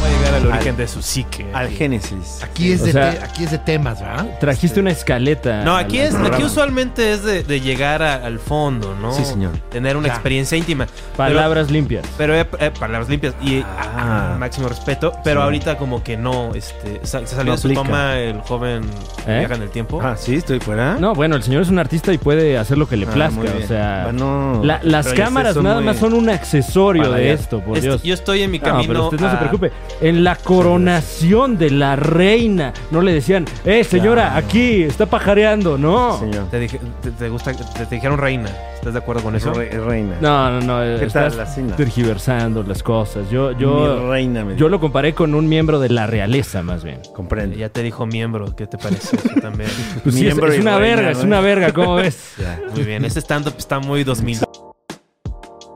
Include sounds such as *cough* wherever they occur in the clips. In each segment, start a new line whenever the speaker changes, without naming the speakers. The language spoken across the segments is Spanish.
Voy a llegar al origen de su psique.
Al Génesis.
Aquí es,
O
de
sea-
te- aquí es de temas, ¿verdad?
Trajiste una escaleta.
No,
al-
aquí
al
es, aquí
programa.
usualmente es de, de llegar a- al fondo, ¿no?
Sí, señor.
Tener una
Ya.
experiencia íntima.
Palabras limpias.
Pero, pero, eh, eh, palabras limpias y eh,
Ah.
ah, máximo respeto. Pero
Sí.
ahorita como que no, este, sa- se salió
No
de su
aplica.
toma el joven que
¿Eh?
viaja en el tiempo.
Ah, sí, estoy fuera.
No, bueno, el señor es un artista y puede hacer lo que le
Ah,
plazca.
muy bien.
o sea,
Ah, no.
la- las
Pero ya
cámaras
sé, son
nada
muy-
más son un accesorio
Para
de
allá.
esto, por
Este,
Dios.
yo estoy en mi
No,
camino.
pero usted no se
a-
preocupe. En la coronación de la reina, no le decían, eh, señora,
Claro.
aquí está pajareando, no.
Señor.
Te, dije- te- te gusta, te, te dijeron reina. ¿Estás de acuerdo con eso?
Re- reina.
No, no, no. eh,
¿Qué tal
estás
la cena?
tergiversando las cosas. Yo,
Mi
yo,
reina me
yo
dijo.
lo comparé con un miembro de la realeza, más bien.
Comprendo.
Ya te dijo miembro, ¿qué te parece eso también? *laughs*
Pues sí, es,
Miembro
es
y
una
reina,
verga, es
güey.
una verga,
*laughs*
¿cómo ves?
Ya.
Muy bien, este stand-up está muy 2000.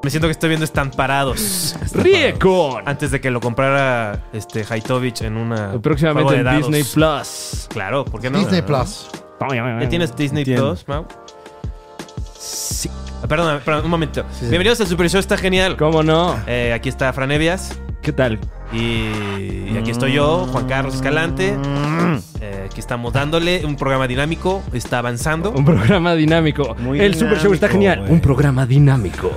Me siento que estoy viendo Estamparados
Ríe con.
antes de que lo comprara este Haitovich en
Ah,
una juego
Próximamente
de
en
dados.
Disney Plus.
Claro, ¿por qué no?
Disney
Ah.
Plus.
¿Ya
Ah,
tienes Disney
Entiendo.
Plus, Mau? Sí. Perdón, perdón, un momento.
sí.
Bienvenidos al Super Show, está genial.
¿Cómo no?
Eh, aquí está Fran Evias
¿Qué tal?
y, y aquí estoy yo, Juan Carlos Escalante.
Mm.
Eh, aquí estamos dándole un programa dinámico, está avanzando.
Un programa dinámico.
Muy
el Super Show está
dinámico,
genial.
güey.
Un programa dinámico.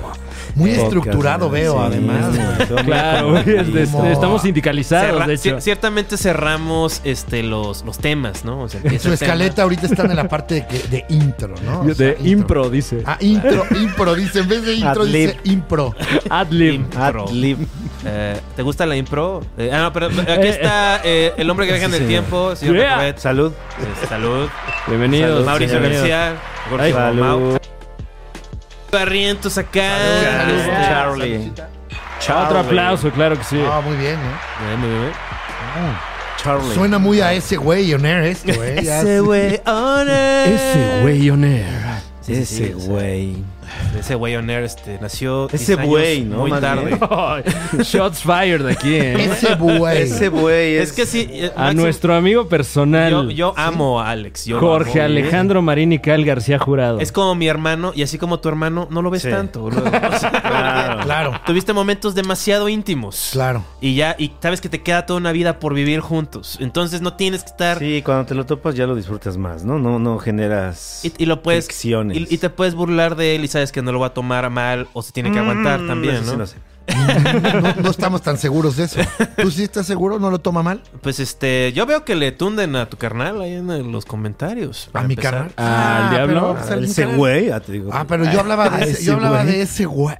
Muy
Podcast,
estructurado
¿no?
veo,
Sí,
además.
sí,
güey.
todo muy
*laughs* Claro,
acomodado.
güey, es de- este,
Como-
estamos sindicalizados,
Cerra-
de hecho.
cier- ciertamente cerramos este, los, los temas, ¿no? O sea, empieza
Su
el tema.
escaleta ahorita están en la parte de, que- de intro, ¿no? O
De
sea,
impro, dice.
Ah, intro, impro, dice. En vez de intro,
Ad lib.
dice impro.
Adlib.
Impro.
Ad lib.
Eh, ¿Te gusta la impro? Eh, ah,
*laughs*
no, pero pero aquí está eh, el hombre que viaja en el
Sí,
tiempo, señor
Yeah.
Recovet.
Salud.
Eh, salud.
Bienvenidos.
Mauricio
bienvenidos.
García. Jorge
Ay.
Mau. Barrientos acá.
Salud,
Este,
Charlie.
Otro aplauso, claro que sí.
Ah, muy bien, ¿eh?
eh, muy bien.
Ah,
Charlie.
Suena muy a ese güey, On Air, esto, ¿eh? Ya
Ese
sí.
güey on air.
Ese güey on air.
Sí, sí, sí,
Ese
o sea,
güey.
Ese güey on air este, nació.
Ese
10 años
güey, ¿no?
Muy
Más
tarde.
bien.
Shots fired aquí, ¿eh?
Ese güey.
Ese güey
Es que sí. eh,
A
Máximo-
nuestro amigo personal,
Yo, yo amo a Alex. yo lo
Jorge
amo.
Alejandro Marín y Cal García Jurado.
Es como mi hermano, y así como tu hermano, no lo ves
Sí.
tanto. luego. O
*laughs*
sea,
Claro,
Tuviste momentos demasiado íntimos.
claro.
Y ya, y sabes que te queda toda una vida por vivir juntos. Entonces no tienes que estar.
Sí, cuando te lo topas ya lo disfrutas más, ¿no? No, no generas.
Y, y lo puedes.
Fricciones.
Y, y te puedes burlar de él y sabes que no lo va a tomar a mal o se tiene que aguantar
Mm,
también,
eso
¿no?
sí sé.
No, no estamos tan seguros de eso. ¿Tú sí estás seguro? ¿No lo toma mal?
Pues este, yo veo que le tunden a tu carnal ahí en eh, los comentarios.
¿A
para
mi
empezar.
canal?
Ah, al diablo.
pero,
Ah,
o sea,
ese
literal.
güey, ya te digo.
Ah, pero yo hablaba de ese, yo hablaba de ese güey.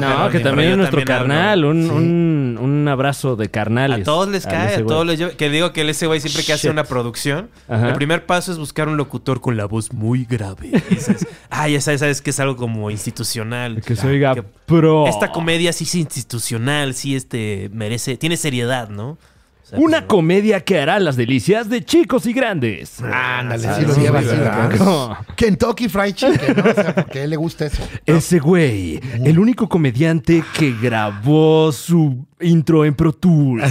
No,
pero
que
mi
también
rollo
es nuestro
también hablo.
carnal. Un,
Sí.
un, un abrazo de carnales.
A todos les
al
cae,
ese
a
güey.
todos les lleva. Que digo que el ese güey siempre que hace
Shit.
una producción,
Ajá.
el primer paso es buscar un locutor con la voz muy grave.
*laughs*
Y dices, ah, ya sabes, sabes que es algo como institucional.
Que se oiga Oh.
Que
pro.
Esta comedia sí es institucional, sí este merece, tiene seriedad, ¿no? O sea,
Una
pues,
comedia que hará las delicias de chicos y grandes.
Ándale,
Ah,
sí lo
sí,
lleva
sí,
así.
¿verdad?
¿verdad? Kentucky Fried Chicken, ¿no? O sea, porque a él le gusta eso.
Ese güey, el único comediante que grabó su intro en Pro
*laughs*
Tools.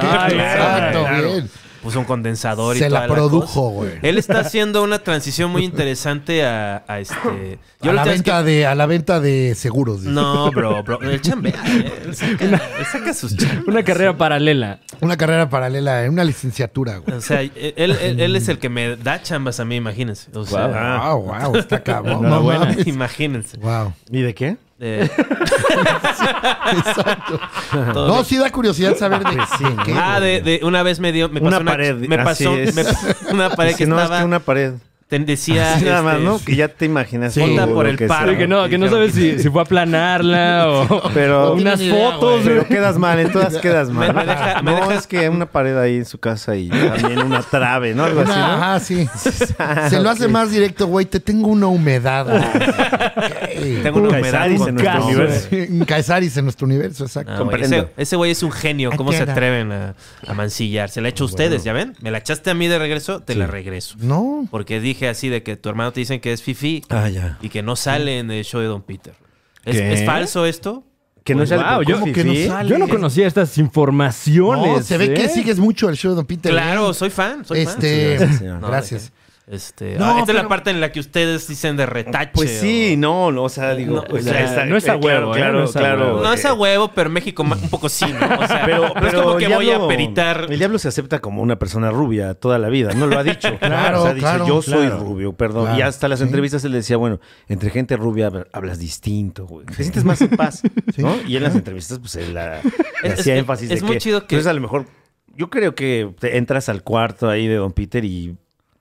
Ay,
Exacto,
ay.
bien.
puso un condensador y
Se la
toda cosa.
produjo, güey.
Él está haciendo una transición muy interesante a, a
*laughs*
este.
A la,
última vez que-
venta de, a la venta de seguros. dice.
No, bro, bro. Él chambea. eh. Él saca, él saca sus chambas.
Una carrera paralela.
Una carrera paralela, eh, una licenciatura, güey.
O sea, e, él, él- él es el que me da chambas a mí, imagínense. O sea, ah,
Wow, wow, está cabrón. No
Enhorabuena.
mames.
*laughs* imagínense.
Wow.
¿Y de qué?
Eh,
Exacto.
todo
No,
lo-
sí da curiosidad saber de qué,
Ah,
güey.
de, de- una vez me dio, me pasó
Una
una,
pared,
me
así
pasó
es.
me- una pared que
Dice, no,
estaba,
es que una pared.
te decía,
Así *laughs* nada más,
este,
¿no? Que ya te imaginas.
Sí.
todo
Onda por
lo
el
que
paro.
sea.
Sí, que no, que no sabes si, si fue a
*laughs*
planarla o,
Pero-
o
No
unas
tiene ni idea,
fotos.
güey.
güey.
Pero quedas mal, en
*laughs*
todas quedas mal.
Me- me deja- me
no,
deja-
es que una pared ahí en su casa
*laughs*
y también una trave, ¿no? Algo así,
Una-
¿no?
Ajá, sí. Se lo hace más directo, güey. Te tengo una humedad. güey. güey.
*laughs* Tengo una humedad
Caesaris en
con
nuestro
todo,
universo.
güey.
Un Caesaris en nuestro universo, exacto.
No, güey,
Comprendo.
ese, ese güey es un genio. ¿Cómo se
Akira.
atreven a, a mancillar? Se la he hecho a ustedes, ¿ya ven? Me la echaste a mí de regreso, te la regreso.
No.
Porque dije así de que tu hermano te dicen que es fifi
Ah, ya.
y que no sale en el show de Don Peter. ¿Es,
¿Qué?
es falso esto?
Que no
Pues,
sale
wow,
por
yo-
Coffee
que no
Fit.
sale.
Yo no conocía estas informaciones.
No, se ve
¿eh?
que sigues mucho el show de Don Peter. ¿eh?
Claro, soy fan. Soy fan.
Este,
Sí, señor.
No,
gracias.
de que- Este,
No,
ah, esta es la
pero-
parte en la que ustedes dicen de retache.
Pues sí, no, no, o sea, digo,
No,
o sea,
o sea,
está-
no es a
claro,
huevo, ¿eh?
claro,
No es a
claro.
huevo.
No es a huevo, pero México ma- un poco sí, ¿no? O sea, pero, no es como
el
que voy a peritar.
El diablo se acepta como una persona rubia toda la vida, no lo ha dicho.
*laughs* Claro,
o sea, ha dicho,
claro,
yo soy
claro.
rubio, perdón.
Claro,
y hasta las
sí.
entrevistas él decía, bueno, entre gente rubia hab- hablas distinto, güey. Te sientes más en
*laughs*
paz, ¿no? Y en las entrevistas, pues él la- le
Es-
hacía
es-
énfasis
es
de
muy
que.
chido que-
Entonces, a lo mejor, yo creo que te entras al cuarto ahí de Don Peter y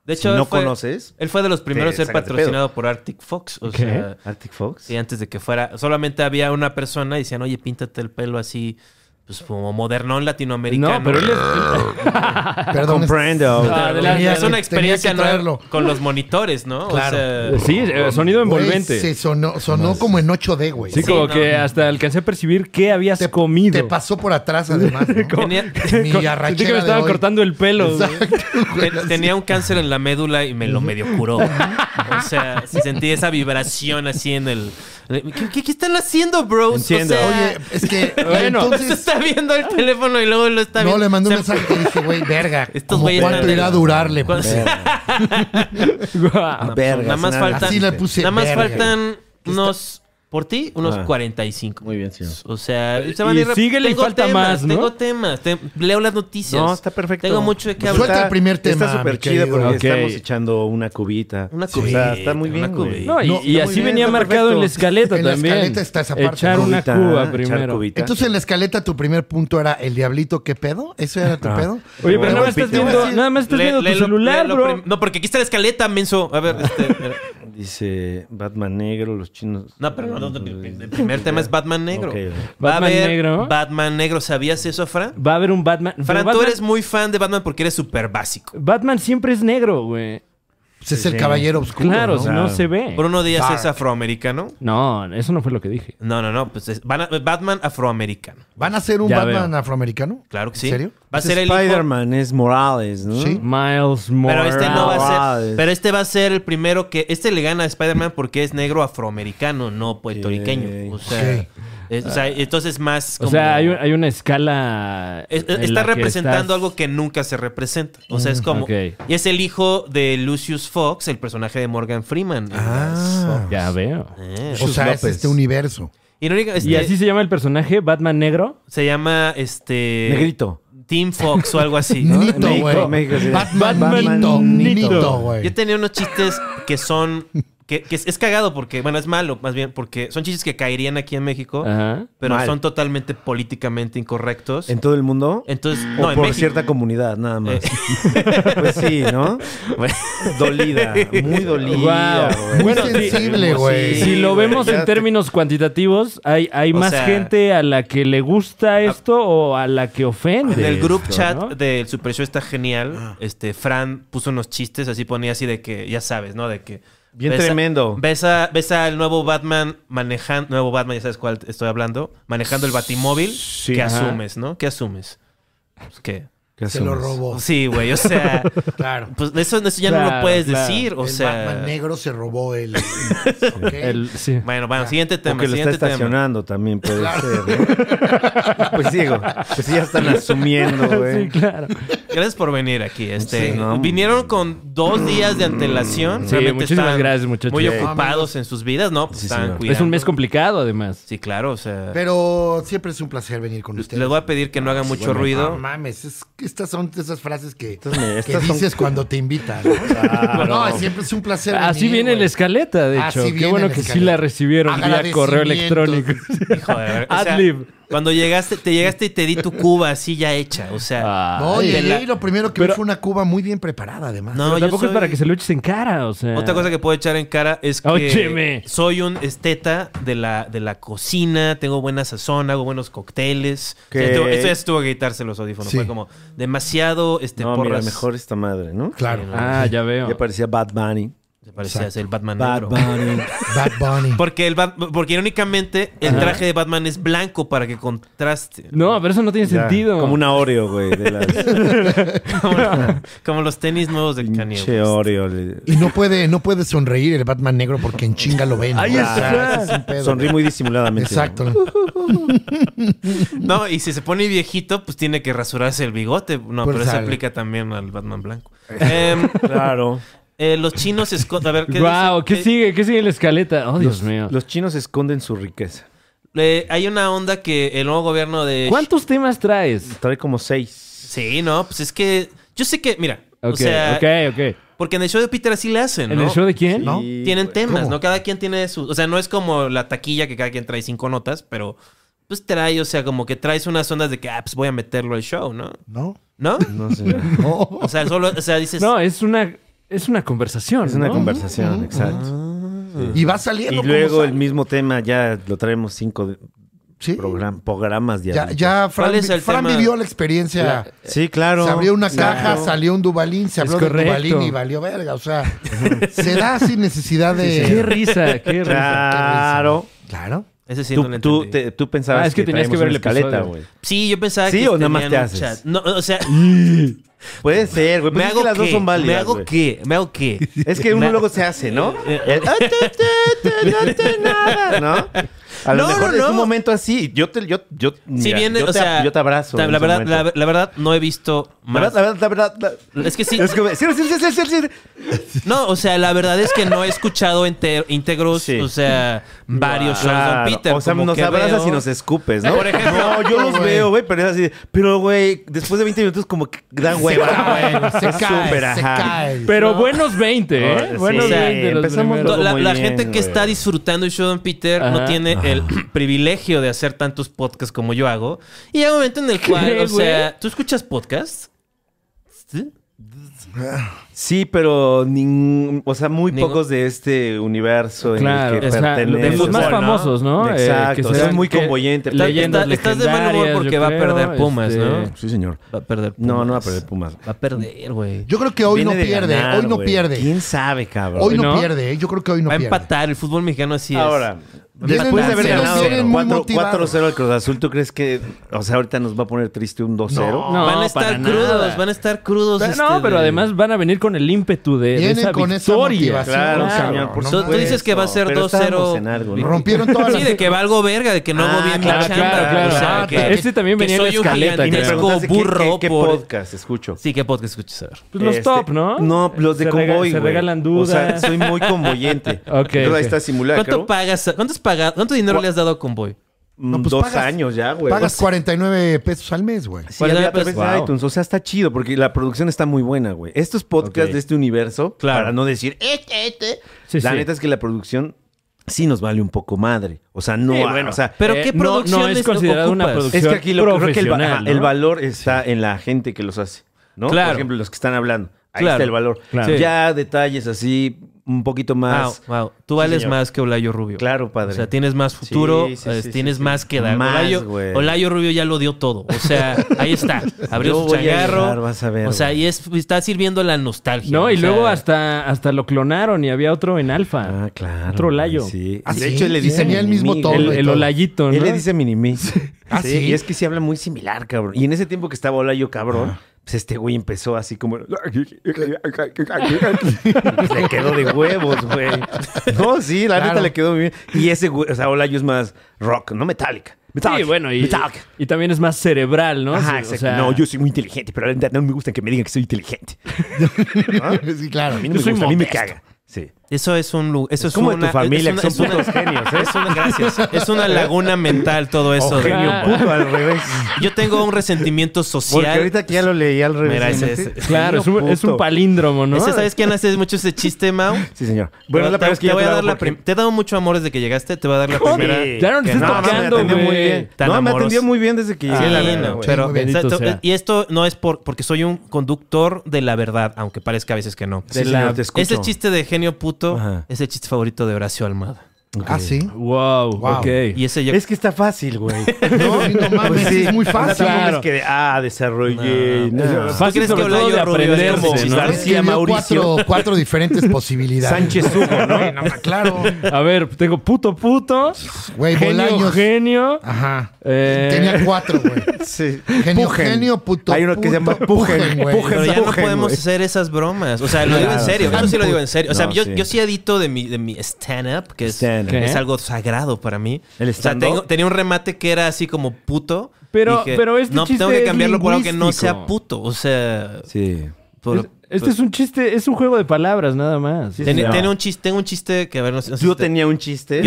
De hecho,
si
él
no
fue-
conoces,
Él fue de los primeros
Te
a ser
sacas de
patrocinado por Arctic Fox. O
¿Qué?
sea,
Arctic Fox.
sí, antes de que fuera. Solamente había una persona y decían, oye, píntate el pelo así, pues como modernón latinoamericano.
No, pero él es.
Perdón. es-
Comprendo.
O sea,
Ah, adelante,
es
tenía
una
que
experiencia nueva
traerlo.
con los monitores, ¿no?
Claro.
O sea,
Sí, eh, sonido
Güey,
envolvente.
se sonó, sonó como en 8D, güey.
Sí,
Sí,
como
no.
que hasta alcancé a percibir qué habías
te,
comido.
te pasó por atrás, además. ¿no?
*laughs* Como-
tenía, *laughs*
Mi
Con- Sentí que
arrachera
me
de
estaban
hoy.
cortando el pelo. güey.
Exacto, güey,
Te-
así.
tenía un cáncer en la médula y me lo medio curó. O sea, sí sentí esa vibración así en el. ¿Qué, qué- qué están haciendo, bros?
Entiendo.
O sea,
Oye, es que
Bueno.
se *laughs*
entonces
está viendo el teléfono y luego lo está
no
viendo.
le mandó un
O sea,
mensaje y dije, güey, verga,
Estos
¿cómo
güeyes
¿cuánto
están-
irá a durarle? pues?
Verga.
*laughs* Guau.
Ah, Verga,
nada más
se me-
faltan-
Así le
*laughs*
puse.
Nada más
verga.
faltan unos. Por ti, unos
Ah.
45.
Muy bien, señor.
O sea, se
Y
rep-
síguele y
tengo
falta
temas,
más, ¿no?
Tengo temas. te- leo las noticias.
No, está perfecto.
Tengo mucho
Pues,
de qué
Suelta
hablar.
el primer tema,
Está súper
mi
chida
querido.
porque
Ok.
estamos echando una cubita.
Una
O
cubita,
sea, está muy
una
bien. güey.
cubita.
No, y,
No,
y
está
así
muy bien,
venía
está
marcado en la
perfecto.
escaleta
En la
también.
escaleta está esa parte.
Echar una
Cubita,
cuba
echar
primero.
cubita.
Entonces en la escaleta tu primer punto era el diablito, ¿qué pedo? ¿Eso era tu pedo?
Ah. Oye, pero
Te
nada
voy
más
a-
estás
te voy a
viendo,
decir-
nada más estás
Le-
viendo tu
léelo-
celular,
léelo
bro.
prim- No, porque aquí está la escaleta, menso. A ver, este.
Dice Batman negro, los chinos.
No, pero no, no, el primer tema es Batman Negro.
Ok.
Va a
Batman
haber
Negro.
Batman Negro. ¿Sabías eso, Fran?
Va a haber un Batman. pero
Fran, tú
Batman,
eres muy fan de Batman porque eres súper básico.
Batman siempre es negro, güey.
Pues es el caballero oscuro.
Claro,
¿no?
si no
Claro.
se ve.
Bruno Díaz
Dark.
es afroamericano.
No, eso no fue lo que dije.
No, no, no. Pues es- van a- Batman afroamericano.
¿Van a ser un
Ya
Batman afroamericano?
Claro que
¿En
sí.
serio?
Va a
Ese
ser el hijo-
Spider-Man es Morales, ¿no?
Sí.
Miles
Pero
Morales.
este no va a
Morales.
ser. Pero este va a ser el primero que. Este le gana a Spider-Man porque es negro afroamericano, no puertorriqueño. O sea.
Ok.
es- o sea, entonces más
O
como-
sea, hay, un- hay una escala.
Es-
en
está
la que
representando
estás-
algo que nunca se representa. O sea, es como.
ok.
Y es el hijo de Lucius Fox, el personaje de Morgan Freeman.
Ah.
Ya veo.
Eh.
O sea, es
López.
este universo.
Y, no diga- este,
¿Y así se llama el personaje? ¿Batman negro?
se llama este.
Eh, Negrito.
Team Fox o algo
*laughs*
así. ¿no?
Nito,
México,
güey.
México, sí.
Batman,
Batman
Nito,
Nito.
Nito,
Yo
güey.
tenía unos chistes que son. Que, que es, es cagado porque, bueno, es malo, más bien, porque son chistes que caerían aquí en México,
Ajá.
pero
Mal.
son totalmente políticamente incorrectos.
En todo el mundo.
Entonces,
o
no, en México.
por
eh,
cierta comunidad, nada más. *laughs* pues sí,
*laughs*
¿no? dolida, muy dolida.
Wow.
güey.
Muy
Bueno, sí.
sensible, güey.
Si lo
güey,
vemos
ya
en
te-
términos cuantitativos, hay, hay
O
más
sea,
gente a la que le gusta esto o a la que ofende.
En el group
esto,
chat
¿no?
del Super Show está
Ah.
genial. Este, Fran puso unos chistes, así ponía así de que, ya sabes, ¿no? De que.
Bien
ves a-
tremendo.
ves, a, ves al nuevo Batman manejando. Nuevo Batman, ya sabes cuál estoy hablando. Manejando el batimóvil.
Sí.
¿Qué
Ajá.
asumes, no? ¿Qué asumes? Pues, ¿Qué?
¿Qué
Se lo
asumes?
robó.
Sí, güey, o
*laughs*
sea.
Claro.
Pues eso, eso ya no lo
Claro,
puedes
claro.
decir, o
el
sea.
Batman negro se
*laughs*
robó el. Ok.
El- sí.
Bueno, bueno, siguiente tema.
Porque lo está
siguiente tema.
estacionando también, puede ser. ¿no? *laughs* pues digo, pues ya están asumiendo, güey.
Sí, claro.
Gracias por venir aquí. Este,
Sí, no,
vinieron con dos días de antelación.
Sí,
Realmente
muchísimas
estaban
gracias, muchachos.
Muy
Sí.
ocupados en sus vidas, ¿no? Pues
Sí,
estaban
señor.
cuidando.
Es un mes complicado, además.
Sí, claro, o sea.
Pero siempre es un placer venir con ustedes.
les voy a pedir que
Ah,
no hagan mucho
No
ruido.
mames, es que estas son de esas frases que,
Estas me-
que
estas son-
dices cuando te invitan. ¿no? No, siempre es un placer.
Así
venir,
viene
güey.
la escaleta, de
Así
hecho. Qué
viene
bueno
la
que sí
escaleta.
la recibieron vía correo electrónico.
*laughs*
*laughs*
Hijo de ver- o sea,
Adlib.
Cuando llegaste, te llegaste y te di tu cuba así ya hecha. O sea,
Ah,
No,
Ay,
y
de la-
ahí lo primero que vi
Pero-
fue una Cuba muy bien preparada, además.
no,
pero
yo
tampoco es
soy-
para que se lo eches en cara, o sea.
Otra cosa que puedo echar en cara es que
Óyeme.
soy un esteta de la, de la cocina, tengo buena sazón, hago buenos cócteles. O sea,
Ok.
estuvo- esto ya estuvo a gritarse los audífonos.
Sí.
Fue como demasiado este,
No, mira,
porras.
mejor esta madre, ¿no?
Claro.
Ah, ya veo.
Ya parecía Bad Bunny.
Se parecía
Exacto.
el Batman
Bad
negro.
Bunny.
Bad Bunny.
Porque, el Bat- porque irónicamente el traje de Batman es blanco para que contraste.
*laughs* No, pero eso no tiene sentido.
Como una Oreo, güey. De las
Como, como los tenis nuevos del Kanye.
pinche
West.
Oreo. le-
Y no puede, no puede sonreír el Batman negro porque en chinga lo ven.
Ahí está.
Es un pedo.
Sonrí muy disimuladamente.
Exacto.
No, y si se pone viejito, pues tiene que rasurarse el bigote. No,
Pues
pero eso
sale.
aplica también al
*laughs*
Batman blanco. Em,
Claro.
eh, los chinos esconden. A ver qué.
Wow,
dice?
¿qué
Eh,
sigue? ¿Qué sigue en la escaleta? Oh, Dios mío.
Los chinos esconden su riqueza.
eh, hay una onda que el nuevo gobierno de.
¿Cuántos temas traes?
Trae como seis.
Sí, no, pues es que. Yo sé que, mira.
Ok,
o sea,
ok, ok.
porque en el show de Peter así le hacen, ¿no?
¿En el show de quién?
¿No?
Sí,
Tienen
güey.
temas,
¿Cómo?
¿no? Cada quien tiene su. O sea, no es como la taquilla que cada quien trae cinco notas, pero pues trae, o sea, como que traes unas ondas de que, ah, pues voy a meterlo al show, ¿no?
¿No?
¿No?
No sé.
No.
O sea, solo, o sea,
*laughs*
dices.
No, es una, es una conversación.
Es una
¿no?
conversación, exacto.
Y va saliendo.
Y
como
luego el
sale.
mismo tema ya lo traemos cinco de-
Sí.
program- programas
Ya,
diarios.
ya Fran,
¿Cuál es el
Fran
tema?
vivió la experiencia.
Sí, claro.
Se abrió una
Claro.
caja, salió un Dubalín, se
Es
abrió un
correcto.
Dubalín y valió verga. O sea, se da sin necesidad
Qué
de.
risa, qué risa.
*laughs*
Claro.
Claro.
Ese sí no
Tú,
lo
tú,
entendí.
te- tú pensabas
Ah, es que tenías que ver
traíamos
el
una escaleta,
episodio.
güey.
Sí, yo pensaba
Sí,
que.
o nada más te
tenían un
haces.
chat. No, o
*laughs*
sea,
Puede ser, güey.
me
Pues es que
hago
las dos
qué.
son válidas.
Me hago
güey.
qué. Me hago
*laughs*
qué.
Es que uno
Me-
luego se hace, ¿no?
*laughs* Eh,
El, "Ah, tu, tu,
*laughs*
tu, no te nada", ¿no? A lo
No,
mejor
no,
es
no.
un momento así. Yo te, yo, yo,
Si
mira,
viene,
yo,
o
te,
sea.
yo te abrazo.
La,
en
la
ese
verdad,
momento.
la, la verdad, no he visto
La
más.
verdad, la verdad, la verdad, la-
Es que sí.
Es como, sí, sí, sí, sí, sí, sí.
No, o sea, la verdad es que no he escuchado enter- íntegros,
*laughs* Sí.
o sea, varios shows
Claro.
de Peter.
O sea,
como
nos
que
abrazas
veo-
y nos escupes, ¿no?
Por ejemplo.
No, yo los
Güey.
veo, güey, pero es así. de, Pero, güey, después de 20 minutos, como que dan hueva.
Ah, güey,
Es
se cae,
súper,
se
ajá.
cae.
Pero buenos 20, ¿eh?
Sí,
buenos
o sea,
20. los
empezamos
primeros.
todo
la,
muy
la
bien,
gente que
güey.
está disfrutando el show de Peter no
Ajá.
tiene el *clears throat* privilegio de hacer tantos podcasts como yo hago. Y hay un momento en el cual,
güey?
o sea, ¿tú escuchas podcasts? ¿Sí?
Sí, pero nin- o sea, muy
Ningún-
pocos de este universo
Claro,
en el
o
que
sea,
pertenece.
de los más
o sea,
famosos, ¿no? Eh,
Exacto, o sea,
sean-
es muy
que-
convoyente. Está-
Leyendas
está- estás de mal humor
legendarias,
porque
yo
va a
creo, este,
perder Pumas, ¿no?
Sí, señor.
Va a perder Pumas.
No, no va a perder Pumas.
Va a perder, güey.
Yo creo que hoy
Viene
no
de
pierde,
ganar,
hoy no
güey.
pierde.
¿Quién sabe, cabrón?
Hoy
¿No?
no pierde, ¿eh? yo creo que hoy no
va a
pierde.
empatar. El fútbol mexicano así
Ahora,
es. Va a
después de haber
empatar.
Vienen-
ganado
vienen muy
cuatro-
motivados.
4-0 al Cruz Azul, ¿tú crees que, o sea, ahorita nos va a poner triste un 2-0?
No,
van a
para
estar
nada.
crudos, van a estar crudos.
Pero
este,
no, pero
de-
además van a venir con el ímpetu de, de
Vienen
esa
con esa
victoria.
motivación.
Claro,
Claro,
señor. Por
no,
So, tú dices
supuesto.
que va a ser
Pero
2-0.
estábamos en algo, ¿no?
Rompieron todas
Sí,
las.
de que va algo verga, de que no hago
Ah,
bien
claro,
la chamba.
claro,
güey. o
claro.
sea,
Ah,
que,
este también
que
venía en la
soy un
escaleta,
Y me
Tezco
gigantesco
preguntaste qué-
burro
qué, qué
por-
podcast escucho.
Sí, ¿qué podcast escuchas? A ver.
Pues los
Este,
top, ¿no?
No, los de
Se rega-
convoy,
Se
güey.
regalan dudas.
O sea, soy muy
*laughs*
convoyente.
Ok,
Yo
ok.
ahí está simulacro.
¿Cuánto pagas? ¿Cuántos paga- ¿Cuánto dinero
Cu-
le has dado a Convoy?
Mm,
No, pues
Dos
pagas-
años ya, güey.
Pagas 49 pesos al mes, güey.
Sí,
¿Cuál
había
era,
a través
pues?
de
Wow.
iTunes. O sea, está chido porque la producción está muy buena, güey. Estos podcasts
Ok.
de este universo,
Claro.
para no decir este, este,
Sí,
la
sí.
neta es que la producción sí nos vale un poco madre. O sea, no,
Sí,
ah,
bueno.
o sea,
¿Pero
Eh,
qué
no- no
producciones
es considerada una
ocupas?
producción.
es que aquí lo creo que el, va-
profesional,
ajá,
¿no?
el valor está en la gente que los hace, ¿no?
Claro.
Por ejemplo, los que están hablando. Ahí
Claro.
está el valor.
Claro. Sí. Ah,
Ya detalles así un poquito
Wow,
más
wow. Tú vales
señor.
más que Olayo Rubio.
Claro, padre.
O sea, tienes más futuro,
Sí, sí,
eh,
sí,
tienes
sí, sí.
más que dar.
Más,
Olayo,
güey.
Olayo Rubio ya lo dio todo. O
*laughs*
sea, ahí está. Abrió
Yo
su
voy a
changarro.
llorar, vas a ver,
o sea,
güey.
y es, está sirviendo la nostalgia.
No, y
o sea,
luego hasta, hasta lo clonaron y había otro en alfa.
Ah, claro.
Otro
güey,
layo.
Sí.
Ah,
de
sí,
hecho, él le
sí,
dice
tenía el mismo
Minimi,
tono
el
güey.
y
el
todo.
Olayito, ¿no?
Él le dice minimis.
Ah,
sí,
¿sí?
Y es que se habla muy similar, cabrón. Y en ese tiempo que estaba Olayo, cabrón, pues este güey empezó así como. le quedó de huevos, güey. No, sí, la neta
Claro.
le quedó muy bien. Y ese güey, o sea, Olayo es más rock, no metálica.
Sí, bueno, y, y también es más cerebral, ¿no?
Ajá,
O
exacto.
sea,
No, yo soy muy inteligente, pero la neta no me gusta que me digan que soy inteligente.
*laughs* Sí, claro.
A mí no
Yo
me
soy
gusta, a mí me
modesto.
caga. Sí.
Eso es un lu- eso es
como de tu
una,
familia,
es
que son
es
putos genios, ¿eh?
Es una, *laughs* gracias. Es una laguna mental todo eso. de-
Genio puto al revés.
Yo tengo un resentimiento social.
Porque ahorita que ya lo leí al revés.
Mira, ese
¿no?
es-
Claro, es un, es un
Puto.
palíndromo, ¿no?
Ese, ¿Sabes quién hace mucho ese chiste, Mau?
Sí, señor.
Bueno,
Bueno,
te,
la primera vez que
te
yo
voy a
lo
dar
hago
la
porque-
prim- Te he dado mucho amor desde que llegaste. Te voy a dar la
¿Cómo?
primera.
Sí.
Ya no nos
Que
estés
No, mames, me
tocando,
atendió muy
güey.
bien.
Tan
No, me
amoroso.
atendió muy bien desde que llegué.
Sí,
la
no,
neta, güey.
pero
Sí, muy
bendito
exacto,
sea.
Ah, y esto no es por porque soy un conductor de la verdad, aunque parezca a veces que no.
Sí,
de la-
señor, te escucho.
Ese chiste de genio puto
Ajá.
es el chiste favorito de Horacio Almada.
*laughs*
Ah, sí.
Wow,
Wow.
ok.
Y ese ya-
Es que está fácil, güey.
No, sí, no mames,
Pues sí.
es muy
O sea,
fácil.
tampoco es que, de, ah, desarrollé.
No.
no.
Fácil
crees que
sobre
habla
todo
yo,
de
Rubio? Es
aprenderse,
como
¿no?
García
Escribió
Mauricio.
Cuatro,
*laughs*
cuatro diferentes posibilidades.
Sánchez Hugo, ¿no?
Claro.
A ver, tengo puto puto,
Güey,
genio
Bolaños.
genio.
Ajá.
Eh.
Tenía cuatro, güey.
Sí.
Genio,
Pujen.
genio, puto.
Hay uno que se llama
puto,
Pujen,
güey.
Pujen.
Pero ya no
Empujen,
podemos
güey.
hacer esas bromas. O sea, lo digo en
Claro,
serio.
sí.
Eso sí lo digo en serio. O sea,
No,
yo,
sí.
yo sí adito de mi, de mi stand-up, que es,
Stand-up.
¿Qué?
es algo sagrado para mí.
¿El
O sea,
stand-up?
tengo- tenía un remate que era así como puto.
Pero-
Dije,
pero este
No,
chiste
tengo que
es
cambiarlo por algo que no sea
lingüístico.
puto. O sea...
Sí.
por-
Es- este es un chiste, es un juego de palabras nada más.
Sí,
ten-
señor.
tengo un chiste, tengo un chiste que a ver... No, sé- no sé
Yo
si te-
tenía un chiste.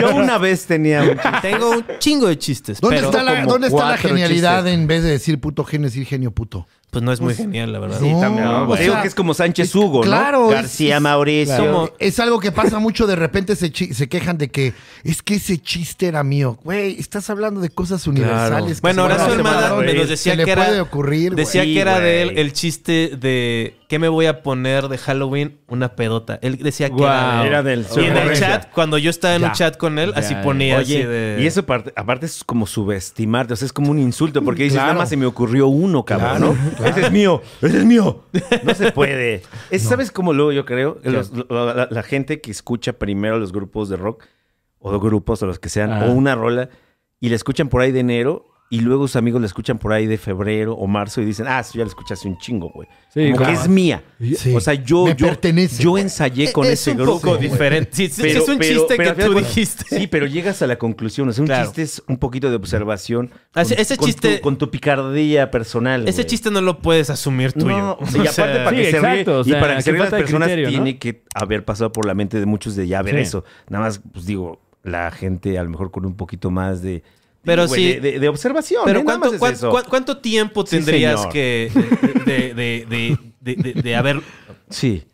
Yo una vez tenía un chiste.
Tengo un chingo de chistes,
¿Dónde
pero
está, la,
como
¿dónde está la
cuatro
genialidad
chistes.
en vez de decir puto genio, decir genio puto?
pues no es muy genial, la verdad.
Sí, No,
también, ¿no?
o
Pues
sea,
digo que es como Sánchez Hugo, ¿no?
claro, es-
García
es-
Mauricio.
Como-
Es algo que pasa mucho, de repente se, chi- se quejan de que es que ese chiste era mío. Güey, estás hablando de cosas universales. que
Bueno,
se van a
Horacio
hacer,
Almada
güey.
me nos decía
se le
que era...
puede ocurrir, güey.
Decía
güey.
que era
Sí,
de él
güey.
el chiste de ¿qué me voy a poner de Halloween? Una pedota. Él decía que era,
Guau.
de él.
Era del-
Y en el
Correcto.
chat, cuando yo estaba en un
Ya.
chat con él, así
Ya,
ponía así
Oye,
de.
y eso aparte, aparte es como subestimarte, o sea, es como un insulto, porque dices,
Claro.
nada más se me ocurrió uno, cabrón,
Claro,
¿no? Ese es mío, ese es mío. No se puede. Es- ¿Sabes cómo luego yo creo? Los- la, la- la gente que escucha primero los grupos de rock, o grupos o los que sean,
Ajá.
o una rola, y la escuchan por ahí de enero, y luego sus amigos la escuchan por ahí de febrero o marzo, y dicen, ah, eso ya la escuchaste un chingo, güey.
Sí,
como
claro.
que es mía.
Sí.
O sea, yo,
Me
yo,
pertenece,
yo
güey. E,
ensayé con
"Eh, Es
ese
un
grupo.
poco
*laughs* güey.
diferente. Sí, sí, es un chiste
pero
que
al final
tú
de cuentas-
dijiste.
Sí, pero llegas a la conclusión. O sea, un
Claro.
chiste es un poquito de observación.
Ah, sí, ese chiste-
tu, con tu picardía personal.
Ese
güey.
chiste no lo puedes asumir tuyo.
No,
*laughs* O
y aparte
sea,
para que
Sí,
se ríe-
exacto, o sea,
y para que se
qué
ríe las
falta de
personas
criterio, ¿no?
tiene que haber pasado por la mente de muchos de ya ver
Sí.
eso. Nada más, pues digo, la gente a lo mejor con un poquito más de... de-
Pero
güey,
sí.
De, de- de observación.
Pero
¿eh? Nada
¿cuánto,
más es
cuán-
eso.
cuán- cuánto tiempo
Sí,
tendrías
señor.
que. De, de, de, de, de- de haber.
Sí.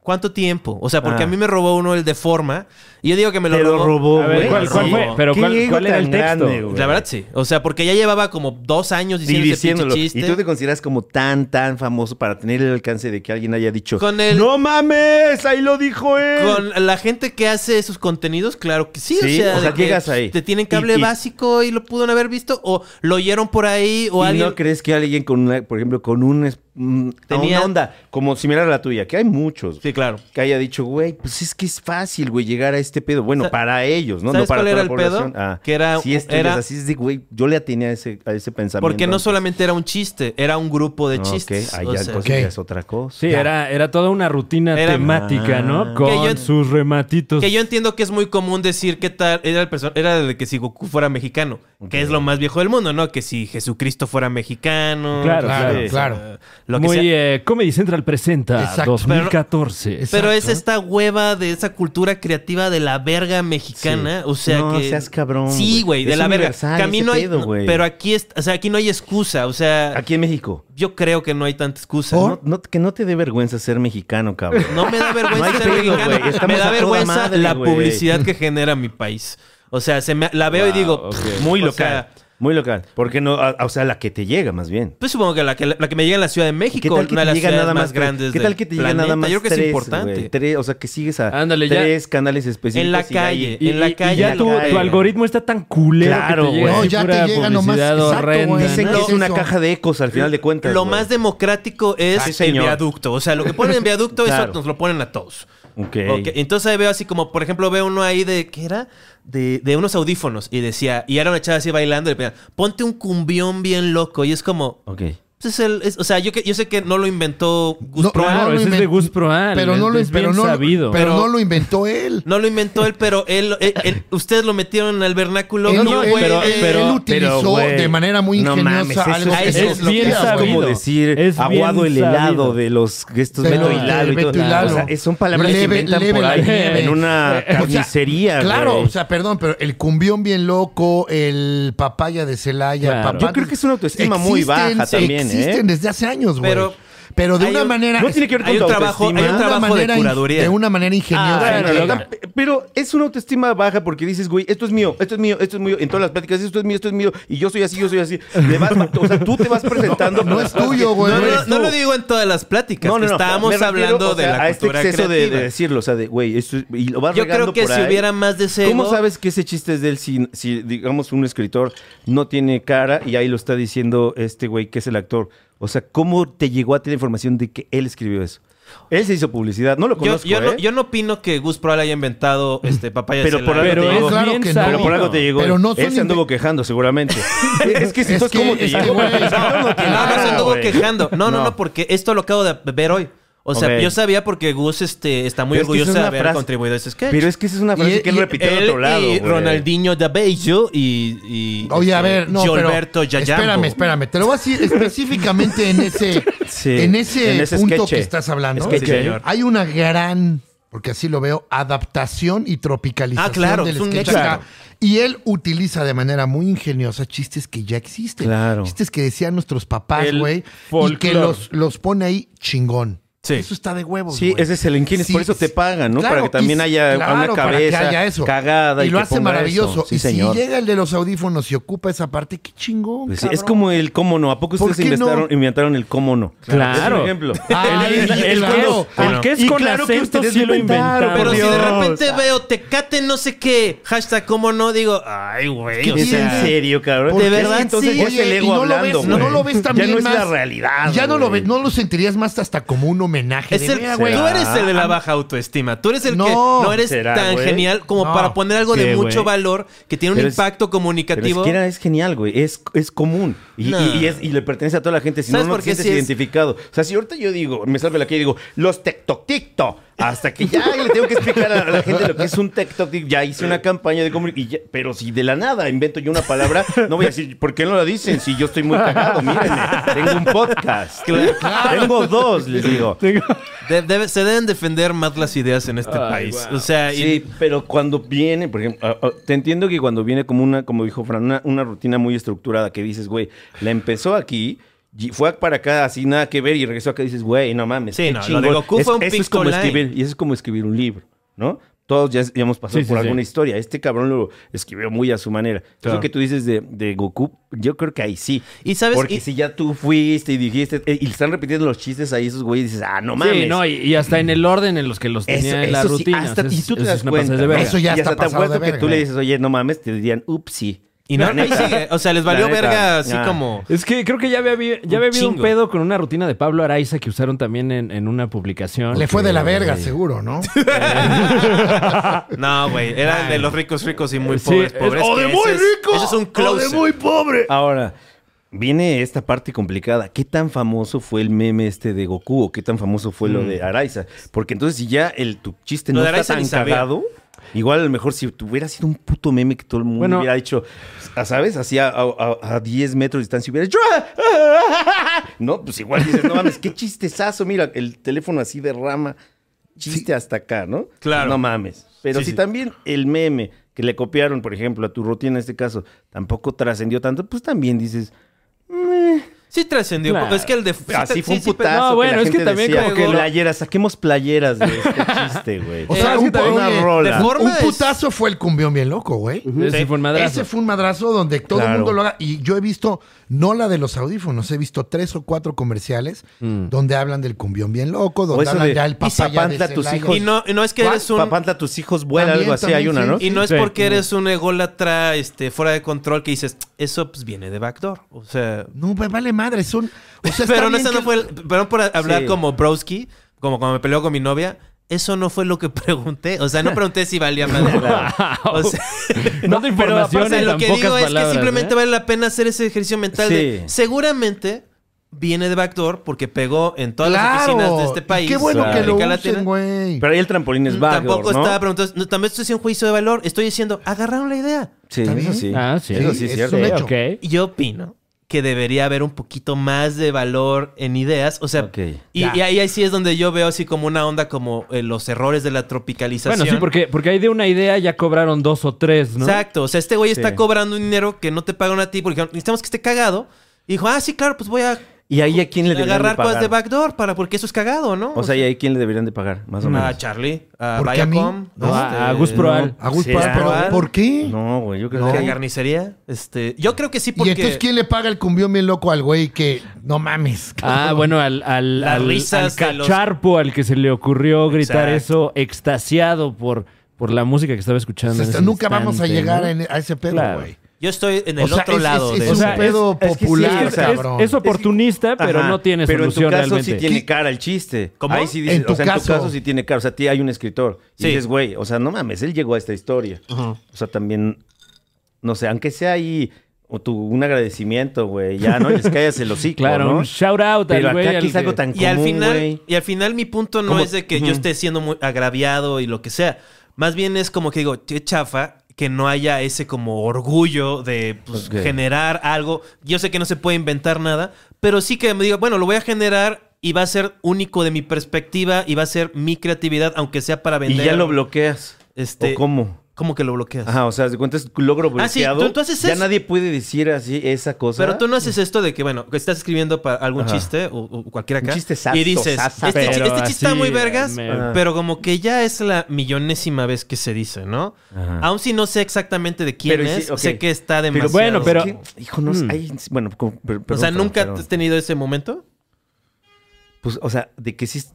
¿Cuánto tiempo? O sea, porque
Ah.
a mí me robó uno el de forma. Y yo digo que me lo
Te lo robó,
A ver,
güey.
¿cuál- cuál
Sí.
fue? Pero
Qué
¿cuál-
ego
cuál era
tan
el texto?
güey.
La verdad sí. O sea, porque ya llevaba como dos años diciendo
y
ese
diciéndolo.
pinche chiste.
Y tú te consideras como tan, tan famoso para tener el alcance de que alguien haya dicho.
Con el-
¡No mames! ¡Ahí lo dijo él!
Con la gente que hace esos contenidos, claro que sí.
Sí,
o sea,
o sea,
de que
llegas ahí.
Te tienen cable
Y- y-
básico y lo pudieron haber visto o lo oyeron por ahí o
¿Y
alguien.
no crees que alguien con una, por ejemplo, con un, es- mm,
Tenía-
una onda como similar a la tuya, que hay muchos,
Sí, claro.
que haya dicho, güey, pues es que es fácil, güey, llegar a este pedo. Bueno,
Sa-
para ellos, ¿no? No
¿sabes
para
cuál
toda
era
la
el pedo?
población. Ah,
Que era-
Si esto
era-
es así, es de, güey, yo le atenía a ese, a ese pensamiento.
Porque no solamente era un chiste, era un grupo de
Ah,
chistes.
Ok, ahí
o
ya
sea,
entonces
Ok.
ya es otra cosa.
Sí, era, era toda una rutina
Era-
temática,
Ah.
¿no?
Que
Con
yo-
sus rematitos.
Pues
Que yo entiendo que es muy común decir qué tal era el perso- era de que si Goku fuera mexicano, que es lo más viejo del mundo, ¿no? Que si Jesucristo fuera mexicano.
Claro,
Claro,
Sí.
claro.
Lo que
Muy
sea.
eh, Comedy Central presenta
Exacto.
2014.
Pero-
Pero es
Exacto.
esta hueva de esa cultura creativa de la verga mexicana. O sea
No
que.
seas cabrón,
Sí,
güey.
güey, de
Es
la verga.
universal
Que a mí
ese
no hay.
pedo,
no,
güey.
pero aquí es, o sea, aquí no hay excusa. O sea,
Aquí en México.
yo creo que no hay tanta excusa.
No- no- que no te dé vergüenza ser mexicano, cabrón.
No, no me da vergüenza
*laughs* No hay
ser
pedo,
mexicano.
güey. Estamos
Me
a
da
toda
vergüenza
madre,
la
güey.
publicidad que genera mi país. O sea, se me- la veo y digo.
ok.
"Pff",
Muy
o
local.
sea,
muy local. Porque no, a- o sea, la que te llega más bien.
pues supongo que la, que la que me llega en la Ciudad de
¿Qué
México,
tal que
una de
te
las
llega
ciudades
nada
más
más tres?
grandes
¿Qué
del
tal que te llega nada
planeta?
más
Yo creo que
tres,
es importante.
güey? Tres, o sea, que sigues a
Ándale, ya.
tres canales específicos.
En la
y de ahí-
calle.
Y,
en la
y- y
calle,
ya
en
tu,
la calle.
tu algoritmo está tan culero
Claro,
que te
güey.
llega
No,
así
ya te
pura
llega nomás-
publicidad
exacto, güey.
horrenda,
Dicen
¿no?
que
Lo-
es una
eso.
caja de ecos al final de cuentas.
Lo
güey.
más democrático es
Sí,
el
señor.
viaducto. O sea, lo que ponen en
*laughs*
viaducto,
Claro.
eso nos lo ponen a todos.
Ok.
Ok, Entonces ahí veo así como, por ejemplo, veo uno ahí de, ¿qué era? De, de unos audífonos. Y decía, y era una chava así bailando y le pedían, ponte un cumbión bien loco. Y es como,
Ok.
pues es el, es- o sea, yo, que- yo sé que no lo inventó Gus
No,
Proal.
Claro,
lo
ese es de
invent-
Gus Proal,
Pero no lo
es bien
pero no-
sabido.
pero
Pero-
no lo
*laughs*
inventó él.
No lo inventó él, pero él, él-
*laughs*
él- ustedes lo metieron al vernáculo.
Él,
mío,
no, él-
güey,
él-
él-
él
pero-
utilizó
güey,
de manera muy
no
ingeniosa
mames, eso
algo
es-
que
eso
no-
es
lo
bien
que era, güey.
Como
sabido.
decir
Es bien
aguado el
sabido.
helado de los gestos
Pero-
Beto y Lalo y
Beto
todo.
y Lalo.
O sea, es- son palabras
Leve-
que inventan
leve
por
la
ahí
nieve.
en una
*laughs* O sea,
carnicería.
Claro,
güey.
o sea, perdón, pero el cumbión bien loco, el papaya de Celaya,
Claro.
papá-
Yo creo que es una autoestima muy baja también, ¿eh?
Existen desde hace años, güey.
Pero-
Pero, pero de
Hay
una
un-
manera.
no tiene que ver con
Hay
tu
un trabajo, hay
autoestima.
un
de una
trabajo de
manera in-
curaduría. Ah,
De una manera ingeniosa. ¿eh?
Bueno,
Ingeniosa.
lo- pero es una autoestima baja porque dices, güey, esto es mío, esto es mío, esto es mío. En todas las pláticas, esto es mío, esto es mío. Y yo soy así, yo soy así. Le vas- o sea,
*laughs*
tú te vas presentando.
No, no es tuyo, güey.
No, no,
eres
no, no lo digo en todas las pláticas.
No, no, no.
Estábamos
Me refiero,
hablando
o sea,
de la
a este
cultura
exceso de,
creativa.
de decirlo, o sea, de güey, esto es- y lo vas
Yo
regando
creo que
por
si
ahí.
hubiera más deseo.
¿Cómo sabes que ese chiste es de él si, si, digamos, un escritor no tiene cara y ahí lo está diciendo este güey que es el actor? O sea, ¿cómo te llegó a ti la información de que él escribió eso? Él se hizo publicidad, no lo
Yo,
conozco,
yo, no,
¿eh?
yo no opino que Gus Proal haya inventado este papaya
Pero por
Celaya.
algo
Pero
te
es
llegó.
Claro
bien
que no.
sabido.
Pero por algo te llegó.
Pero no
Él
son
se anduvo
inve-
quejando, seguramente. es que si
*laughs* Es
entonces,
que-
¿cómo te
es que,
llegó?
güey,
No, no, tiene
No, no se
nada,
anduvo
güey.
quejando. No, no, no, porque esto lo acabo de ver hoy. O sea,
Ok.
yo sabía porque Gus este, está muy
Pero es que
orgulloso
esa es
de
una
haber
frase-
contribuido a ese sketch.
Pero es que esa es una frase
Y-
que él
y-
repitió
Él
de otro lado.
y
güey.
Ronaldinho de Bello y, y
Oye, a
este,
ver, no,
Gilberto
pero
Yayambo.
espérame, espérame. Te lo voy a decir específicamente en ese,
*laughs* Sí,
en ese,
en ese
punto
sketch.
que estás hablando.
Sketch, ¿eh?
Sí,
señor.
Hay una gran, porque así lo veo, adaptación y tropicalización
Ah, claro,
del
es un
sketch
hecho.
acá. Y él utiliza de manera muy ingeniosa chistes que ya existen.
Claro.
Chistes que decían nuestros papás,
El
güey. Y
folclore.
que los, los pone ahí chingón.
Sí.
Eso está de huevos,
Sí,
güey.
ese es el ingenio,
Sí,
por eso te
sí.
pagan, ¿no?
Claro,
para que también
y-
haya
claro,
una
para que
cabeza
haya eso.
cagada.
Y, lo
que
hace
ponga
maravilloso.
eso. Sí,
y
señor.
si llega el de los audífonos y ocupa esa parte, qué chingón.
Pues sí, es
cabrón.
como el cómo no. ¿A poco
¿Por
ustedes
qué no?
inventaron, inventaron el cómo no?
Claro.
Es un ejemplo.
Ay,
El, el- el
claro.
que es, el que es
Y
con
claro que
acento
ustedes
sí lo
inventaron,
inventaron.
Pero si de
Dios.
Ah.
repente veo Tecate no sé qué, hashtag cómo no, digo, ay, güey,
¿Qué
o
Es
sea...
en serio, cabrón.
¿De
Es que
verdad?
Entonces
Sí.
ya es el
y
ego
no
hablando,
lo ves, no,
güey.
lo ves también
Ya no
más-
es la realidad,
Ya no lo
güey.
ves, no lo sentirías más hasta como un homenaje.
Es
de,
el-
"Mira,
tú
güey,
eres el de la baja autoestima. Tú eres el que
No.
no eres
¿Será,
tan
güey?
genial como
No.
para poner algo
¿Qué,
de
güey?
mucho valor que tiene un
Pero es-
impacto
Pero ni
comunicativo.
siquiera es genial, güey. Es, es común. Y,
No.
y- y es- y le pertenece a toda la gente. Si no,
¿Sabes
no
por
te
qué
sientes
sí es?
identificado. O sea, si ahorita yo digo, me salgo de aquí y digo, los tectocticto. Hasta que ya le tengo que explicar a la gente lo que es un tectoctic. Ya hice una campaña de comunicación. Pero si de la nada invento yo una palabra, no voy a decir, ¿por qué no la dicen? Si yo estoy muy cagado, mírenme. Tengo un podcast. Tengo dos, les digo.
De- debe- se deben defender más las ideas en este país. O sea, y-
Sí, pero cuando viene, por ejemplo, ah, ah, te entiendo que cuando viene como una, como dijo Fran, una, una rutina muy estructurada que dices, güey, la empezó aquí, y fue para acá así nada que ver y regresó acá y dices, güey, no mames.
Sí,
qué
no, lo
chingón.
de Goku
Es-
fue un
eso es
picto
como
line.
escribir, Y eso es como escribir un libro, ¿no? Todos ya, ya hemos pasado
Sí, sí,
por
sí.
alguna historia. Este cabrón lo escribió muy a su manera.
Claro.
Eso que tú dices de, de Goku, yo creo que ahí sí.
Y sabes-
Porque
y-
si ya tú fuiste y dijiste, eh, y están repitiendo los chistes ahí esos güeyes, dices, ah, no mames.
Sí, no, y, y hasta en el orden en los que los tenía
Eso-
en la
eso sí,
rutina.
hasta-
o sea,
y tú te
eso
das
es una pasada
cuenta.
de verga.
Eso ya
y
está
hasta tan
pasado
fuerte
de
que
verga.
tú le dices, oye, no mames, te dirían, upsi.
y no,
La
no, y
neta.
sigue. O sea, les valió
La neta.
verga así
Ah.
como.
Es que creo que ya había, habi- ya había
Un
habido un
chingo.
pedo con una rutina de Pablo Araiza que usaron también en, en una publicación. eh,
Le fue de la verga, seguro, ¿no?
No, güey. Era de los ricos, ricos y muy
Sí,
pobres.
es-
pobres
¡o
que
de
ese
muy
es-
rico!
Ese es un close.
pobre!
Ahora, viene esta parte complicada. ¿Qué tan famoso fue el meme este de Goku o qué tan famoso fue lo de Araiza? Porque entonces si ya el, tu chiste
Mm. Lo
no
de Araiza
está tan
ni sabía.
cagado... Igual a lo mejor si hubiera sido un puto meme que todo el mundo
Bueno.
hubiera hecho, a- ¿sabes? Así a, a- a- a 10 metros de distancia hubiera hecho... No, pues igual dices, no mames, qué chistezazo. Mira, el teléfono así derrama chiste hasta acá, ¿no?
Claro.
No mames. Pero
Sí,
si
sí.
también el meme que le copiaron, por ejemplo, a tu rutina en este caso, tampoco trascendió tanto, pues también dices,
Sí trascendió.
Claro.
porque Es que el de. sí tra-
así fue
sí,
un
sí, pero-
putazo.
no, bueno,
la
es que
gente
también
decía,
como que lo-
Playeras, saquemos playeras de *laughs* este chiste, güey.
O
Eh,
sea,
es
un,
que también,
oye,
Una rola.
de *laughs* forma-
un
es-
putazo fue el cumbión bien loco, güey.
Ese fue un madrazo. *laughs*
Ese fue un madrazo donde todo
Claro.
el mundo lo haga. Y yo he visto, no la de los audífonos, he visto tres o cuatro comerciales
Mm.
donde hablan del cumbión bien loco,
O
donde
eso
hablan
de,
ya el papá ya de
"Izapantla, tus
Celaya".
hijos.
Y no, y no es que
¿Cuál?
eres un.
Papantla, tus hijos vuelan,
También,
algo así,
también,
hay una,
sí.
¿no?
Y no es
Sí.
porque eres un ególatra este, fuera de control que dices, eso pues viene de backdoor. O sea.
No, me vale madre, son.
*laughs*
O sea,
Pero
está
no,
bien
esa no
que-
fue. el- Perdón por hablar
Sí.
como Broski, como cuando me peleó con mi novia. Eso no fue lo que *laughs* pregunté. O sea, no pregunté si *laughs* valía madre. o *laughs* sea,
Ah, No te información
o sea,
en
lo
tan
que
pocas
digo es que
palabras,
simplemente
¿eh?
vale la pena hacer ese ejercicio mental de
Sí.
seguramente viene de backdoor porque pegó en todas las
Claro.
oficinas de este
Y
país.
Qué bueno
de
que lo
América
usen,
Latina.
güey.
Pero ahí el trampolín es vago,
Tampoco
¿no?
estaba preguntando, no, también estoy haciendo un juicio de valor. Estoy diciendo, agarraron la idea.
Sí,
¿Está
eso
bien?
sí.
Ah, sí.
Eso sí,
Sí,
es cierto.
es un
Sí,
hecho.
ok.
Yo opino que debería haber un poquito más de valor en ideas. O sea,
Ok.
y,
Ya.
y ahí, ahí sí es donde yo veo así como una onda como eh, los errores de la tropicalización.
Bueno, sí, porque, porque ahí de una idea ya cobraron dos o tres, ¿no?
Exacto. O sea, este güey
Sí.
está cobrando un dinero que no te pagan a ti porque necesitamos que esté cagado. Y dijo, ah, sí, claro, pues voy a
¿Y ahí a quién le deberían
Agarrar
de
cosas
pagar?
de backdoor para porque eso es cagado, ¿no? Pues,
O sea, ¿y ahí quién le deberían de pagar? Más o menos.
a Charlie, a
¿Por qué a mí?
Viacom,
No,
a- a Gus
no, Este,
Proal.
A Gus
Sí,
Parr,
ah,
pero
Parr.
¿por qué?
No, güey, yo creo
que
que...
a
ahí-
carnicería. Este, yo creo que sí
¿Y
porque
entonces quién le paga el cumbión bien loco al güey que no mames?
*laughs*
Ah, bueno, al, al,
Las
al-
risas
al
de los-
cacharpo al que se le ocurrió gritar eso,
Exacto.
extasiado por, por la música que estaba escuchando.
O
en
sea,
ese
Pues, nunca vamos a
instante,
llegar
¿no?
en- a ese pedo,
Claro.
güey.
yo estoy en
O
el
sea,
otro
es-
lado
es-
de
es un
eso.
pedo
es- es que sí,
popular,
es- es-
cabrón.
es oportunista, pero
Ajá,
no tiene
Pero en tu
solución
caso sí
realmente.
tiene cara el chiste.
¿Cómo?
Ahí sí dices,
En tu
o sea, en
caso.
tu caso sí tiene cara. O sea, a ti hay un escritor. Y
Sí.
dices, güey, o sea, no mames, él llegó a esta historia. O sea, también, no sé, aunque sea ahí o tu, un agradecimiento, güey, ya, ¿no? Y les callas el hocico,
*laughs* Claro,
¿no?
un shout out
Pero
al güey.
acá
al
aquí es
que-
algo tan
Y al
común,
final,
güey.
y al final mi punto no
Como-
es de que yo esté siendo muy agraviado y lo que sea. Más bien es como que digo, qué chafa que no haya ese como orgullo de pues,
Ok.
generar algo. Yo sé que no se puede inventar nada, pero sí que me digo, bueno, lo voy a generar y va a ser único de mi perspectiva y va a ser mi creatividad, aunque sea para
Y
vender.
ya lo bloqueas.
Este-
¿O cómo?
¿Cómo que lo bloqueas?
Ajá, o sea, de cuenta es logro
Ah, sí,
bloqueado.
tú- tú haces
ya
eso.
nadie puede decir así esa cosa.
Pero tú no haces esto de que, bueno, que estás escribiendo para algún
mm. Ajá.
chiste o, o cualquiera acá.
Un chiste sazo,
Y dices,
saza,
este, chi-
pero
este chiste está
así,
muy vergas,
me-
pero como que ya es la millonésima vez que se dice, ¿no?
Ajá.
Aún si no sé exactamente de quién
Pero y sí,
es,
ok.
sé que está demasiado.
bueno, pero-
¿Qué? Hijo, no,
Mm.
hay- bueno, como- per-
O
perdón,
sea,
Fran,
¿nunca
pero-
has tenido ese momento?
Pues, o sea, de que sí. es-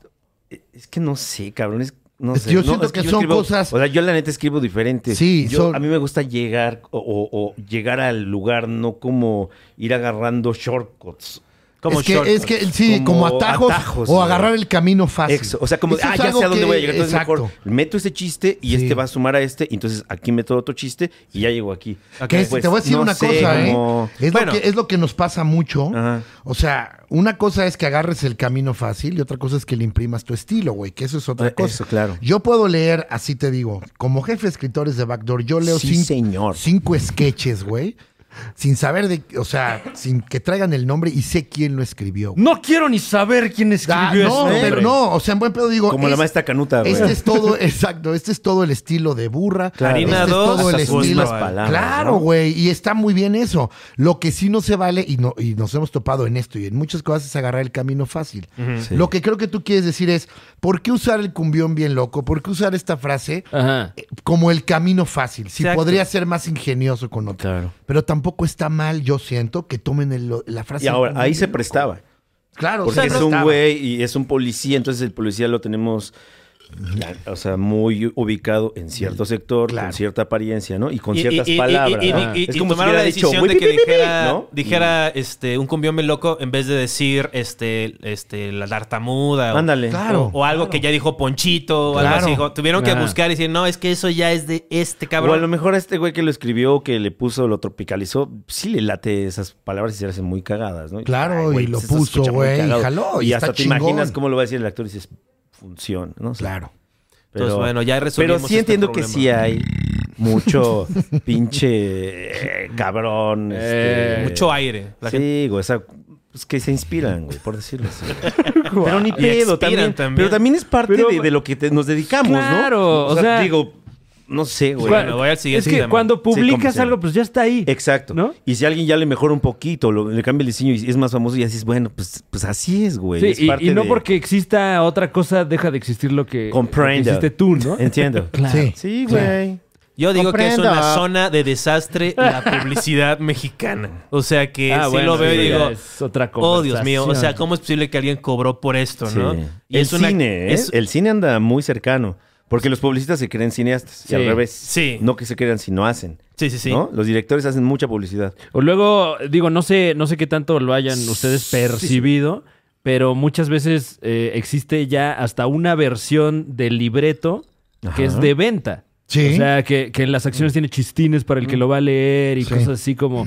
Es que no sé, cabrón. Es, no
Es que
sé.
yo
No,
siento
es
que son
escribo-
cosas-
O sea, yo la neta escribo diferente.
Sí,
Yo-
son-
A mí me gusta llegar o, o- o llegar al lugar, no como ir agarrando shortcuts.
Como
es que,
shortcuts.
es que sí, como,
Como
atajos,
atajos,
o
güey.
agarrar el camino fácil.
Ex- o sea, como,
Eso
ah,
es
ya
algo
sé a dónde
que-
voy a llegar. Entonces,
exacto.
mejor meto este chiste y
Sí.
este va a sumar a este. y Entonces, aquí meto otro chiste y ya llego aquí.
Ok.
Que es-
Pues,
te voy a decir
no
una
sé,
cosa,
como-
¿eh? Es,
Bueno.
lo que, es lo que nos pasa mucho.
Ajá.
O sea, una cosa es que agarres el camino fácil y otra cosa es que le imprimas tu estilo, güey, que eso es otra
Eh,
cosa.
eso, claro.
Yo puedo leer, así te digo, como jefe de escritores de Backdoor, yo leo
Sí,
cin-
señor.
cinco sketches, güey, sin saber de, o sea, sin que traigan el nombre y sé quién lo escribió. güey.
No quiero ni saber quién
Ah,
escribió
no,
esto.
pero no, o sea, en buen pedo digo.
Como la maestra Canuta, güey.
Este es todo, *laughs* exacto, este es todo el estilo de burra.
Claro.
Este
Harina
es
dos,
todo el
Hasta sus
estilo.
mismas palabras,
Claro,
¿no?
güey, y está muy bien eso. Lo que sí no se vale, y, no, y nos hemos topado en esto y en muchas cosas, es agarrar el camino fácil.
Sí.
Lo que creo que tú quieres decir es, ¿por qué usar el cumbión bien loco? ¿Por qué usar esta frase
Ajá.
eh, como el camino fácil? Si
Exacto.
podría ser más ingenioso con otro.
Claro.
Pero tampoco está mal, yo siento, que tomen el- la frase.
Y ahora, ahí se
presta.
prestaba.
Claro,
Porque
se
es un
prestaba.
güey y es un policía, entonces el policía lo tenemos, o sea, muy ubicado en cierto sector,
Claro.
con cierta apariencia, ¿no? Y con
Y- y-
ciertas
y- y-
palabras.
Y, y-
¿no?
y-
es
y
como si
tomaron
hubiera
la
dicho,
decisión
"Wi,
de que
pi, pi, pi",
dijera,
¿no?
dijera este, un cumbión bien loco en vez de decir este, este, la tartamuda. o-
Ándale.
Claro.
O algo que ya dijo Ponchito o algo
Claro.
así. Dijo- Tuvieron que
Ajá.
buscar y decir, no, es que eso ya es de este
O a lo
cabrón.
mejor a este güey que lo escribió, que le puso, lo tropicalizó, sí le late esas palabras y se le hacen muy cagadas, ¿no?
Claro, y lo
pues, se- se escucha
puso,
muy
güey, y
cagado.
jaló, y
Y hasta
está
te imaginas
chingón.
cómo lo va a decir el actor y dices, funciona, ¿no? O sea,
Claro.
Entonces, bueno, ya resolvimos
Pero sí
este
entiendo que
problema.
sí hay mucho pinche eh, cabrón.
Eh,
este,
Mucho aire. La
sí,
gente-
güey, o sea, pues que se inspiran, güey, por decirlo
*laughs*
así. pero ni
Y
pedo,
expiran
también,
también.
Pero también es parte
Pero-
de, de lo que te- nos dedicamos, ¿no?
Claro, o sea-
digo, no sé, güey.
Bueno, voy al siguiente
Es que
tema.
cuando
como
publicas
sea.
algo, pues ya está ahí.
Exacto.
¿No?
Y si alguien ya le mejora un poquito, lo- le cambia el diseño y es más famoso y así es, bueno, pues, pues así es, güey.
Sí,
es
y- y,
parte
no
de-
porque exista otra cosa, deja de existir lo que, lo que
Comprendo.
hiciste tú,
*laughs*
¿no? *laughs*
Entiendo.
Sí.
Sí, güey.
Yo digo que es una
Comprendo.
zona de desastre la publicidad mexicana. O sea que
Ah,
sí
bueno,
lo veo y
sí, ya
digo,
es otra
oh Dios mío, o sea,
conversación.
¿cómo es posible que alguien cobró por esto, no?
Sí.
Y
el
es una-
cine, ¿eh?
es-
El cine anda muy cercano. Porque los publicistas se creen cineastas. Y al
Sí.
revés.
Sí.
No que se crean, sino hacen.
Sí, sí, sí.
¿no? Los directores hacen mucha publicidad.
O luego, digo, no sé, no sé qué tanto lo hayan ustedes percibido, pero muchas veces eh, existe ya hasta una versión del libreto que es de venta.
Sí. Mm.
O sea, que, que en las acciones tiene chistines para el que lo va a leer y
Sí.
cosas así como...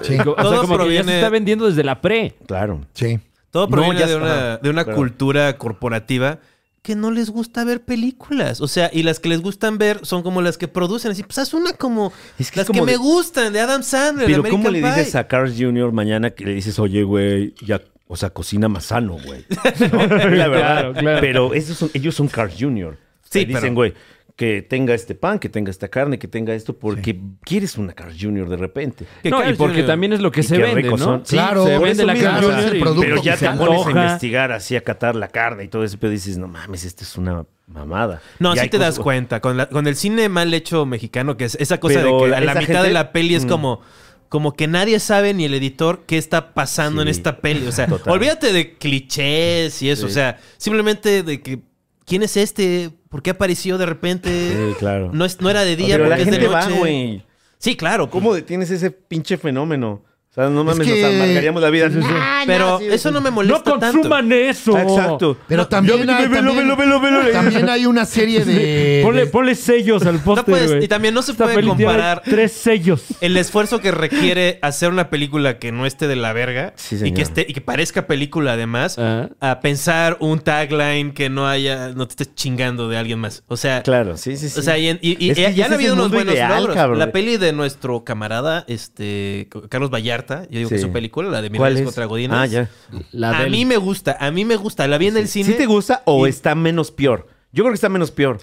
Sí.
co- o sea,
Todo
como que ya
proviene-
se está vendiendo desde la pre.
Claro.
Sí.
Todo
No,
proviene
ya
de
está.
una, de una
Claro.
cultura corporativa que no les gusta ver películas. O sea, y las que les gustan ver son como las que producen. Así, pues haz una como
Es que es
las
como
que me
de-
gustan, de Adam Sandler, de
Pero
American
¿cómo le
Pie.
dices a Carl Jr. mañana que le dices, oye, güey, ya, o sea, cocina más sano,
*laughs*
güey? ¿No? La verdad.
Claro, claro.
Pero esos son- ellos son Carl Jr.
Sí,
Sí, dicen,
pero-
güey, que tenga este pan, que tenga esta carne, que tenga esto, porque quieres una Carl Jr. de repente.
Que
No, y
Carl
porque
Jr.
también es lo que
Y
se
qué
vende,
ricos
¿no?
son.
Sí,
Claro,
se
por
vende
eso
la
mismo,
Carl
ese es el
Jr. y-
producto.
Pero ya te
que se
pones a
antoja.
investigar así, a catar la carne y todo ese pedo, y dices, no mames, esto es una mamada.
No,
Y
sí
hay
te das
cosas-
cuenta. Con, la- con el cine mal hecho mexicano, que es esa cosa
Pero
de que a
la-
la
esa
mitad
gente-
de la peli es
Mm.
como. Como que nadie sabe ni el editor qué está pasando en
Sí.
esta peli. O sea,
Total.
olvídate de clichés y eso. O sea, simplemente de que. ¿Quién es este? ¿Por qué apareció de repente?
Sí, claro.
No, es, no era de día,
Pero la
porque es de
gente va,
noche.
güey.
Sí, claro.
¿Cómo detienes ese pinche fenómeno? O sea, no mames,
que-
nos amargaríamos la vida.
Ah,
Pero eso no me
No
molesta tanto.
consuman eso.
Ah, Exacto.
Pero también,
Yo-
hay,
velo,
también,
velo, velo, velo, velo.
también hay una serie de...
Ponle,
de-
ponle sellos al
No
póster,
puedes-
güey.
y también no se
Esta
puede
peli tiene
comparar
Tres sellos.
el esfuerzo que requiere hacer una película que no esté de la verga
Sí,
y
señor.
que esté y que parezca película además
Ah.
a pensar un tagline que no haya no te estés chingando de alguien más o sea
Claro, sí, sí, sí.
o sea y, en- y- y-
Es que
y
ese
han
es
habido
el
unos
mundo
buenos
ideal,
logros
cabrón.
la peli de nuestro camarada este Carlos Vallarta yo digo que
Sí.
es su película la de
¿Cuál
Milanes
es?
contra Godines
Ah, ya.
La
a
del-
mí me gusta a mí me gusta la vi en el
¿Sí
cine
te gusta o
Y-
está menos peor? Yo creo que está menos peor.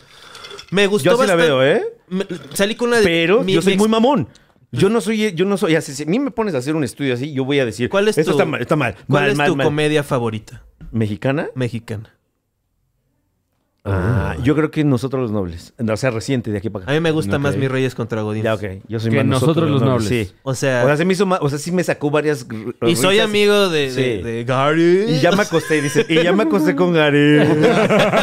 me gustó
Yo sí la
Pues bastante.
veo, ¿eh?
Me- salí con una de
Pero
mi-
yo soy
mi
muy mamón. Yo no soy, yo no soy, así, si a mí me pones a hacer un estudio así, yo voy a decir,
¿Cuál es
esto
tu-
está mal, está mal,
¿Cuál
mal,
es
mal,
tu
mal".
comedia favorita
¿Mexicana?
mexicana?
Ah, yo creo que nosotros los nobles, o sea, reciente de aquí
A
para acá.
mí me gusta más
Ok.
Mis Reyes contra Godín.
Ya, ok. Yo soy
Que
más
Nosotros los Nobles.
Sí.
O
O
sea,
sea, se me hizo ma- o sea, sí me sacó varias gr-
y soy
risas.
amigo de, de,
Sí.
de Gary.
Y ya
*laughs*
me acosté, dice. Y ya me acosté con Gary. *laughs*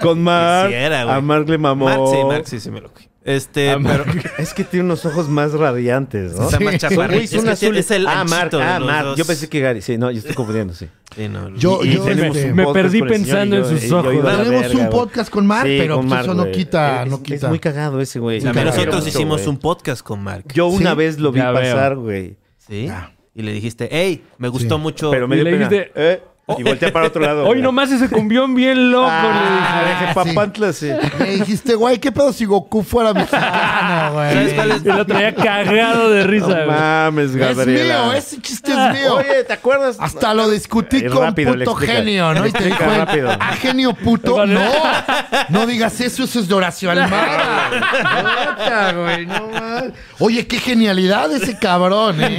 con Mark.
Quisiera, güey.
a Mark le mamó.
Marx, sí, Marx, sí, sí me lo cogí. Este,
Ah,
A
pero
Es que tiene unos ojos más radiantes, ¿no?
está más
Sí.
chaparrito.
Güey,
Es,
son
que
azules.
es el
ah, Mark,
anchito de
ah,
los
Mark.
dos.
Yo pensé que Gary. Sí, no, yo estoy confundiendo, sí.
Sí, no, no.
Yo,
Y
yo,
tenemos
este,
un
Me
podcast
perdí
con el señor
pensando
y
en
yo-
sus
y yo
ojos.
iba a la
Tenemos
verga,
un
güey.
podcast con Mark, pero
con
pues eso no
güey.
quita- no
Es-
quita.
Es muy cagado ese güey.
También
claro.
nosotros
Mucho,
hicimos
güey.
un podcast con Mark.
Yo una
Sí,
vez lo vi
ya veo.
pasar, güey.
¿Sí? Y le dijiste, hey, me gustó
Sí.
mucho.
Pero me
Y
dio
le
pena.
dijiste-
¿Eh? Y volteé para otro lado.
Hoy
güey.
nomás ese cumbión bien loco,
Ah,
le dije.
dejé papantla, sí.
*laughs*
Me dijiste, güey, ¿qué pedo si Goku fuera mexicano, güey?
¿Sabes cuál es?
Y lo traía cagado de risa,
No
güey.
mames,
Es
Gabriela.
mío, ese chiste es mío.
Oye, ¿te acuerdas?
*laughs*
Hasta lo discutí
Eh,
con
rápido, le
puto
explica.
genio, ¿no? Y te dijo,
Explica
él,
rápido.
ah, genio puto,
Vale.
no. No digas eso, eso es de Horacio Almada. Puta, güey, no mal. Oye, qué genialidad ese cabrón, ¿eh?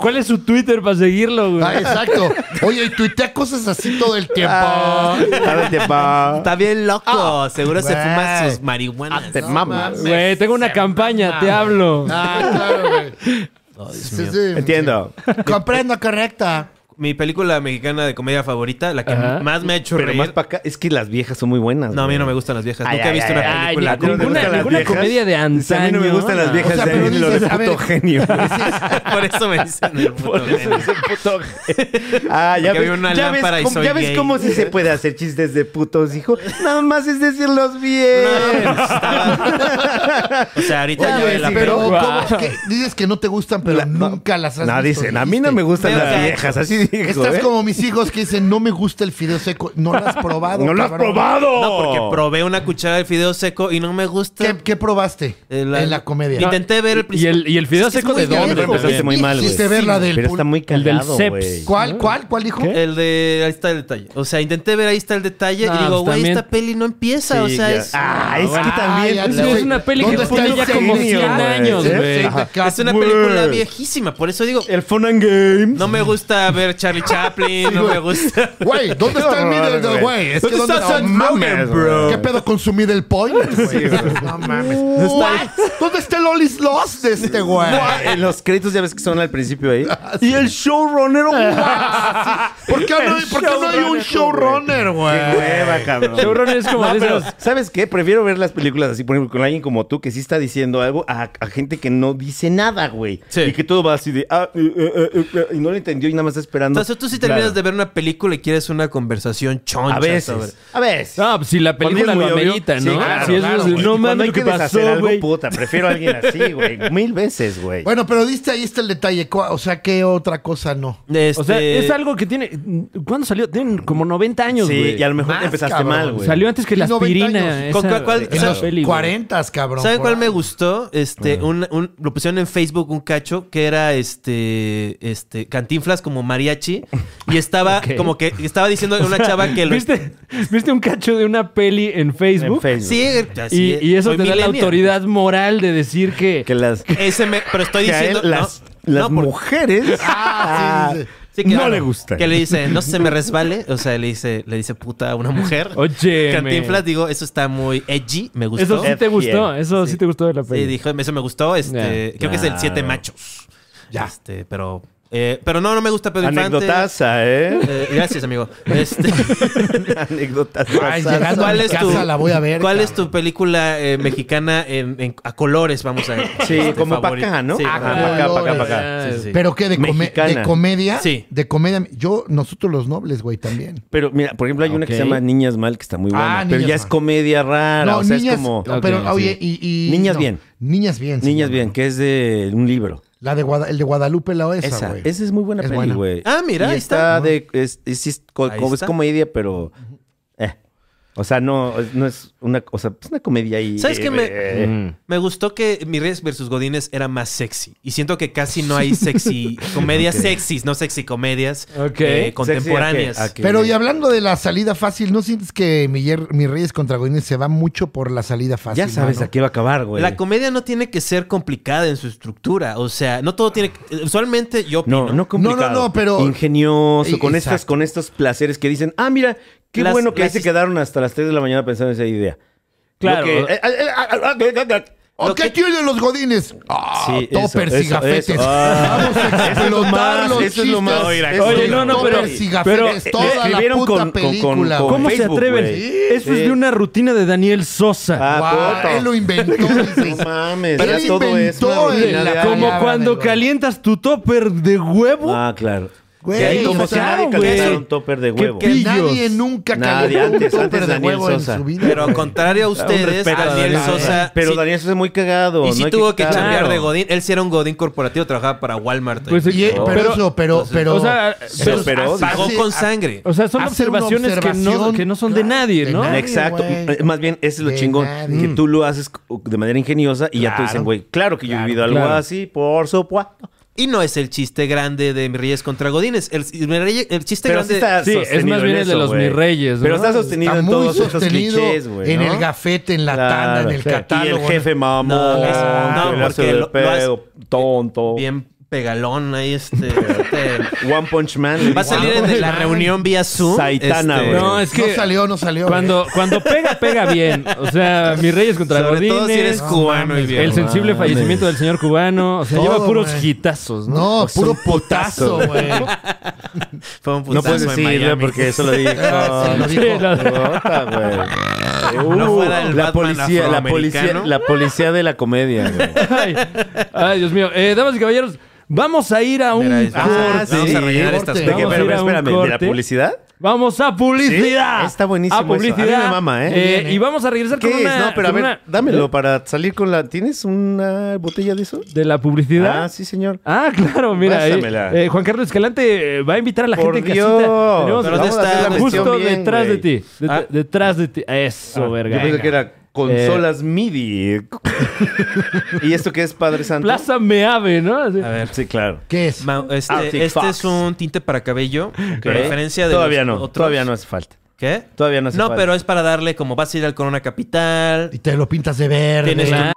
¿Cuál es su Twitter para seguirlo, güey?
Ah, exacto. Oye, y tuitea cosas así todo el tiempo.
Ah, dale, pa.
Está bien loco. Seguro se
güey.
fuma sus marihuanas.
Ah, Te mamas.
mames.
Güey, tengo una campaña, te hablo.
Ah, claro, güey. Sí, sí.
Entiendo.
Comprendo, correcta.
Mi película mexicana de comedia favorita, la que
Ajá.
más me ha hecho
Pero
reír.
más para acá, es que las viejas son muy buenas.
No, a mí
güey.
no me gustan las viejas.
Ay,
Nunca he
ay,
visto
ay,
una
ay,
película.
ay,
¿A ti no te
ninguna-
gustan las
ninguna
viejas?
comedia de
A mí no me
antaño,
gustan las
no.
viejas
O sea,
de
pero
ahí, lo de
dices, a
puto
ver.
genio.
*laughs*
*laughs* Por eso me
*laughs*
dicen el puto
Por eso
genio.
es el puto *laughs* genio. Ah, ya
Porque
ves,
vi una
ya ves,
lámpara y
cómo,
soy
ya ves
gay.
cómo sí se puede hacer chistes de putos, hijo. Nada más es decirlos bien.
No, pues, estaba- O sea, ahorita
Oye,
yo en la
sí, pero
película-
¿cómo es que dices que no te gustan, pero
La- no.
nunca las has
No,
visto,
dicen, a mí no
dijiste.
me gustan
Pero, o
las
sea,
viejas. Así dijo,
Estás
¿eh?
como mis hijos que dicen, no me gusta el fideo seco. No lo has
*laughs*
probado.
¡No lo has
cabrón.
probado!
No, porque probé una cuchara de fideo seco y no me gusta.
¿Qué, qué probaste
Eh,
en la comedia?
Intenté ver el
Y el, y el fideo
Es que es
seco
muy
de dónde?
viejo,
también?
Empezaste muy mal, güey.
Hiciste ver la del
Pero
pul-
está muy
El del
cagado,
Ceps.
güey.
¿Cuál, cuál, cuál dijo?
¿Qué?
El de ahí está el detalle. O sea, intenté ver ahí está el detalle
No,
y digo,
pues,
güey,
también-
esta peli no empieza. o
Sí,
sea,
ya.
es,
Ah, es que
bueno.
también.
Ay,
pues,
Alex,
es una peli
¿dónde
que
está
tiene
el
ya como
genio,
100
güey?
años,
Sí,
güey.
sí,
Ajá.
te
es una
cap-
película
Güey.
viejísima. Por eso digo,
El Fun and Games.
no me gusta ver Charlie Chaplin, no me gusta.
Güey, ¿dónde está el middle,
horror,
de- güey? Es que
¿Dónde
¿dónde
está
no
Seth
mames,
Rogen,
güey?
bro?
¿Qué pedo con su middle point, güey?
pues,
no mames. What? ¿Dónde está el All is Lost de este güey?
En Eh, los créditos ya ves que son al principio ahí. Y el showrunner.
¿Por qué no, por qué no hay un
Showrunner,
showrunner, güey?
Hueva, cabrón.
Chevron es como
No,
de
pero,
esas-
¿sabes qué? Prefiero ver las películas así, por ejemplo, con alguien como tú que sí está diciendo algo a, a gente que no dice nada, güey.
Sí.
Y que todo va así de. ah, eh, eh, eh, eh, y no lo entendió y nada más está esperando.
Entonces tú sí terminas de ver una película y quieres una conversación choncha.
A
sobre-
veces. A veces.
No, pues si la película
Cuando
lo
es muy obvio,
amerita, ¿no?
sí, claro,
Si eso
claro,
es-
güey.
no
Y cuando
mames
hay
lo que
deshacer
pasó,
algo,
güey.
puta, prefiero a alguien así, güey. *laughs* Mil veces, güey.
Bueno, pero diste ahí está el detalle. ¿Cu- O sea, ¿qué otra cosa no?
Este-
O sea, es algo que tiene... ¿Cuándo salió? Tienen como 90 años,
sí,
güey.
y a lo mejor
Más,
empezaste
cabrón.
mal, güey.
Salió antes que la
Y 90
aspirina.
años.
esa-
¿Con cuál- cuál-
esa
En los
peli, güey.
40, cabrón.
¿Saben
por
cuál me
ahí.
gustó? Este,
Mm.
un, un- lo pusieron en Facebook un cacho que era este, este, Cantinflas como María mariachi y
*laughs*
estaba
Ok.
como que estaba diciendo a una chava que lo...
¿Viste, *laughs* ¿Viste un cacho de una peli en Facebook?
En Facebook.
Sí, así
Y,
es.
y eso
Soy
te da la
millennial.
autoridad moral de decir que...
*laughs* Que las,
Ese me-
*laughs*
pero estoy
que a él
diciendo... no,
las, las
no, porque-
mujeres
Ah, sí, sí,
sí
no
claro,
le gustan.
Que
*laughs*
le dice, no se me resbale. O sea, le dice, le dice puta a una mujer.
Oye,
Cantinflas, digo, eso está muy edgy, me gustó.
Eso sí te
F
gustó, eso sí,
Sí.
te gustó de la
Sí,
peli.
Eh, dijo, eso me gustó. Este,
Ya.
creo que es el Siete
Claro.
Machos.
Ya.
Este, pero. eh, pero no, no me gusta Pedro Infante.
*laughs* Anecdotaza,
*laughs*
¿eh?
Eh, gracias, amigo.
*laughs*
Este,
Anecdotaza.
Ay, llegando a
¿Cuál
mi
es
casa
tu
la voy a ver.
¿Cuál es
cabrón.
tu película eh, mexicana en, en- a colores? Vamos a
Sí,
este,
como para
favorito?
acá, ¿no? Ah,
Sí,
Ajá,
ajá.
para acá, para acá, para acá.
Ah,
Sí, sí.
¿Pero qué? ¿De, come-
Mexicana.
de comedia?
Sí.
De comedia. Yo, nosotros los nobles, güey, también.
Pero mira, por ejemplo, hay una que
Ok.
se llama Niñas Mal, que está muy buena.
Ah,
pero
Niñas
ya es
Mal.
comedia rara. o sea,
niñas.
es como
Pero,
Ok,
oye, y, y-
Niñas
no.
bien.
Niñas bien. se
Niñas
llama.
Bien, que es de un libro.
La de Guada- el de Guadalupe la Oesa,
Esa,
güey.
esa es muy buena
Es
peli,
buena.
güey.
Ah, mira,
Y
ahí
está.
está.
de, es, es- es co-
Ahí
como- es
está.
comedia, pero. eh. O sea, no, no es una. O sea, es una comedia ahí.
¿Sabes qué me- Mm.
eh,
Me gustó que Mirreyes versus Godines era más sexy. Y siento que casi no hay sexy comedias sexys, no sexy comedias
Ok.
eh, contemporáneas.
sexy, ¿a qué? ¿A qué?
Pero y hablando de la salida fácil, ¿no sientes que Miller, mi Reyes contra Godínez se va mucho por la salida fácil?
Ya sabes
mano?
a qué va a acabar, güey.
La comedia no tiene que ser complicada en su estructura. O sea, no todo tiene. que- Usualmente yo opino.
No, no complicado.
No, no, no, pero-
Ingenioso,
Y-
con, estas,
exacto.
con estos placeres que dicen, ah, mira, qué
Las-
bueno que ahí
las
se
his-
quedaron hasta las 3 de la mañana pensando en esa idea.
Claro.
Lo que- eh, eh, eh, eh, eh,
¿O
Lo
qué
que-
tienen los Godines? Ah,
Sí, eso,
toppers
eso,
y gafetes.
eso. Ah.
Vamos
Eso
a
es lo
explotar
más,
los
eso es lo más.
chistes
Oye,
de
oye,
los
no, no, pero-
toppers y gafetes
pero-
toda la
escribieron
puta
con- con- con-
película,
con-
güey.
¿Cómo
Facebook,
se atreven?
güey.
Eso
Sí.
es de una rutina de Daniel Sosa.
Guau,
Ah, puto.
Él lo inventó. dices,
*laughs* No mames,
Pero
ya
él
todo es una
inventó el-
rutina de
la-
año.
Como
ya,
cuando
vale,
calientas tu topper de huevo.
Ah, claro.
Güey,
Que ahí
o
como si
sea,
nadie
güey.
calentara un topper de
Qué
huevo.
pi-
Y nadie
pillos.
nunca
Nadie,
cayó un
antes-
topper
antes
de
Daniel
huevo en
Sosa.
su vida.
Pero
*laughs* güey.
contrario a ustedes,
respeto a
Daniel
Daniel Sosa.
Sosa.
Pero
sí-
Daniel Sosa es muy cagado.
y
no
sí
hay
tuvo que
quitar-
cambiar de
Claro.
Godín. Él sí era un Godín corporativo, trabajaba para Walmart.
Pues,
Y, eh,
No.
pero eso, pero, pero.
o sea,
Se
pero-
operó,
hace-
Pagó
hace-
con
ah,
sangre.
o sea, son
hace una
observaciones que no,
observación,
que no son de
claro,
nadie,
de
¿no?
nadie.
Exacto.
güey.
Eh, Más bien, ese es lo
De
chingón.
nadie.
Que tú lo haces co- de manera ingeniosa y ya te
Claro.
dicen, güey, claro que yo he
Claro,
vivido algo
claro.
así, por supuesto.
Y no es el chiste grande de Mirreyes contra Godínez. El, el chiste
Pero
grande.
sí está
Sí, es
sostenido
más
en
bien el de
eso,
los
güey.
mis reyes, ¿no?
Pero está sostenido
Está
en
muy
todos
sostenido
esos clichés, güey.
en
¿no?
el gafete, en la tanda, en el
Claro.
catálogo.
Y el jefe mamón.
No,
que
no,
le hace
porque
del
lo- lo
pedo, tonto.
bien pegalón ahí este,
*laughs*
este-
One Punch Man. le
va a
dicen,
salir
¿no?
*laughs* en la reunión vía Zoom
Saitana,
este,
güey.
No, es que
No salió, no salió.
cuando,
güey.
cuando pega, pega bien. O sea, mis reyes contra
sobre
Godínez.
todo si eres cubano y
el
viejo.
sensible fallecimiento del señor cubano. O sea,
Todo,
lleva puros
güey.
hitazos, ¿no?
No,
Pues
puro
un putazo,
*laughs*
putazo, güey.
fue un putazo
No puedes
en
decirlo
Miami.
porque eso lo *laughs* dijo. Ah,
Se lo dijo.
Sí, la-
Bota, güey.
No
Uh,
fuera el
la
Batman
policía, la policía,
afroamericano.
la policía de la comedia, güey.
Ay, ay, Dios mío. Eh, damas y caballeros, vamos a ir a un
Mira, es-
corte.
vamos a rellenar
corte.
estas
Ah, De que,
Vamos a
pero,
ir
pero
a un
espérame, ¿de la
corte.
publicidad?
Vamos a publicidad.
Sí, está buenísimo
A publicidad.
eso. A mí me mama, ¿eh?
y vamos a regresar
¿Qué
con
es?
una.
no, pero a
con
ver,
una-
dámelo para salir con la... ¿Tienes una botella de eso?
¿De la publicidad?
Ah, sí, señor.
Ah, claro, mira. ahí,
Pásamela.
eh, Juan Carlos Escalante eh, va a invitar a la
Por
gente en
Dios.
casita. Tenemos-
Pero ¿dónde
vamos a
está?
hacer la
Justo
mención bien,
detrás de
güey. Ah,
ti. Det-
Ah.
Detrás de ti. Eso, verga.
Yo pensé que era consolas MIDI. Eh. *laughs* ¿Y esto qué es, Padre Santo?
Plaza Meave, ¿no? Así.
A ver.
Sí, claro.
¿Qué es?
Ma-
Arctic
este, este
Ah, Fox.
es un tinte para cabello.
Ok.
A diferencia de
Todavía
los
no,
otros.
todavía no hace falta.
¿Qué?
Todavía no hace
No,
falta.
pero es para darle como vas a ir al Corona Capital.
Y te lo pintas de verde.
Tienes
Claro.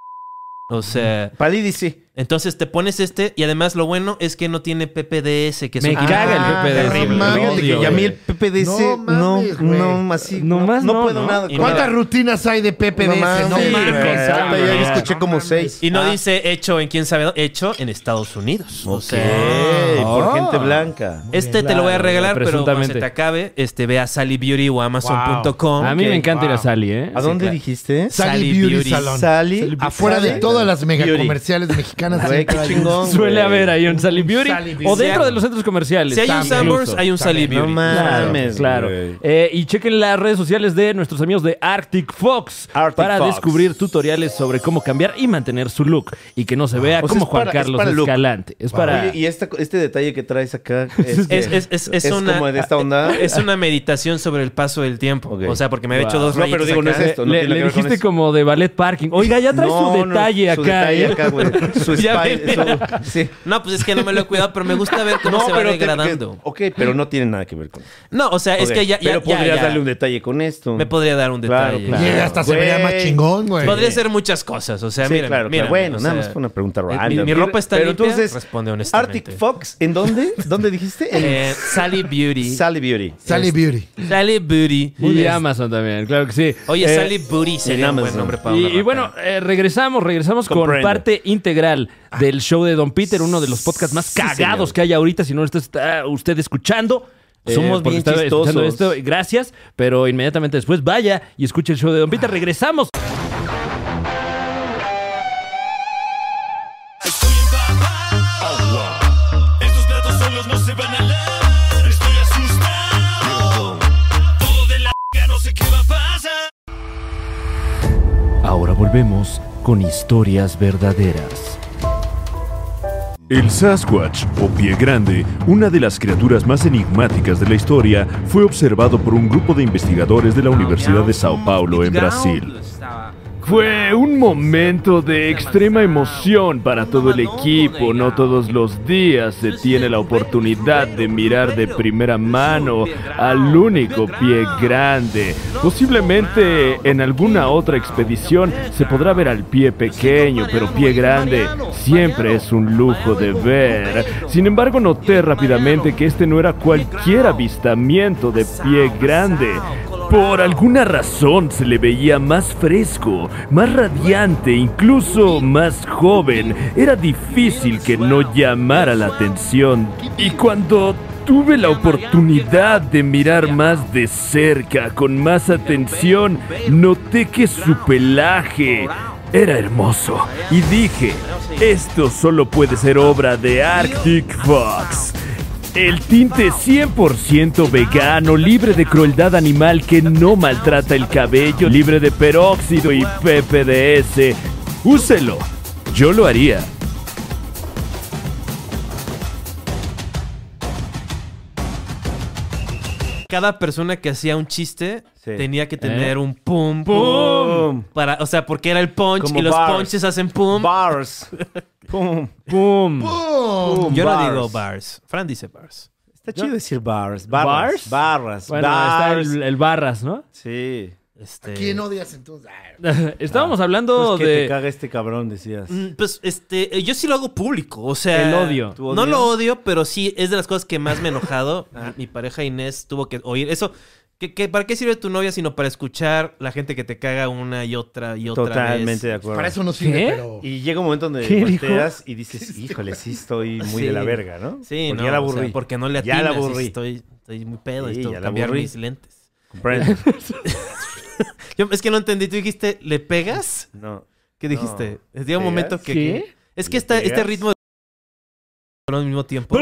O sea,
Palidi sí.
entonces te pones este y además lo bueno es que no tiene PPDS, que es
Me
un-
caga el
Ah,
PPD.
terrible.
Lo
Fíjate
odio,
que a mí
güey.
el PPDC no,
No mames,
no,
güey.
así,
No
no,
más
no
no,
puedo
¿no?
nada.
Y
¿Cuántas
nada.
rutinas hay de PPDS?
No mames,
No
güey.
mames.
Exacto,
cabrón.
ya yo escuché
No
como
mames.
seis.
Y no
Ah.
dice hecho en quién sabe, dó- hecho en Estados Unidos. O sea,
Eh, por
Ah.
gente blanca.
este te lo voy a
claro,
regalar, pero cuando se
presuntamente.
te acabe, este ve a Sally Beauty o Amazon.com.
A mí
Ok,
me encanta ir a
wow.
Sally, ¿eh?
¿A dónde dijiste?
Sally
Sally
Beauty,
Beauty
Salón.
Sally.
Afuera de todas las megacomerciales mexicanas.
Güey, qué
siempre hay un-
chingón.
Suele
güey.
haber ahí un Sally Beauty.
Sally Beauty.
O dentro de los centros comerciales.
Si hay un
también.
Sambors,
Incluso.
hay un Sally
ah, No
Beauty.
mames,
Claro.
güey.
Eh, y chequen las redes sociales de nuestros amigos de Arctic Fox
Arctic
para
Fox.
descubrir tutoriales sobre cómo cambiar y mantener su look y que no se vea
O sea,
como
es
Juan
para- es
Carlos
para look.
Escalante. Es para.
Oye, y esta- este detalle que traes
*laughs*
acá este, es,
Es, es, es, es una,
como de esta onda.
Es una meditación sobre el paso del tiempo.
Ok.
O sea, porque me había hecho
Wow.
dos
No, pero
rayitas
digo, no
acá.
es este esto, no
le
tiene
le
que ver con
dijiste
eso.
como de ballet parking. Oiga, ya trae
No,
su
no,
detalle acá.
su detalle
¿eh?
acá, güey. Su
*laughs*
su
Ya
spy.
ven.
su- sí.
No, pues es que no me lo he cuidado, pero me gusta ver cómo se va
te-
degradando.
que- ok, pero no tiene nada que ver con.
No, o sea, es
Ok,
que ya. ya-
pero
ya-
podrías
ya.
darle un detalle con esto.
Me podría dar un
Claro,
detalle.
claro.
Llega hasta se
Güey.
veía más chingón, güey.
Podría ser muchas cosas, o sea,
Sí,
mira,
claro, claro.
mira,
Bueno,
o
nada
sea,
más fue una pregunta
mi-
random.
Mi, ropa está
Pero
limpia,
entonces,
responde honestamente.
Arctic Fox,
*laughs*
¿en dónde? ¿Dónde dijiste? En
Eh, Sally
*laughs*
Beauty.
Sally Beauty.
Sally Beauty.
Sally Beauty. Este,
Y Amazon también, claro que sí.
Oye,
Eh,
Sally Beauty sería un buen
Amazon.
nombre para
Y,
una
y
ropa.
bueno, eh, regresamos, regresamos con
Comprendo.
parte integral del show de Don Peter, uno de los podcasts más cagados que hay ahorita, si no lo está, está usted escuchando. eh,
Somos
porque
bien
está escuchando
chistosos.
esto, gracias, pero inmediatamente después vaya y escuche el show de Don
Ah.
Peter. Regresamos.
Estoy empapado. Estos platos solos no se van a lavar. Estoy asustado. Todo de la no sé qué va a pasar.
Ahora volvemos con historias verdaderas.
El Sasquatch, o pie grande, una de las criaturas más enigmáticas de la historia, fue observado por un grupo de investigadores de la Universidad de Sao Paulo en Brasil. Fue un momento de extrema emoción para todo el equipo. No todos los días se tiene la oportunidad de mirar de primera mano al único pie grande. Posiblemente en alguna otra expedición se podrá ver al pie pequeño, pero pie grande siempre es un lujo de ver. Sin embargo, noté rápidamente que este no era cualquier avistamiento de pie grande. Por alguna razón se le veía más fresco, más radiante, incluso más joven. Era difícil que no llamara la atención. Y cuando tuve la oportunidad de mirar más de cerca, con más atención, noté que su pelaje era hermoso. Y dije, esto solo puede ser obra de Arctic Fox. El tinte 100% vegano, libre de crueldad animal que no maltrata el cabello, libre de peróxido y PPDS. Úselo. Yo lo haría.
Cada persona que hacía un chiste
Sí. ¿Eh?
tenía que tener un pum pum.
Boom.
Para, o sea, porque era el punch
Como
y los
bars.
punches hacen pum. *laughs*
Bars. Pum.
¡Pum!
Pum.
Yo
Bars.
no digo bars. Fran dice bars.
Está chido decir bars.
¿Bars?
Barras. Barras.
Bueno, está
bars.
el, el Barras, ¿no? *laughs*
Sí.
Este,
¿Quién odias entonces? Ay,
Estábamos hablando
Pues que te
de...
caga este cabrón, decías.
Mm, Pues este, eh, yo sí lo hago público, o sea.
El odio.
¿Tu
No
odio? Ah.
lo odio, pero sí es de las cosas que más
*laughs*
me he enojado. Mi- Mi pareja Inés tuvo que oír eso. ¿Qué, qué, para qué sirve tu novia sino para escuchar la gente que te caga una y otra y otra
Totalmente de
vez?
acuerdo.
Para eso no sirve,
¿Qué?
pero...
Y llega un momento donde
¿Qué
volteas y dices, híjole,
*laughs*
sí estoy muy
Sí.
de la verga, ¿no?
Sí,
Porque
no,
ya la
o sea,
aburrí.
porque no le
Ya la
atinas. y
aburrí.
Estoy, estoy muy pedo,
Sí,
y tengo
ya
que
la
cambiar
aburrí.
mis lentes. *laughs*
Comprendo.
Yo- es que no entendí, tú dijiste, ¿le pegas?
No.
¿Qué dijiste? Es de un
¿Pegas?
momento que...
¿Qué?
Es que
¿Le
está, este
pegas?
ritmo de... al mismo tiempo.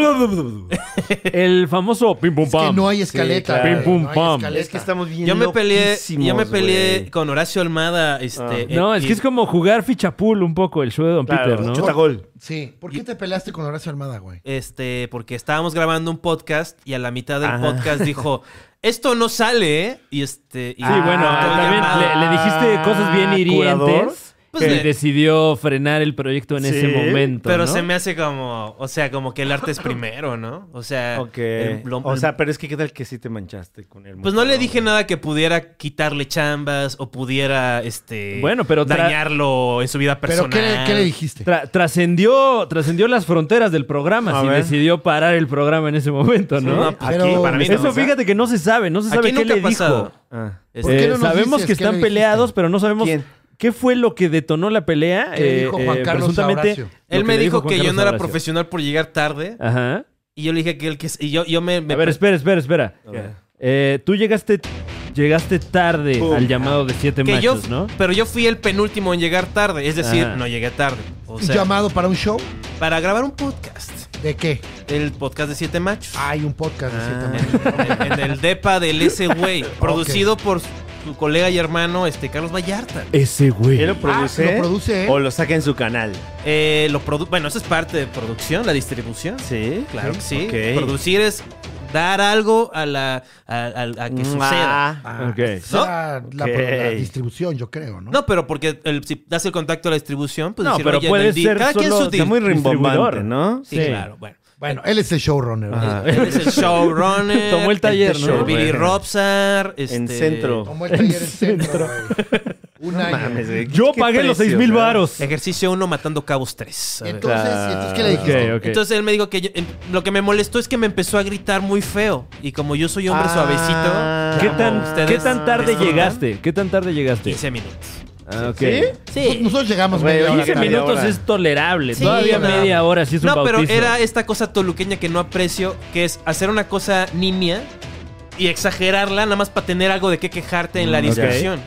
El famoso pim pum
Es que
pam.
no hay escaleta.
claro.
Pim,
güey,
pum,
no hay
pam.
escaleta.
Es que estamos bien
Yo me peleé,
loquísimos,
yo me peleé
güey.
con Horacio Almada, este...
Ah.
eh,
No, es
y-
que es como jugar fichapool un poco el show de Don
Claro,
Peter, ¿no?
chuta gol.
Sí. ¿Por qué te peleaste con Horacio Armada, güey?
Este, porque estábamos grabando un podcast y a la mitad del
Ah.
podcast dijo, esto no sale, ¿eh?", Y este... y-
Sí, bueno,
Ah,
también
llamada.
le, le dijiste cosas bien
¿Curador?
hirientes
Pues
y
le-
decidió frenar el proyecto en
Sí,
ese momento.
Pero
¿no?
se me hace como, o sea, como que el arte es primero, ¿no? O *laughs* sea,
Ok.
el- lo-
o sea, pero es que qué tal que sí te manchaste con él.
Pues no le dije nada que pudiera quitarle chambas o pudiera, este...
Bueno, pero tra-
Dañarlo en su vida personal.
¿Pero qué le, qué le dijiste?
Tra- trascendió, trascendió las fronteras del programa
A
si
ver.
decidió parar el programa en ese momento,
No,
¿no?
aquí,
Pero-
para mí no
Eso
pasa.
fíjate que no se sabe, no se
Aquí
sabe qué
nunca
le
ha pasado. Este,
dijo.
Ah.
¿Por qué
Eh,
no nos
sabemos
dices
que
qué le
están
dijiste?
peleados, pero no sabemos
¿Quién?
qué fue lo que detonó la pelea. eh,
¿Qué dijo Juan Carlos a
presuntamente,
Horacio?
lo
Él me
le
dijo
Juan
que yo
Carlos
no era
a Horacio.
profesional por llegar tarde.
Ajá.
Y yo le dije que el que... Y yo, yo me... me
A ver, espera, espera, espera. Eh, tú llegaste, llegaste tarde
Pum.
al llamado de siete
que yo,
machos, ¿no? Ah.
Pero yo fui el penúltimo en llegar tarde. Es decir,
Ajá.
no llegué tarde. O
¿Un
sea,
llamado para un show?
para grabar un podcast.
¿De qué?
El podcast de Siete Machos. Ah,
Hay un podcast de
Ah.
cierta manera.
en, en- en el depa del ese güey. producido por su colega y hermano, este, Carlos Vallarta.
Ese güey.
¿Él lo produce?
Ah,
lo produce, ¿eh?
O lo saca en su canal.
Eh, lo produ- bueno, eso es parte de producción, la distribución.
Sí,
Claro que sí.
Ok.
Producir es dar algo a la a, a- a que suceda.
Ok.
O sea, la,
ok.
la distribución, yo creo, ¿no?
No, pero porque el- si das el contacto a la distribución, pues
No,
decir,
pero
"Oye,
puede
en el deal,
ser
cada quien
solo-
su
Está
deal".
muy rimbombante,
Distribuidor.
¿no?
Sí,
Sí.
claro, bueno.
Bueno, él es el showrunner.
Ajá.
Él es el showrunner.
Tomó el taller,
este,
¿no?
Billy
Showrunner.
Robsar. Este,
En centro.
Como el taller en centro. güey. Un año.
Yo pagué los 6
¿eh?
mil varos.
Ejercicio 1 matando cabos 3.
Y entonces, y entonces, ¿qué le dijiste?
Ok, ok.
Entonces él me dijo que yo- em, lo que me molestó es que me empezó a gritar muy feo. Y como yo soy
Ah.
hombre
Ah.
suavecito,
¿Qué
como
tan,
ustedes
¿Qué tan tarde
disfrutan,
llegaste? ¿Qué tan tarde llegaste?
15 minutos.
Ah, ok.
¿Sí?
Pues Nosotros llegamos
Güey,
media hora
quince
15
tarde.
media
minutos
hora.
es tolerable.
Sí,
Todavía
no.
media hora sí es un
No,
bautizo.
pero era esta cosa toluqueña que no aprecio, que es hacer una cosa niña y exagerarla nada más para tener algo de qué quejarte en la
Mm, ok.
discusión.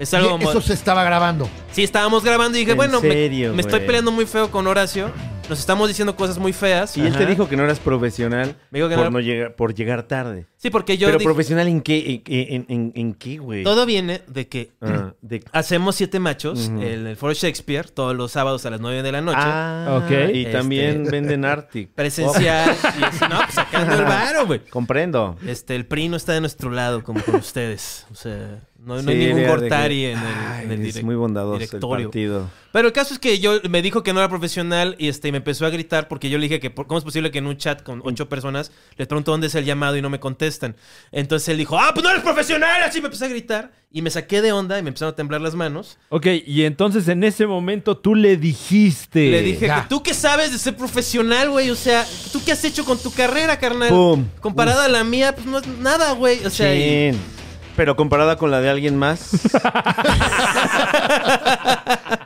Es algo
Y
como...
Eso se estaba grabando.
Sí, estábamos grabando y dije,
¿En
bueno, me-
serio,
me, estoy
güey?
peleando muy feo con Horacio. Nos estamos diciendo cosas muy feas.
Y él te
Ajá.
dijo que no eras profesional
Me dijo que
por,
no-
no llegar, por llegar tarde.
Sí, porque yo
Pero
dije,
profesional en qué, en, en- en- en qué, güey.
todo viene de que
Ah, de-
hacemos siete machos
Ujú.
en el Foro Shakespeare todos los sábados a las 9 de la *laughs* noche.
Ah,
Ok.
Y
Este-
también venden Arctic.
Presencial.
Oh.
y es, no, pues, sacando
*laughs*
el varo, güey.
Comprendo.
Este, el PRI no está de nuestro lado como con ustedes. O sea, no, no hay
Sí,
ningún
era de
Gortari
que-
en el,
Ay,
en el
es
direc-
muy bondadoso el
directorio.
partido.
Pero el caso es que yo me dijo que no era profesional y este me empezó a gritar porque yo le dije que por- cómo es posible que en un chat con ocho personas les pregunto dónde es el llamado y no me contestan. Entonces él dijo, ah, pues no eres profesional, así me empezó a gritar y me saqué de onda y me empezaron a temblar las manos.
Ok, y entonces en ese momento tú le dijiste.
le dije,
ya.
que tú qué sabes de ser profesional, güey, o sea, tú qué has hecho con tu carrera, carnal.
Pum.
Comparada a la mía, pues no es nada, güey. O sea, y-
Chin. Pero comparada con la de alguien
*laughs*
más.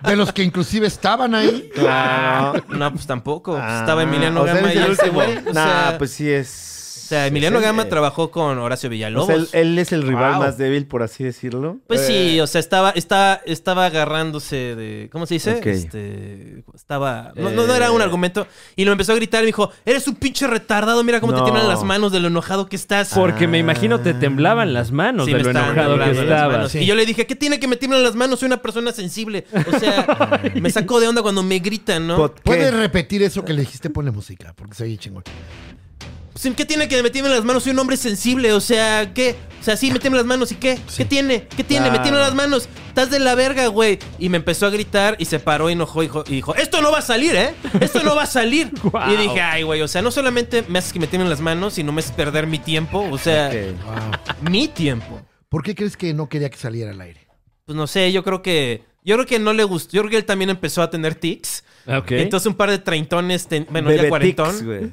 De los que inclusive estaban ahí.
claro.
No, pues tampoco.
Ah,
Estaba Emiliano
o sea,
Gama
eres
y
el
este
último.
güey. O
Nah,
sea,
pues sí
o
es.
sea, Emiliano
es el- eh,
Gama trabajó con Horacio
o
Villalobos.
sea, él, él es el rival
Wow.
más débil, por así decirlo.
pues sí,
Eh.
o sea, estaba, estaba, estaba agarrándose de. ¿Cómo se dice?
Ok.
Este. Estaba. No, no, no era un
Eh.
argumento. Y lo empezó a gritar y me dijo: Eres un pinche retardado, mira cómo
No.
te tienen las manos de lo enojado que estás.
Ah. Porque me imagino te temblaban las manos
Ah. Sí,
de
me
lo
estaban
enojado que
temblando las
estabas.
manos. Y yo le dije, ¿qué tiene que me tiemblan las manos? Soy una persona sensible. O
*laughs*
sea, me sacó de onda cuando me gritan, ¿no?
Pot-
¿Puedes
¿qué?
repetir eso que le dijiste? Ponle música, porque se oye chingón.
Pues, ¿Qué tiene que me tiemblen las manos? Soy un hombre sensible, o sea, ¿qué? O sea, sí, me tiemblan las manos, ¿y qué? ¿Qué tiene? ¿Qué tiene? Me
Claro.
tiemblan las manos. Estás de la verga, güey. Y me empezó a gritar y se paró y enojó y dijo, y dijo, esto no va a salir, ¿eh? Esto no va a salir.
*laughs*
Guau.
Y dije, ay, güey, o sea, no solamente me haces que me tiemblen las manos, sino me haces perder mi tiempo, o sea,
Ok.
mi tiempo.
Ah, ¿Por qué crees que no quería que saliera al aire?
Pues no sé, yo creo que... Yo creo que no le gustó. Yo creo que él también empezó a tener tics.
Ah, Ok.
Entonces un par de treintones, ten- bueno, ya
Bebetix,
cuarentón. *laughs*
güey.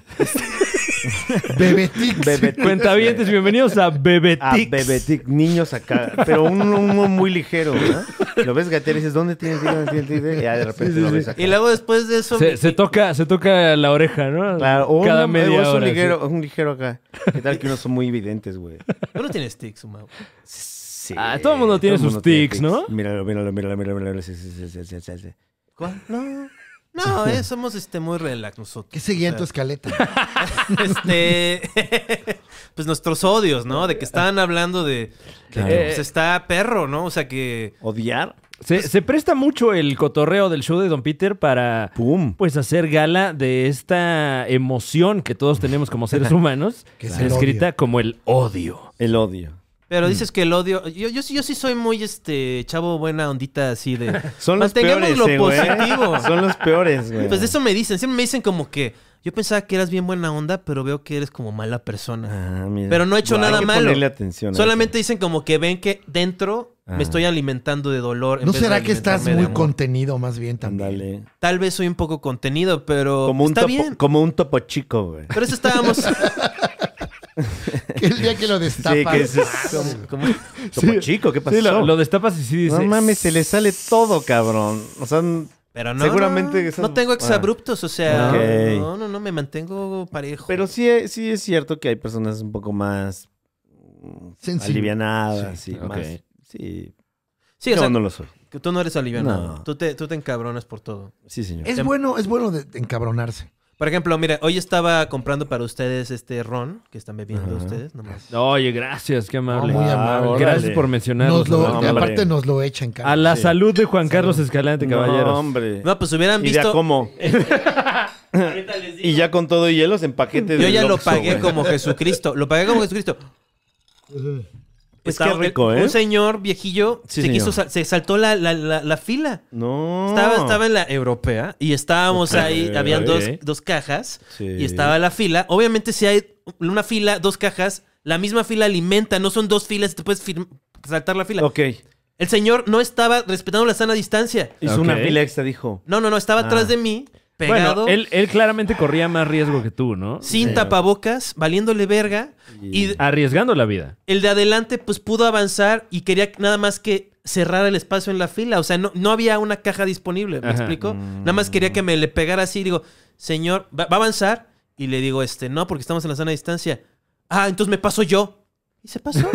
Bebetix.
*laughs*
Bebetix,
Cuentavientes,
*laughs*
bienvenidos a Bebetix.
Ah, Bebetic, niños acá. Pero uno, uno muy ligero, ¿verdad? Lo ves gatear y dices, ¿dónde tienes? hilo? ¿Dónde tienes hilo?" Y ya de repente lo ves acá.
Y luego después de eso...
Se,
mi-
se toca, se toca la oreja, ¿no?
Claro, o
Cada
uno- o es
media
un
hora. sí.
ligero, un ligero acá. ¿Qué tal que unos son muy evidentes, güey?
Tú no tienes tics, Mau.
Sí.
Ah, todo el mundo tiene
el
sus
mundo tiene
tics, ¿no?
Míralo, míralo, míralo, míralo, míralo. Sí, sí, sí, sí, sí, sí, sí.
¿Cuál? No. No, eh, somos este, muy relax nosotros.
*laughs*
¿Qué seguía en tu escaleta?
Este. *laughs* pues nuestros odios, ¿no? De que estaban hablando de. de que,
Claro.
pues está perro, ¿no? O sea que.
Odiar,
Se, se presta mucho el cotorreo del show de Don Peter para
pum.
pues hacer gala de esta emoción que todos tenemos como
*laughs*
seres humanos,
Que es el
escrita
odio.
como el odio.
El odio.
Pero
Mm.
dices que el odio. Yo, yo, sí- yo sí soy muy este chavo buena ondita así de.
*laughs* Son los
mantengamos
peores,
lo
eh, güey.
positivo.
*laughs* Son los peores, güey.
Pues de eso me dicen. Siempre me dicen como que. Yo pensaba que eras bien buena onda, pero veo que eres como mala persona.
Ah, mira.
Pero no he hecho
Guau,
nada
hay que
malo.
ponerle atención a
Solamente
eso.
dicen como que ven que dentro
Ajá.
me estoy alimentando de dolor. en
¿No
vez de
será que estás
alimentarme de
muy
amor.
contenido más bien también?
Ándale.
Tal vez soy un poco contenido, pero
Como un,
está
topo,
bien.
como un topo chico, güey.
Pero eso estábamos.
Que El día que lo destapas. ah,
Sí, que ese es- *laughs*
como-
Topo chico, ¿qué pasó?
Sí, lo, lo destapas y sí dices...
No mames, se le sale todo, cabrón. O sea,
Pero no.
Seguramente
no,
estás-
no tengo exabruptos, o sea.
Ah. Ok.
No, no, no, me mantengo parejo.
pero sí, sí es cierto que hay personas un poco más mm,
Sensible.
alivianadas
Sí,
y
ok.
más. Sí,
sí, o
yo
sea,
no lo soy.
que tú no eres alivianado.
No.
Tú, te, tú te encabronas por todo.
Sí, señor.
Es bueno, es bueno de- de encabronarse.
Por ejemplo, mira, hoy estaba comprando para ustedes este ron que están bebiendo
Ajá.
ustedes. Nomás.
Oye, gracias, qué amable.
muy amable.
Wow, Gracias por mencionarlo.
Nos lo-
pues, no, hombre.
aparte nos lo echan,
A
cara.
la salud de Juan Carlos Escalante,
No,
caballeros.
hombre.
No, pues hubieran
¿Y de a
visto.
cómo?
*laughs* Ahorita les digo.
Y ya con todo y hielos en paquete
Yo
del
ya lo
Oxxo,
pagué
güey.
como Jesucristo. Lo pagué como
*laughs*
Jesucristo.
Pues
Estaba-
qué rico, ¿eh?
Un señor viejillo
Sí,
se,
señor.
quiso sal- se saltó la, la- la- la fila.
No.
Estaba, estaba en la europea y estábamos ahí, habían dos,
Oh. ok.
dos cajas
Sí.
y estaba la fila. Obviamente si hay una fila, dos cajas, la misma fila alimenta, no son dos filas, te puedes fir- saltar la fila.
Ok.
El señor no estaba respetando la sana distancia.
Hizo
Ok.
una fila extra, dijo.
No, no, no, estaba atrás
Ah.
de mí, pegado,
Bueno, él, él claramente corría más riesgo que tú, ¿no?
sin tapabocas, valiéndole verga. Y
Ah.
Arriesgando la vida.
el de adelante pues pudo avanzar y quería nada más que cerrar el espacio en la fila. O sea, no, no había una caja disponible, ¿me
Ajá. Mm.
explico? Nada más quería que me le pegara así. Digo, señor, ¿va, va a avanzar? Y le digo, este, no, porque estamos en la sana distancia. Ah, entonces me paso yo. Y se pasó.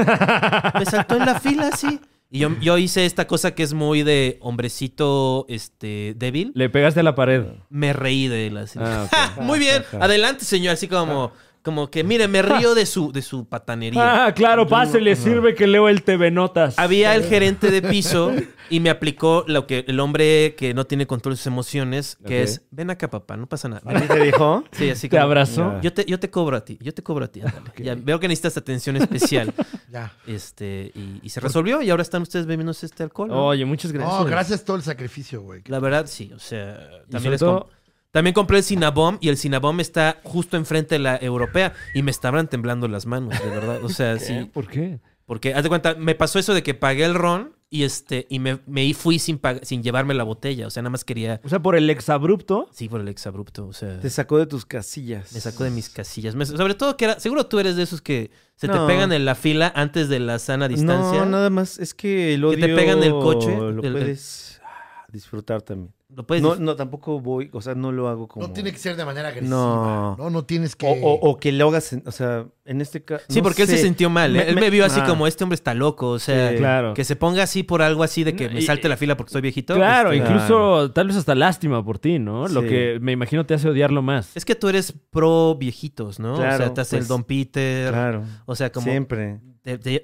me saltó en la fila así. Y yo, yo hice esta cosa que es muy de hombrecito este, débil.
Le pegaste a la pared.
Me reí de él así. *laughs*
Ah,
¡Ja! Muy bien, adelante, señor. Así como, como que, mire, me río de su, de su patanería.
Ah, claro, pase, le sirve que leo el TV Notas.
Había el gerente de
*laughs*
piso y me aplicó lo que el hombre que no tiene control de sus emociones, que es, ven acá papá, no pasa nada.
¿Así
*laughs*
te dijo?
Sí, así
Te
como,
abrazó.
Yo te, yo te cobro a ti, yo te cobro a
Ah,
ti. ándale. Ya veo que necesitas
*laughs*
atención especial.
Ya.
este y, y se resolvió y ahora están ustedes bebiéndose este alcohol. ¿no?
Oye, muchas gracias.
No, gracias todo el sacrificio, güey.
La verdad, sí. O sea,
Y
también
sobre
les com-
todo-
También compré el Cinnabon y el Cinnabon está justo enfrente de la europea y me estaban temblando las manos, de verdad. O sea, sí.
¿Por qué?
Porque, haz de cuenta, me pasó eso de que pagué el ron y este y me, me fui sin, pag- sin llevarme la botella. O sea, nada más quería...
O sea, por el exabrupto.
Sí, por el exabrupto. O sea,
Te sacó de tus casillas.
me sacó de mis casillas. Me- sobre todo que era... Seguro tú eres de esos que se
No.
te pegan en la fila antes de la sana distancia.
No, nada más. Es que el
Que
odio...
te pegan el coche,
Lo
el- el-
puedes ah, disfrutar también.
Lo puedes
No,
dif-
no, tampoco voy... O sea, no lo hago como...
No tiene que ser de manera agresiva.
No.
No, no, tienes que.
O, o- o que lo hagas... en- o sea, en este caso...
Sí, porque él se sintió mal. ¿eh? él me vio así
Ah,
como, este hombre está loco. O sea,
Sí.
Claro.
que se ponga así por algo así de que
No,
me
y-
salte la fila porque soy viejito.
Claro,
este,
incluso tal vez hasta lástima por ti, ¿no? Lo
Sí.
que me imagino te hace odiarlo más.
Es que tú eres pro viejitos, ¿no? o
Claro,
sea, te hace el
pues,
Don Peter.
Claro.
O sea, como...
Siempre.
te- te-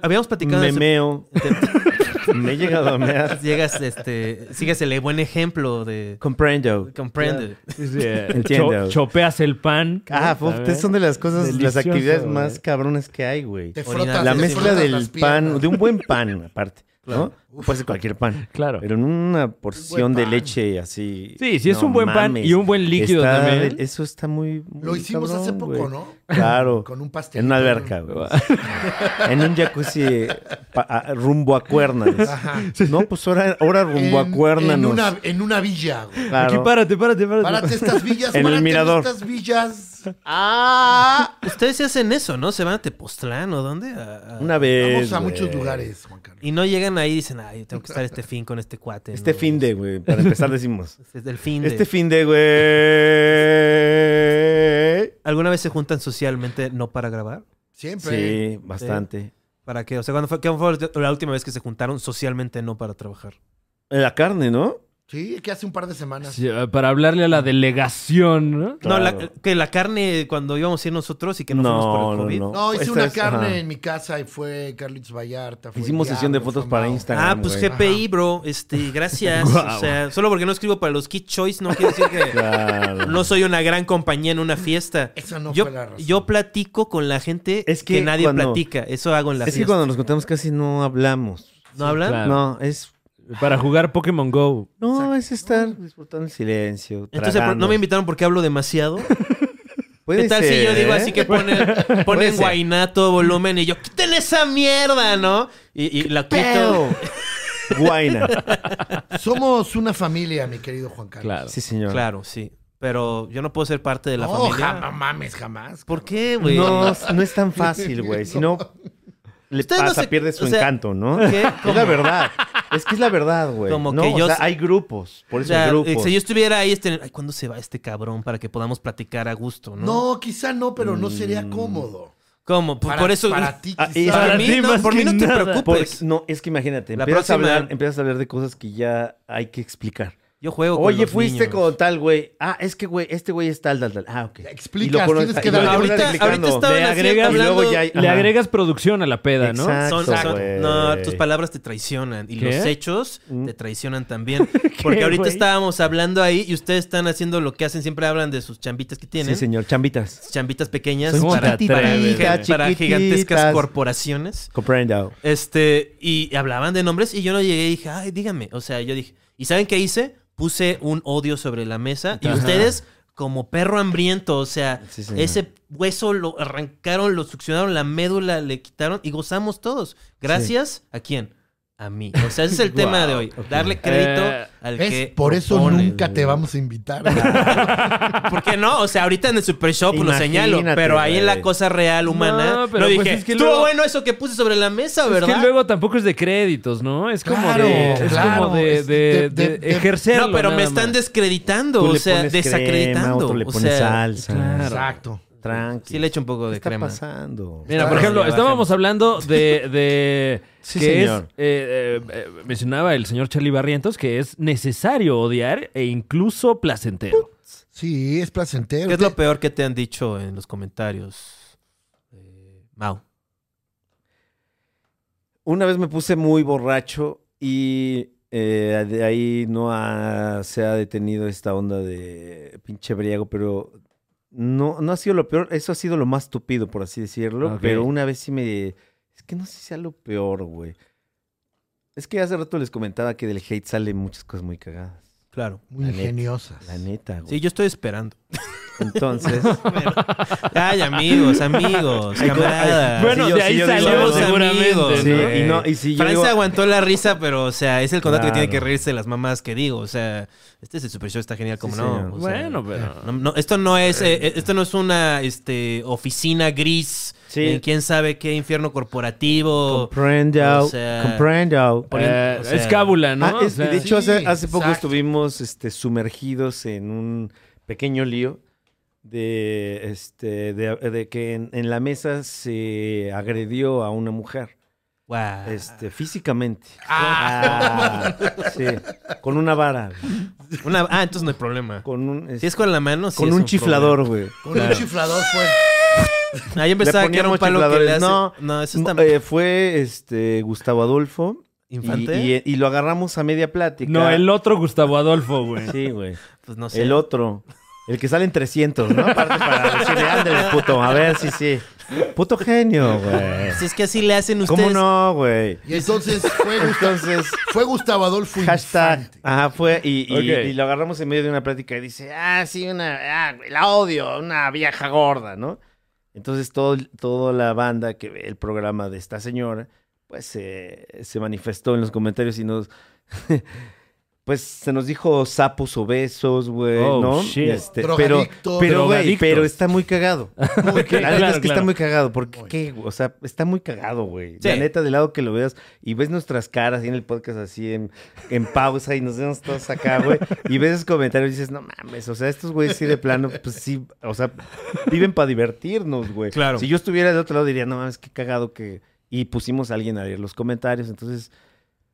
habíamos platicado...
Me
hace- *laughs*
meo. me he llegado a mear.
Pues llegas, este, sigues el buen ejemplo de
Comprendo.
comprende.
*laughs* Entiendo.
eh, Cho- chopeas el pan.
Ah,
¿sabes?
uf, ustedes son de las cosas, las
Delicioso,
actividades
güey.
más cabrones que hay, güey.
¿eh? te
orinar.
frotas,
La
te
mezcla
frotas
del
las
pan,
piernas.
de un buen pan, aparte. ¿no? Puede ser cualquier pan.
Claro.
Pero en una porción
Buen
de
pan.
leche así.
Sí, sí, es un buen pan y un buen líquido
Está
también.
de- eso está muy.
Lo
muy
hicimos
cabrón,
hace poco,
güey.
¿no?
Claro.
Con un pastel.
En una alberca,
*laughs*
güey. en un jacuzzi pa- a- rumbo a cuernas. No, pues ahora, ahora rumbo a cuernas.
en una, en una villa, güey.
Aquí párate, párate, párate.
Párate estas villas,
*laughs* En el
párate
mirador.
estas villas.
Ustedes se hacen eso, ¿no? Se van a Tepoztlán o dónde A- a-
Una vez.
Vamos a
güey.
muchos lugares, Juan Carlos.
y no llegan ahí y dicen, "Ay, yo tengo que estar este fin con este cuate."
Este
¿no?
fin de, güey. Para empezar, decimos.
Este es el *laughs* fin de.
Este fin de, güey.
¿Alguna vez se juntan socialmente no para grabar?
Siempre.
Sí, bastante.
¿Para qué? O sea, ¿cuándo fue, ¿cuándo fue la última vez que se juntaron socialmente no para trabajar?
La carne, ¿no?
Sí, que hace un par de semanas.
Sí, ah, para hablarle a la delegación, ¿no?
No, la-
Claro.
que la carne cuando íbamos a ir nosotros y que no, fuimos por el COVID.
No, hice
Esta
una
es-
carne
ajá.
en mi casa y fue Carlitos Vallarta. fue
Hicimos
Diablo,
sesión de
fue
fotos para
Mao.
Instagram.
Ah, pues
güey.
GPI, bro. Este,
*laughs*
gracias. O sea, solo porque no escribo para los Kid Choice no quiere decir que
Claro.
*laughs* no soy una gran compañía en una fiesta.
Esa no
yo,
fue la razón.
yo platico con la gente
Es
que,
que
nadie
cuando-
platica. Eso hago en la
es que
fiesta.
cuando nos contamos casi no hablamos.
¿No hablan?
claro.
No, es.
Para jugar Pokémon Go.
No, es estar disfrutando el silencio.
Entonces, ¿por-
tragando.
¿no me invitaron porque hablo demasiado?
*laughs* Puede
¿Qué tal si
ser,
yo digo
¿eh?
así que
*laughs*
ponen, ponen
ser.
guainato, volumen y yo, quítale esa mierda, ¿no? Y, y la quito.
Pero- Guayna.
Somos una familia, mi querido Juan Carlos.
Claro.
Sí, señor.
Claro, sí. Pero yo no puedo ser parte de la
no,
familia.
Oh, jamás mames, jamás.
¿Por qué, güey?
No, no
*laughs*
es tan fácil, güey. Si no, le
Ustedes
pasa,
no se-
pierde su
o sea,
encanto, ¿no?
¿qué?
Es la verdad. Es que es la verdad, güey.
Como
No,
que
o
yo-
sea, hay grupos. Por
O
eso
sea, eh,
hay grupos.
si yo estuviera ahí, este, ay, ¿cuándo se va este cabrón para que podamos platicar a gusto, no?
No, quizá no, pero no sería cómodo.
¿Cómo?
Pues
Por,
Para-
por eso.
Para ti,
Ah,
quizá.
y-
Para
Para
mí,
ti
no,
más
por mí
que
no te
nada.
preocupes.
Porque- no, es que imagínate,
pues, La
empiezas,
próxima-
a hablar, empiezas a hablar de cosas que ya hay que explicar.
Yo juego con
Oye,
los
fuiste
niños.
con tal güey. Ah, es que güey, este güey es tal, tal, tal. Ah, ok.
Explicas, tienes que
y lo
dar-
conoces
Ahorita- ahorita
explicando.
estaban
Le
así
agregas y
hablando-
luego ya-
Le
ajá.
agregas producción a la peda, ¿no?
Exacto.
Son- son-
güey.
no, tus palabras te traicionan y
¿Qué?
los hechos te traicionan también. Porque ahorita
güey?
estábamos hablando ahí y ustedes están haciendo lo que hacen, siempre hablan de sus chambitas que tienen.
Sí, señor, chambitas.
Chambitas pequeñas
Son
para,
chiquititas,
para-
chiquititas.
para gigantescas corporaciones.
Comprendo.
Este, y hablaban de nombres y yo no llegué y dije, ay, dígame. O sea, yo dije, ¿y saben qué hice? Puse un odio sobre la mesa y ustedes, como perro hambriento, o sea,
Sí, señor.
ese hueso lo arrancaron, lo succionaron, la médula le quitaron y gozamos todos. Gracias a quién? A mí. O sea, ese es
*laughs*
el tema de hoy. Darle crédito
Eh,
al
Es
que.
por eso
propone.
nunca te vamos a invitar.
¿Por qué no? O sea, ahorita en el Super Show pues, lo
Imagínate,
señalo, pero ahí en la
güey.
cosa real, humana,
No,
no,
pero pues
dije,
es que
estuvo
luego-
bueno eso que puse sobre la mesa, ¿verdad?
Es que luego tampoco es de créditos, ¿no? Es como
Claro,
de, es
claro,
como de,
es
de,
de- de-
de
de-
ejercerlo.
No, pero me
nada
están
más.
descreditando,
Tú
o
le
sea,
pones crema,
desacreditando.
otro le
o
pones
sea,
salsa.
Exacto.
Tranqui.
Sí le echo un poco
¿Qué
de
está
crema.
pasando?
Mira, por
Claro,
ejemplo,
ya
estábamos hablando de, de
Sí,
que
señor.
es eh, eh, eh, mencionaba el señor Charlie Barrientos que es necesario odiar e incluso placentero.
Sí, es placentero.
¿Qué es lo peor que te han dicho en los comentarios, eh, Mau?
Una vez me puse muy borracho y eh, de ahí no ha- se ha detenido esta onda de pinche briago, pero no, no ha sido lo peor. Eso ha sido lo más tupido, por así decirlo.
Ok.
Pero una vez sí me. Es que no sé si sea lo peor, güey. Es que hace rato les comentaba que del hate salen muchas cosas muy cagadas.
Claro.
Muy
La neta.
ingeniosas.
La neta, güey.
Sí, yo estoy esperando. *laughs*
Entonces.
Ay, amigos, amigos, camaradas.
Bueno,
Sí, yo-
de
sí,
ahí
yo digo,
salió
somos
seguramente.
amigos,
sí,
¿no?
y no, y si yo
Fran
digo-
se aguantó la risa, pero, o sea, es el contrato que tiene que
Claro.
reírse de las mamás que digo. O sea, este es el super show, está genial, como no.
señor.
O sea,
Bueno, pero
No, no, esto no es eh, eh, esto no es una este, oficina gris
Sí.
en quién sabe qué infierno corporativo
Comprendo.
o sea,
comprendo.
eh,
o sea-
es cábula, ¿no?
Ah,
O
es-
sea,
de hecho,
sí,
hace, hace poco
exacto.
estuvimos este, sumergidos en un pequeño lío de, este, de, de que en, en la mesa se agredió a una mujer
Guau.
este, físicamente. Ah, sí, con una vara, güey,
Una- ah entonces no hay problema
con un,
si es con la mano sí
con
es
un chiflador, güey.
Con un chiflador fue.
problema. ah, yo pensaba
Le
que era un
poníamos
palo que le
chifladores.
hace-
No,
no eso está
Eh, fue este, Gustavo Adolfo y-
infante
y, y lo agarramos a media plática.
no, el otro Gustavo Adolfo, güey.
Sí, güey.
pues no sé
El otro. El que sale en 300, ¿no? Aparte para decirle, ándale, puto. A ver, sí, sí. Puto genio, güey.
si es que así le hacen ustedes
¿Cómo no, güey?
Y entonces fue, Gusta-
Entonces,
fue Gustavo Adolfo
hashtag. *laughs*
Infante.
Ajá, fue. Y, y-
Ok.
y lo agarramos en medio de una plática y dice, ah, sí, una. Ah, güey, la odio, una vieja gorda, ¿no? Entonces, todo, toda la banda que ve el programa de esta señora, pues eh, se manifestó en los comentarios y nos. *laughs* Pues se nos dijo sapos obesos, güey,
Oh,
¿no?
shit.
Este, pero,
Drogadicto.
pero, güey,
Drogadicto.
pero está muy cagado.
Muy
La neta
Claro,
es que
claro.
está muy cagado, porque qué, o sea, está muy cagado, güey.
Sí.
La neta, del lado que lo veas, y ves nuestras caras ahí en el podcast así en, en pausa y nos vemos todos acá, güey. Y ves los comentarios y dices, no mames, o sea, estos güeyes sí de plano, pues sí, o sea, viven para divertirnos, güey.
Claro.
Si yo estuviera del otro lado diría, no mames, qué cagado que. Y pusimos a alguien a leer los comentarios, entonces,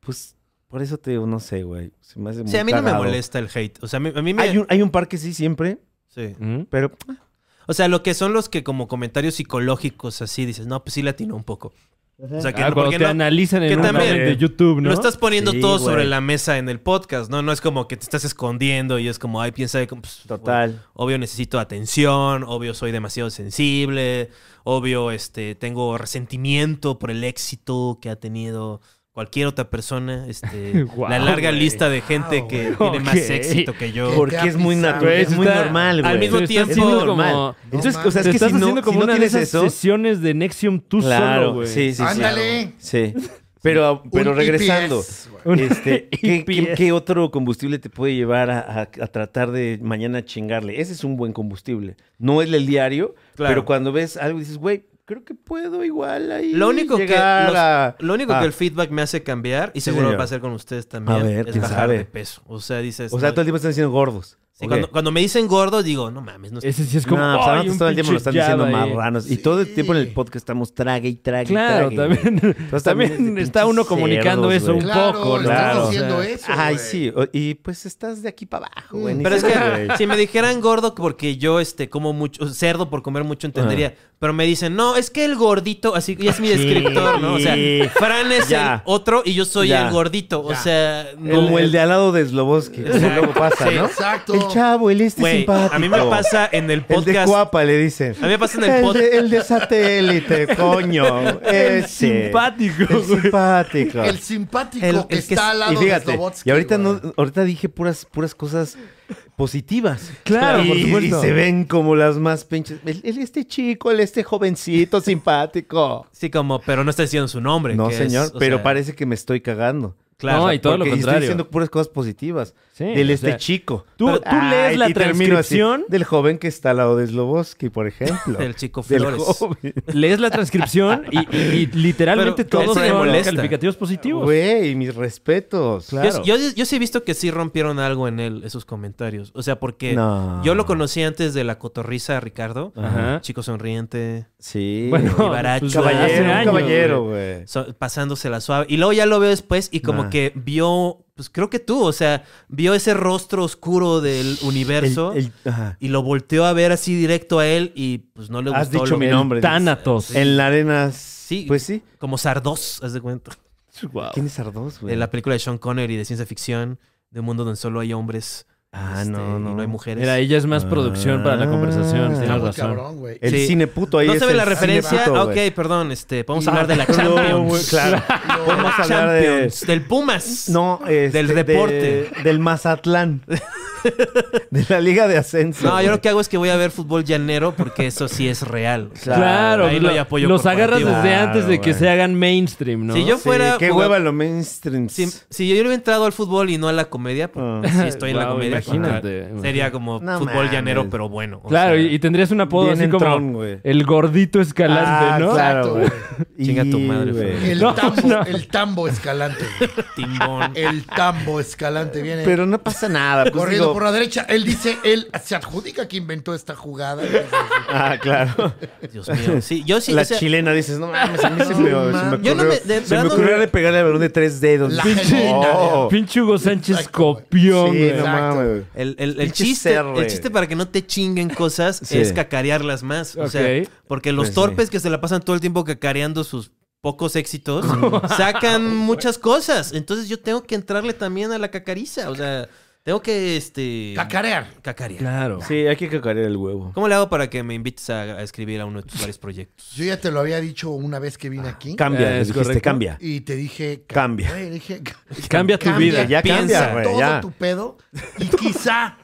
pues, por eso te digo, no sé, güey. Se me hace
o
muy
sea, a mí no me
cagado.
molesta el hate o sea a mí, a mí me
Hay un, hay un par que sí, siempre,
sí.
¿Mm?
pero
o sea lo que son los que como comentarios psicológicos así dices no pues sí latino un poco o sea que
Ah,
no,
cuando
¿por qué
te
no?
analizan
que
en un
también
canal de YouTube, ¿no?
Lo estás poniendo
Sí,
todo
güey.
sobre la mesa en el podcast, ¿no? No es como que te estás escondiendo y es como, ay, piensa, pues,
total.
bueno, obvio necesito atención, obvio soy demasiado sensible, obvio este, tengo resentimiento por el éxito que ha tenido cualquier otra persona,
*laughs*
este,
Guau,
la larga
güey.
lista de gente
Guau,
que
güey.
tiene más
Ok.
éxito que yo.
Por-
Porque es muy
Güey,
natural, es
eso
muy
está-
normal, güey.
al mismo
Te estás
tiempo-
haciendo
normal.
como-
Entonces,
No
o sea, es
te
que
estás
si no,
haciendo
si
como
no
una de
tienes
esas
eso,
sesiones de Nexium tú solo,
claro,
güey.
sí, sí,
Ándale.
*laughs*
sí, sí. Pero, pero
Un
regresando,
EPS, güey.
*laughs*
este, ¿qué, qué,
EPS?
qué otro combustible te puede llevar a, a- a tratar de mañana chingarle? Ese es un buen combustible. No es el diario,
Claro.
pero cuando ves algo dices, güey, creo que puedo igual ahí
Lo único, que,
llegar
los-
a- ah,
lo único
a-
que el feedback me hace cambiar, y seguro
señor.
va a ser con ustedes también,
A ver,
es
quién
bajar
sabe.
de peso. O sea, dices...
O sea,
no,
todo el tiempo están diciendo gordos.
Sí,
Ok.
cuando, cuando me dicen gordo, digo, no mames, no sé.
Ese sí es como.
No, pues ahora
"Ay, un
todo el tiempo nos
pinche
están diciendo
jab ahí".
marranos. Y todo el tiempo en el podcast estamos trague y trague. y
Claro,
trague,
también. *laughs*
güey. Entonces,
pues también
es de
está uno
pinches
comunicando
cerdos,
eso
güey.
un
Claro,
poco,
estás
claro.
haciendo eso.
Ay,
güey. Mm.
sí. o- Y pues estás de aquí para abajo, güey. ni
Pero es
siquiera,
que
güey.
si me dijeran gordo porque yo este como mucho cerdo por comer mucho entendería, pero me dicen, "No, es que el gordito, así ya es mi descriptor, ¿no? O sea, Fran es
Ya.
el otro y yo soy
Ya.
el gordito, o sea, no-
Como el de al lado de Sloboski. Eso luego pasa, ¿no?
Exacto.
El chavo, el este
Güey,
simpático.
a mí me pasa en el
El de
podcast
Cuapa, le dicen.
A mí me pasa en el podcast.
de- El de
*laughs*
satélite, coño.
El
Ese.
simpático,
El
güey.
simpático.
El simpático
El-
que
el que
está
es-
al lado
y fíjate,
de Slobotsky.
y ahorita no,
güey.
ahorita dije puras puras cosas positivas.
Claro,
Y-
por supuesto.
Y se ven como las más pinches. El, el este chico, el este jovencito simpático.
Sí, como, pero no está diciendo su nombre.
No,
que es,
señor,
o
pero
sea,
parece que me estoy cagando.
Claro.
No, y todo lo
Porque
contrario.
Estoy diciendo puras cosas positivas.
Sí,
del
o
este
sea,
chico.
tú-
Pero-
tú lees la
y termino así,
transcripción.
del joven que está al lado de Sloboski, por
*laughs*
ejemplo.
Del chico
Del
Flores.
joven.
Lees la transcripción y, y- y literalmente
Pero
todos
eso me
son
molesta.
calificativos positivos.
Güey, mis respetos.
Claro.
Yo, yo- yo sí he visto que sí rompieron algo en él, esos comentarios. O sea, porque
No.
yo lo conocí antes de la cotorriza de Ricardo.
Ajá.
Chico sonriente,
Sí.
Bueno,
güey.
vivaracho.
pues, hace
caballero, un
años,
caballero, güey.
so- pasándosela suave. Y luego ya lo veo después y como
Nah.
que vio, pues creo que tú, o sea, vio ese rostro oscuro del universo
El- el- ajá.
y lo volteó a ver así directo a él y pues no le
Has
gustó.
dicho
lo-
mi
el-
nombre.
Tánatos.
En la arena.
Sí. Oh.
Sí. Pues sí.
Como Sardos, haz de cuenta.
¿Quién es Ardós, güey?
de la película de Sean Connery de ciencia ficción, de un mundo donde solo hay hombres
Ah,
este,
no, no.
y no hay mujeres.
Mira, ella es más producción para la conversación,
Ah.
tienes
Está muy
razón.
cabrón, güey.
El
Sí.
cine puto ahí
¿No
es
sabe
el
la
cine
referencia?
puto,
Ah, ok,
güey.
perdón. Este, vamos a
No,
hablar de la
no, güey,
*laughs*
Champions. *laughs*
claro. Vamos a hablar de...
Champions, Del Pumas.
No, este,
Del reporte.
de- del Mazatlán. de la Liga de Ascenso.
No, yo
güey.
lo que hago es que voy a ver fútbol llanero porque eso sí es real.
Claro,
Ahí no hay
lo-
apoyo
los
corporativo.
agarras desde
Claro,
antes de que
güey.
se hagan mainstream, ¿no?
Si yo
Sí,
fuera.
qué
jugador-
hueva lo mainstream.
Si, si yo hubiera entrado al fútbol y no a la comedia, pues,
Ah.
si estoy en la
Wow,
comedia,
imagínate,
pues, sería como
No
fútbol
mames.
llanero, pero bueno. o
Claro,
sea,
y, y tendrías un apodo
bien
así como
entrón, güey.
el gordito escalante,
Ah,
¿no?
Claro,
Exacto,
*laughs*
güey.
Chinga tu
Y,
madre,
güey.
Fran.
El,
No,
tambo,
no.
el tambo escalante. güey.
Timbón.
El tambo escalante viene
Pero no pasa nada. pues,
corriendo
digo,
por la derecha. Él dice, él se adjudica que inventó esta jugada.
Ah, claro.
Dios mío. Sí, yo sí.
la
o sea,
chilena dices, no mames, a mí se me, se
No
me
mames.
ocurrió.
Yo no me- de
se me
verdad no-
ocurrió de pegarle al balón de tres dedos.
La
Pinche-
chilena.
Oh.
Pinche Hugo Sánchez
Exacto, güey.
copión,
Sí,
güey.
no
Exacto.
mames. güey.
El, el- el
Pinche
chiste,
cerre.
el chiste para que no te chinguen cosas
Sí.
es cacarearlas más. O sea,
Ok.
porque los
Pues sí.
torpes que se la pasan todo el tiempo cacareando sus pocos
*laughs*
éxitos sacan muchas cosas. Entonces yo tengo que entrarle también a la cacariza. O sea, tengo que este
Cacarear.
cacarear.
Claro.
Sí, hay que cacarear el huevo.
¿Cómo le hago para que me invites a, a escribir a uno de tus varios proyectos?
Yo ya te lo había dicho una vez que vine aquí.
Cambia,
Eh,
le
es
dijiste,
correcto.
cambia.
Y te dije... ca-
Ah, Cambia.
güey, dije, ca-
Cambia tu vida,
ya
piensa
cambia, güey,
todo
ya.
tu pedo. Y quizá,
Ah.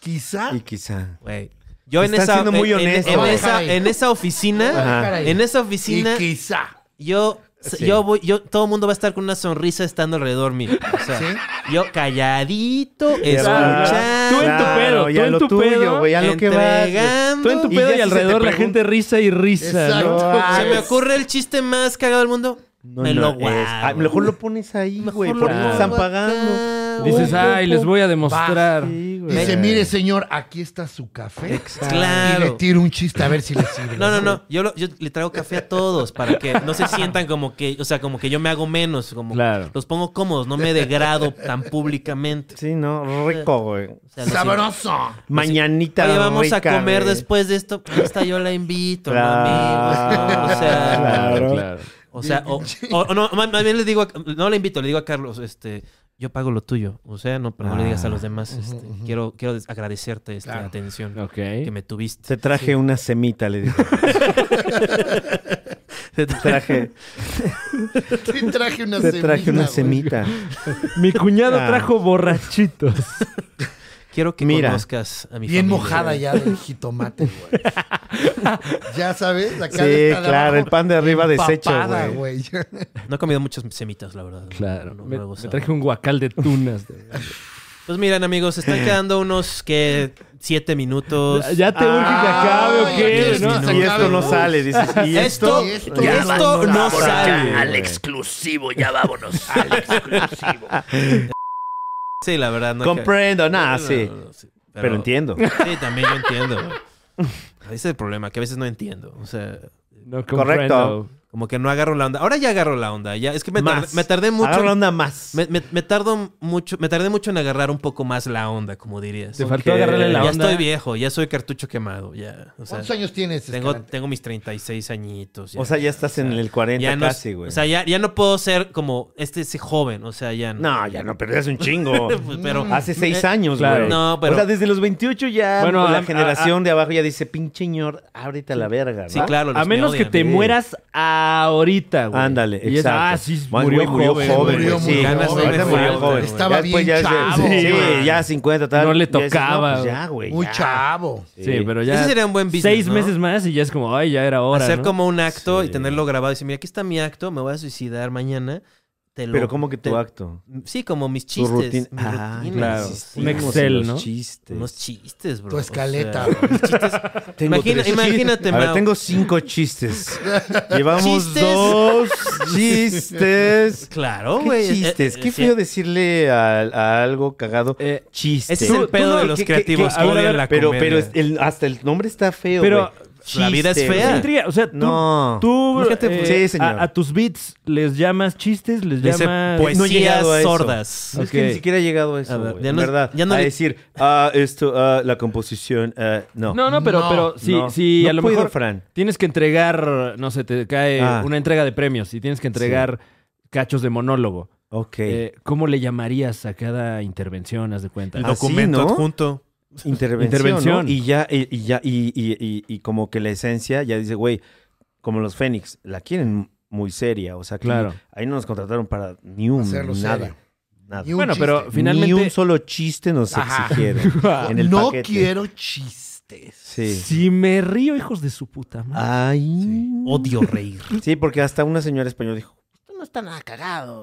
quizá...
Y quizá.
Güey. Yo en
Están
esa,
siendo muy
en- en-
honesto,
en
güey.
esa, en esa oficina,
Caray.
en esa
y
oficina,
quizá.
Yo, yo voy, yo, todo el mundo va a estar con una sonrisa estando alrededor mío. O sea,
¿Sí?
yo calladito,
Tú en
escuchando,
tu pedo,
ya
tú en
lo
tu pedo,
tuyo, güey, ya lo que vas. güey.
entregando.
Tú en tu
Y
pedo
ya
y,
si se
alrededor
te
la
pregunta-
gente risa y risa, ¿no?
Exacto.
No,
Se me
es-
ocurre el chiste más cagado del mundo.
Ah. No,
me
no,
lo
es-
guardo.
ah, mejor lo pones ahí, güey.
lo
Por eso
pongo
están
acá,
pagando.
güey.
Dices,
Oye,
ay, les voy a
pa-
demostrar.
Sí, güey.
Dice, mire, señor, aquí está su café. Y le
Claro.
tiro un chiste a ver
*laughs*
si le sirve.
No, no, no. Yo, lo- yo le traigo café a todos para que no se sientan como que, o sea, como que yo me hago menos. Como
Claro.
Los pongo cómodos, no me degrado tan públicamente.
Sí, no, rico, güey.
O sea, lo siento.
*laughs* Sabroso.
Mañanita
Oye, vamos a
rica,
comer
güey.
después de esto. Esta yo la invito,
Claro,
mami. O sea,
claro.
o sea, o, o- o no, más más bien le digo, a- no la invito, le digo a Carlos, este, yo pago lo tuyo. O sea, no, pero no le digas
Ah,
a los demás. este, Quiero, quiero des- agradecerte esta
Claro.
atención
Ok.
que me tuviste.
Te traje una semita, le dije. Te traje,
Te traje una
te
semita.
traje una
güey.
semita.
Mi cuñado
Ah.
trajo borrachitos.
*laughs*
*laughs*
Quiero que
Mira.
conozcas a mi
Bien
familia.
mojada ya del jitomate,
*laughs*
güey. ya sabes, la cara
Sí,
está
claro,
de
el
abajo
pan de arriba deshecho,
empapada,
güey.
No he comido muchas semitas, la verdad.
Claro.
No, no
Me,
me gusta.
me traje un guacal de tunas.
*laughs*
Pues miren, amigos, están quedando unos que siete minutos.
ya te urge que
Ah,
Ah,
acabe o qué,
Diez
Ah, ¿no?
minutos.
Y esto no sale, dices. Y
Esto,
esto,
Y
esto,
esto ya
no,
vámonos por acá,
sale.
güey.
exclusivo, ya
*laughs*
vámonos al exclusivo.
Sí, la verdad, no.
Comprendo, nada,
No,
sí.
no, no, sí.
Pero, entiendo.
Sí, también yo entiendo. güey. Ese es el problema, que a veces no entiendo. O sea,
No
Correcto.
comprendo.
como que no agarro la onda. Ahora ya agarro la onda. Ya. Es que me,
Más.
tardé, me tardé mucho.
Agarra la onda más.
Me, me- me tardo mucho, me tardé mucho en agarrar un poco más la onda, como dirías.
Te faltó
Ok.
agarrarle la
ya
onda.
estoy viejo, ya soy cartucho quemado, ya. O sea,
¿Cuántos años tienes? este
tengo,
Escalante?
tengo mis 36 añitos.
O sea, ya estás en el 40
ya no,
casi, güey.
O sea, ya, ya no puedo ser como este ese joven, o sea, ya no.
no, ya no, pero es un chingo.
*laughs* Pues, pero
*laughs* Hace seis
Eh,
años,
claro.
güey.
No, pero-
O sea, desde los 28 ya
Bueno,
la
a-
generación de abajo ya dice, pinche señor, ábrete a la verga, ¿no?
Sí, claro.
A
los
menos que
odian.
te mueras ahorita, güey.
Ándale,
Y es,
exacto.
ah, sí,
Ay,
murió,
güey, murió
joven.
joven,
Murió
güey,
muy
sí,
ganas
joven,
no me
murió
faltan,
joven.
güey.
Estaba
Ya después
bien
ya es de-
chavo,
Sí,
güey.
ya 50, tal.
No le
Ya dices,
tocaba,
pues ya, güey.
Muy
ya.
chavo.
Sí, pero ya.
Ese sería un buen business,
Seis
¿no?
meses más y ya es como, ay, ya era hora.
Hacer
¿no?
como un acto y tenerlo grabado y decir, mira, aquí está mi acto, me voy a suicidar mañana. Te lo,
Pero como que tu
te-
acto.
Sí, como mis
Tu
chistes.
rutina.
mis
Ah,
rutinas,
claro.
mis
Un
rutinas,
Excel,
los
¿no?
chistes.
Unos chistes, bro.
Tu
O
escaleta.
sea, mis
*laughs*
chistes.
Tengo
Imagina-
tres chistes.
imagínate,
A ver,
Mao.
tengo
*laughs*
cinco chistes. Llevamos
Chistes. *laughs*
dos chistes.
Claro,
¿Qué
güey. Eh,
chistes?
eh,
Qué
sí.
feo decirle a, a algo cagado.
Eh,
chiste.
Ese es el
Tú-
pedo
tú no-
de los
¿Qué- qué-
creativos.
qué- a ver, a
odian
ver,
la
pero,
comedia.
pero es- el- hasta el nombre está feo.
Pero
güey.
la vida es
Chiste,
fea.
Es
güey.
intriga. O sea, tú,
No.
tú
Fíjate, pues,
eh,
sí, señor.
A, a tus beats les llamas chistes, les
Dice
llamas...
pues, no he
poesías
llegado a eso. Ah,
sordas.
Es que
Ok.
ni siquiera he llegado a eso,
A ver,
güey,
ya
en
no-
verdad.
ya no
a
le-
decir, ah, esto, ah, la composición, ah, no.
No, no, pero,
No,
pero si,
no.
si
No
a lo
puedo,
mejor
Fran.
tienes que entregar, no sé, te cae
Ah.
una entrega de premios y tienes que entregar cachos de monólogo.
Ok.
eh, ¿Cómo le llamarías a cada intervención, haz de cuenta?
El
Así,
documento
¿no?
adjunto.
intervención,
intervención.
¿no? Y ya, eh, y, y ya, y, y- y- y como que la esencia ya dice, güey, como los Fénix, la quieren muy seria. O sea, aquí-
Claro.
ahí no nos contrataron para ni un,
Hacerlo
nada.
serio.
Nada.
Ni un
bueno, pero
chiste.
finalmente...
Ni un solo chiste nos
Ajá.
exigieron
*laughs*
en el
no
paquete.
quiero chistes.
Sí.
Si me río, hijos de su puta madre.
Ay.
Odio reír.
Sí, porque hasta una señora española dijo,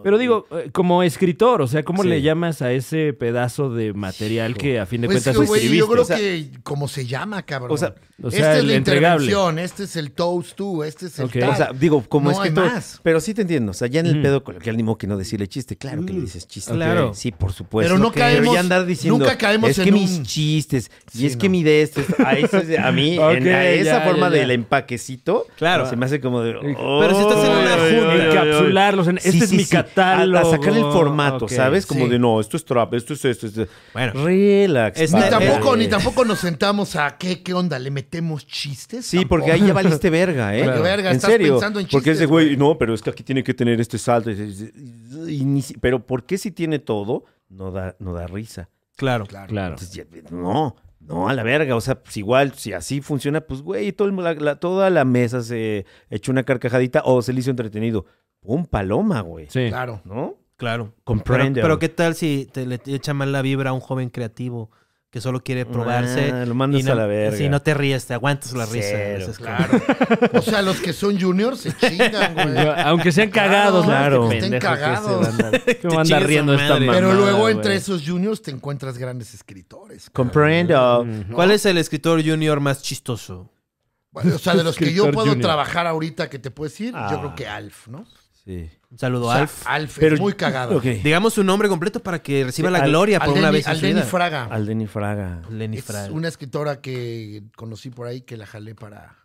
Pero digo, eh, como escritor, o sea, ¿cómo
Sí.
le llamas a ese pedazo de material que a fin de
Pues
cuentas
que,
tú
güey, yo
escribiste?
creo
o sea-
que como se llama, cabrón.
O sea,
o sea,
esta es
el
la
entregable.
intervención, este es el toast tú, este es el
Ok.
tal.
O sea, digo, como
No
es que
hay
todo-
más.
Pero sí te entiendo. O sea, ya en el
Mm.
pedo coloquial ni modo que no decirle chiste. Claro que le dices chiste.
Claro.
Sí, por supuesto.
Pero no caemos-
ya andar diciendo,
nunca caemos
es
en
que
un-
mis chistes. Y
Sí,
es que
no.
mi de este. es- A, eso es- a
*laughs*
mí,
Ok,
en- a
ya,
esa
ya,
forma
ya.
del empaquecito.
Claro.
Se me hace como de. "Oh,
si estás en una
"Ay,
junta,
ay, ay, ay".
encapsularlos en,
Sí,
este es
sí,
mi
sí. A-
catálogo.
A, sacar el formato,
Ok.
¿sabes? Como
Sí.
de, no, esto es trap, esto es esto. esto.
Bueno.
Relax.
Este-
ni
eh,
padre.
tampoco, ni tampoco nos sentamos a qué, qué onda, le metemos chistes.
Sí, porque ahí ya valiste verga, ¿eh?
Vale, verga,
en
estás
serio.
pensando en
porque
chistes,
ese güey,
güey.
no, pero es que aquí tiene que tener este salto. Y- y- y- y ni si- pero ¿por qué si tiene todo no da, no da risa?
Claro.
Claro.
Entonces, ya- no, no, a la verga. O sea, pues igual, si así funciona, pues güey, todo el- la- la- toda la mesa se echó una carcajadita o se le hizo entretenido. Un paloma, güey.
Sí.
Claro.
¿No?
Claro. Pero,
Comprende. oh.
pero ¿qué tal si te le echa mal la vibra a un joven creativo que solo quiere probarse?
Ah, lo mandas
y no-
a la verga.
Si no te ríes, te aguantas la risa.
Cero,
Eso es como-
Claro. O sea, los que son juniors se chingan, güey.
Aunque sean cagados,
Claro,
¿no?
que estén
Pendejos que
*laughs*
cagados.
se van a- que van a
chingue
andar
su
riendo esta
madre.
mamada,
Pero luego
güey.
entre esos juniors te encuentras grandes escritores. cabrón.
oh.
Comprendo.
¿Cuál es el escritor junior más chistoso?
Bueno, o sea, de los que yo
Escritor
puedo
junior.
trabajar ahorita que te puedes decir,
Ah.
yo creo que Alf, ¿no?
Sí.
Un saludo,
O sea,
Alf.
Alf
Pero-
es muy cagado.
Ok.
Digamos su nombre completo para que reciba
Sí,
la
al-
gloria por
Al
una
Denny-
vez en
al
su
Denny
vida.
Fraga.
Aldeni Fraga.
Lenny
Es
Fraga.
una escritora que conocí por ahí que la jalé para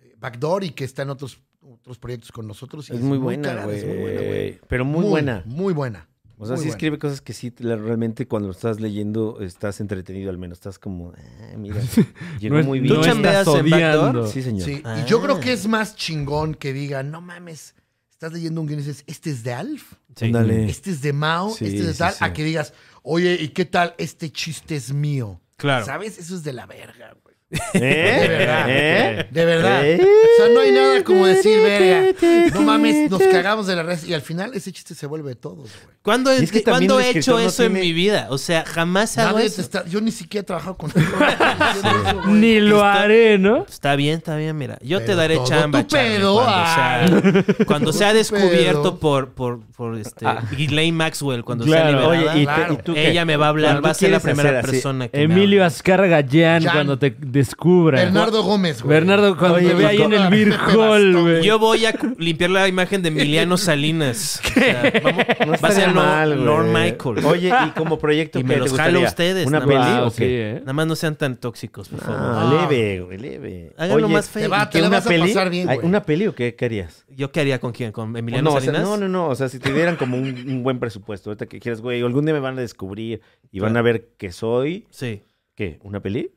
eh, Backdoor y que está en otros, otros proyectos con nosotros. y
Es muy buena,
cagada, es muy buena,
güey. Pero muy buena.
Muy buena.
O sea,
Muy
sí
buena.
escribe cosas que sí, la- realmente cuando lo estás leyendo estás entretenido al menos. Estás como, ah, mira,
*laughs*
llegó
No es-
muy
no
bien.
¿Tú chambeas
estás
en Backdoor?
odiando.
Sí, señor.
Sí,
Ah.
y yo creo que es más chingón que diga, no mames, estás leyendo un guion y dices, este es de Alf,
Sí. *laughs*
Ándale.
este es de Mao,
Sí,
este es de
sí,
tal,
sí.
a que digas, oye, ¿y qué tal? Este chiste es mío.
Claro.
¿Sabes? Eso es de la verga, güey.
¿Eh?
De verdad.
¿Eh?
De verdad.
¿Eh?
O sea, no hay nada como decir, verga, no mames, nos cagamos de la red. Y al final ese chiste se vuelve de todos, güey.
¿Cuándo,
Y
he-
es que también
¿cuándo
el
he hecho
escritor no
eso en
tiene-
mi vida? O sea, jamás hago
Nadie
eso.
te está- yo ni siquiera he trabajado
*laughs*
con eso, güey.
Ni lo
Está-
haré, ¿no?
Está bien, está bien, mira. Yo te
Pero
daré
todo
chamba,
tu
Charlie,
pedo, ah.
cuando,
*laughs*
sea, cuando
Todo
sea
tu
descubierto
pedo.
por, por, por este, Ghislaine Maxwell, cuando
Claro.
sea liberada,
Ah. Oye, ¿y, te-
Eh,
Claro.
y tú qué?
ella me va a hablar,
Cuando
va a
tú
ser la
quieres
primera
hacer así,
persona que me
Emilio
hable.
Azcárraga Jan,
Jan.
cuando te descubra.
Bernardo Gómez, güey.
Bernardo, cuando
Oye, pues, ah,
te ve ahí en el Beer
te
Hall,
bastó.
güey.
Yo voy a cu- limpiar la imagen de
*laughs*
Emiliano Salinas. O sea, vamos- va a ser Lord- Lord Michael.
Oye, y como
*laughs*
proyecto
Y
que
me
te
los jalo
gustaría?
a ustedes,
¿Una
nada
peli
más.
Wow,
o
sí,
qué?
¿eh?
Nada más no sean tan tóxicos, por favor.
Ah, leve, güey, leve.
Háganlo más feo.
te va,
¿y
Ah, te
qué,
la
una
vas a
peli?
pasar bien,
Ay,
güey.
¿Una peli o qué querías?
¿Yo qué haría con quién? ¿Con
harías?
Emiliano
no, o sea,
Salinas?
no, no, no. O sea, si te dieran como un, un buen presupuesto, ahorita que quieras, güey, algún día me van a descubrir y van a ver que soy.
Sí.
¿Qué? ¿Una peli?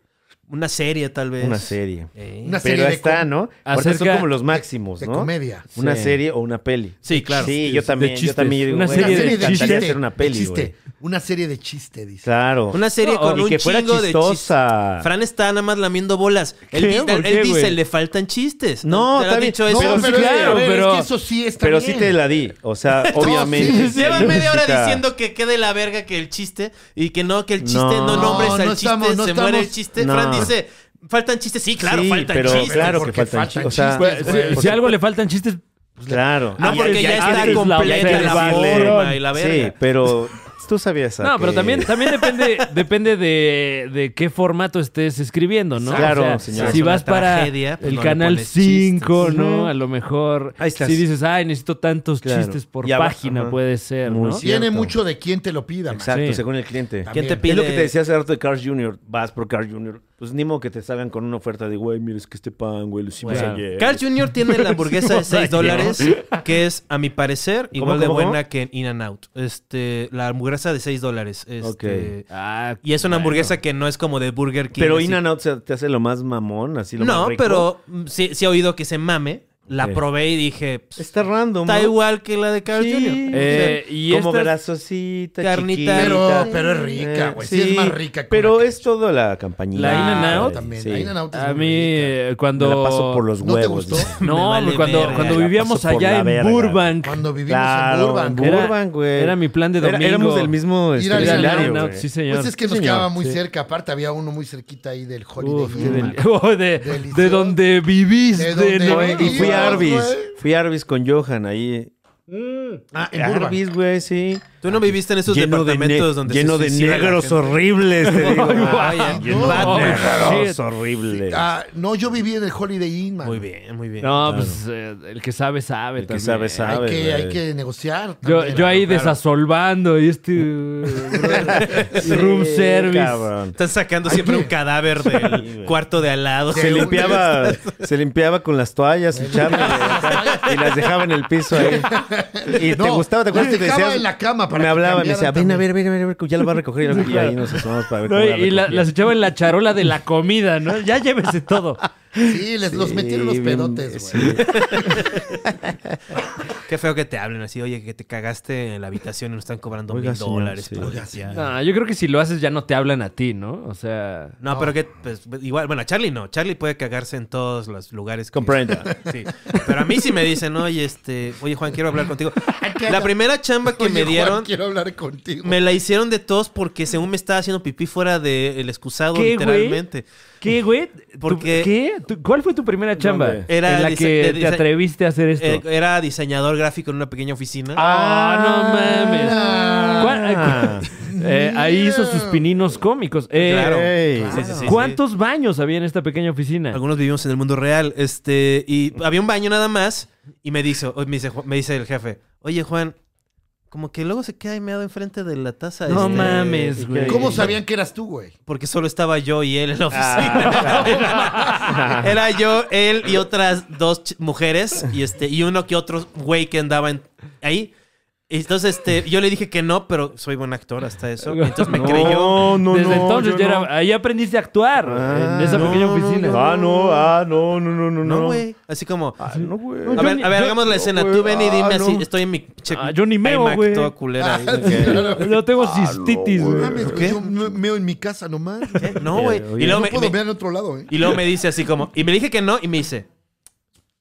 Una serie, tal vez.
Una serie.
Eh.
Una serie
Pero ahí
de
está,
com-
¿no? Ahorita son
Acerca-
como los máximos,
de
¿no?
comedia.
Una
Sí.
serie o una peli.
Sí, claro.
Sí, yo también, yo
chistes.
también yo digo,
Una
güey,
serie
me
de
encantaría
chiste,
hacer una
de
peli,
chiste.
güey.
Una serie de chiste, dice.
Claro.
Una serie con
y
un
que fuera
chingo de
chistosa.
chistes. Fran está nada más lamiendo bolas. Él,
¿Qué?
di-
¿Por
él
qué,
dice,
güey?
le faltan chistes. ¿Te
No,
lo
está
han
bien,
dicho eso?
pero
No, pero,
sí,
claro,
a ver,
pero-
es que eso sí está
Pero
bien.
sí te la di. O sea, obviamente.
sí,
*laughs* *laughs*
sí.
Lleva
Sí,
media hora
música.
diciendo que quede la verga que el chiste y que no, que el chiste
No.
no, nombres
No,
al
no
chiste,
estamos, no
se muere el
estamos.
chiste.
No.
Fran dice, faltan chistes. Sí, claro,
Sí,
faltan
pero
chistes.
claro que
porque
faltan
faltan
chistes. O sea,
chistes,
Si,
güey.
si algo le faltan chistes,
claro.
No,
Y-
Ah, porque
y-
ya
y-
está
y-
completa
y-
la
observarle.
forma y la verga.
Sí, pero tú sabías. a
No, pero
que-
también, también
*laughs*
depende, depende de, de qué formato estés escribiendo, ¿no?
Claro, señor.
Si
Es una
vas para
tragedia, pues
el
no le
canal
pones
5,
chistes.
¿no?
Ujú.
A lo mejor
Ahí estás.
si dices, ay, necesito tantos
Claro.
chistes por
Y abajo,
página,
ajá.
puede ser,
Muy
¿no?
cierto.
Tiene mucho de quién te lo pida, man.
Exacto,
Sí.
según el cliente.
También.
¿Quién te
Es
pide?
Es lo que te decía hace rato de Carl Jr. Vas por Carl Jr. Pues ni modo que te salgan con una oferta de, güey, mira, es que este pan, güey, lo hicimos
Claro.
ayer.
Carl Jr. tiene la
*laughs*
hamburguesa de 6 dólares, que es, a mi parecer, igual de
cómo, cómo?
buena que en In and Out. Este, la hamburguesa de 6 dólares. Este,
Ok.
Ah,
Y es una hamburguesa que no es como de Burger King.
Pero
así.
In and Out se- te hace lo más mamón, así lo más
No,
rico.
pero mm, sí, sí he oído que se mame. La
Ok.
probé y dije, "Pues,
Está random.
está
¿no?
igual que la de Carl
Sí.
Jr.
Eh, y
como
estas-
grasosita,
Carnita.
chiquita. Eh,
Pero- pero es rica, güey, sí es más rica que
Pero
una
es todo la campañita.
La In and Out.
También.
Sí.
La In and Out es
a
muy
mí,
rica.
eh, cuando.
Me la paso por los
¿No te
huevos.
gustó?
*laughs*
dice.
No,
Me vale
cuando,
verga.
cuando
Me la
vivíamos
paso por
allá
la
en
verga.
Burbank.
Cuando vivimos
Claro,
en Burbank.
Burbank,
güey.
era mi plan de
Era-
domingo.
éramos del mismo
Ir
este,
al In and
escenario,
Out,
No,
güey.
sí, señor.
Pues es que nos
Señor,
quedaba muy
sí.
cerca. Aparte, había uno muy cerquita ahí del Holiday
Uf, qué
Inn, man.
deli- *laughs* Oh, de, de
Delicioso.
donde viviste,
De donde
¿no?
viví.
Y fui a Arby's.
güey.
Fui a Arby's con Johan ahí.
Ah, en Burbank.
Arby's, güey, sí.
¿Tú no viviste en esos
Lleno de,
departamentos
ne-
donde
lleno
se
de
suicida la
negros
gente? *laughs*
horribles, te digo.
vaya.
Lleno
No,
de negros
shit.
horribles.
Ah, no, yo viví en el Holiday Inn, man.
Muy bien, muy bien.
No, pues eh, el que sabe, sabe
El que
también.
sabe, sabe.
Hay que, hay
güey.
que negociar.
Yo,
también,
yo ahí
claro.
desasolvando y
*laughs*
este eh, room
Sí,
service.
cabrón.
Están sacando siempre un cadáver
*laughs*
del
güey.
cuarto de al lado.
Se
un-
limpiaba, se limpiaba con las toallas y chame, y las dejaba en el piso ahí. Y te
No,
gustaba, te acuerdas
las
que te
dejaba
decías,
en la cama para
me
que
hablaba, me decía, ven a
cambiaran
ver, ven a ver, ven a ver, ya lo va a recoger. Y ahí nos asomamos para ver
No,
cómo
y
la
y la-
recogía.
las echaba en la charola de la comida, ¿no? Ya llévese todo. *laughs*
Sí, les los
Sí,
metieron los
bien,
pedotes,
sí.
güey.
Qué feo que te hablen así, oye, que te cagaste en la habitación y nos están cobrando
Oiga,
mil
señor,
dólares.
sí.
para
Oiga,
limpiar.
No, yo creo que si lo haces ya no te hablan a ti, ¿no? O sea...
No, pero que pues, igual, bueno, a Charlie no, Charlie puede cagarse en todos los lugares. que-
Comprendo.
Sí. Pero a mí sí me dicen, oye, este, oye Juan, quiero hablar
*laughs*
contigo. La primera chamba que
Oye,
me
Juan,
dieron,
quiero hablar contigo.
me la hicieron de todos porque según me estaba haciendo pipí fuera del excusado,
¿Qué, güey?
literalmente.
¿Qué, güey? ¿Tú-
Porque-
¿Qué? ¿Tú- ¿Cuál fue tu primera chamba?
Era
en la
dise-
que
de-
te
dise-
atreviste a hacer esto.
Eh, era diseñador gráfico en una pequeña oficina.
Ah, no mames.
Ah.
¿Cuál- *laughs* eh, ahí hizo sus pininos cómicos. Eh,
Claro.
Ey.
Sí, sí, sí, sí.
¿Cuántos baños había en esta pequeña *laughs* oficina?
Algunos vivimos en el mundo real. Este, y había un baño nada más. Y me dice, o- me dice, Ju- me dice el jefe, oye Juan, como que luego se queda ahí meado enfrente de la taza.
No
este,
mames,
¿y qué?
güey.
¿Cómo sabían que eras tú, güey?
Porque solo estaba yo y él en la
Ah.
oficina. *laughs* Era yo, él y otras dos ch- mujeres. Y este, y uno que otro güey que andaba en- ahí. Y Entonces, este, yo le dije que no, pero soy buen actor hasta eso.
*laughs*
Entonces me creyó.
No, no,
Desde
no,
entonces
yo
ya era-
no.
ahí aprendiste a actuar
Ah,
en esa
no,
pequeña
no,
oficina.
no, Ah, no, ah, no, no, no, no.
No, güey. Así como.
Ah, no, güey.
A
yo
ver,
ni-
a ver,
yo-
hagamos la
no,
escena.
güey.
Tú ven y dime
Ah,
así.
no.
Estoy en mi che-
Ah, yo ni meo,
iMac
güey.
toda culera. ahí.
Yo tengo cistitis,
Ah, No
güey.
mames, güey, yo me- meo en mi casa nomás.
¿Qué? *laughs* No, güey.
Oye,
Y luego
No
me,
puedo
me-
ver en otro lado, ¿eh?
y luego me dice así como. Y me dije que no, y me dice.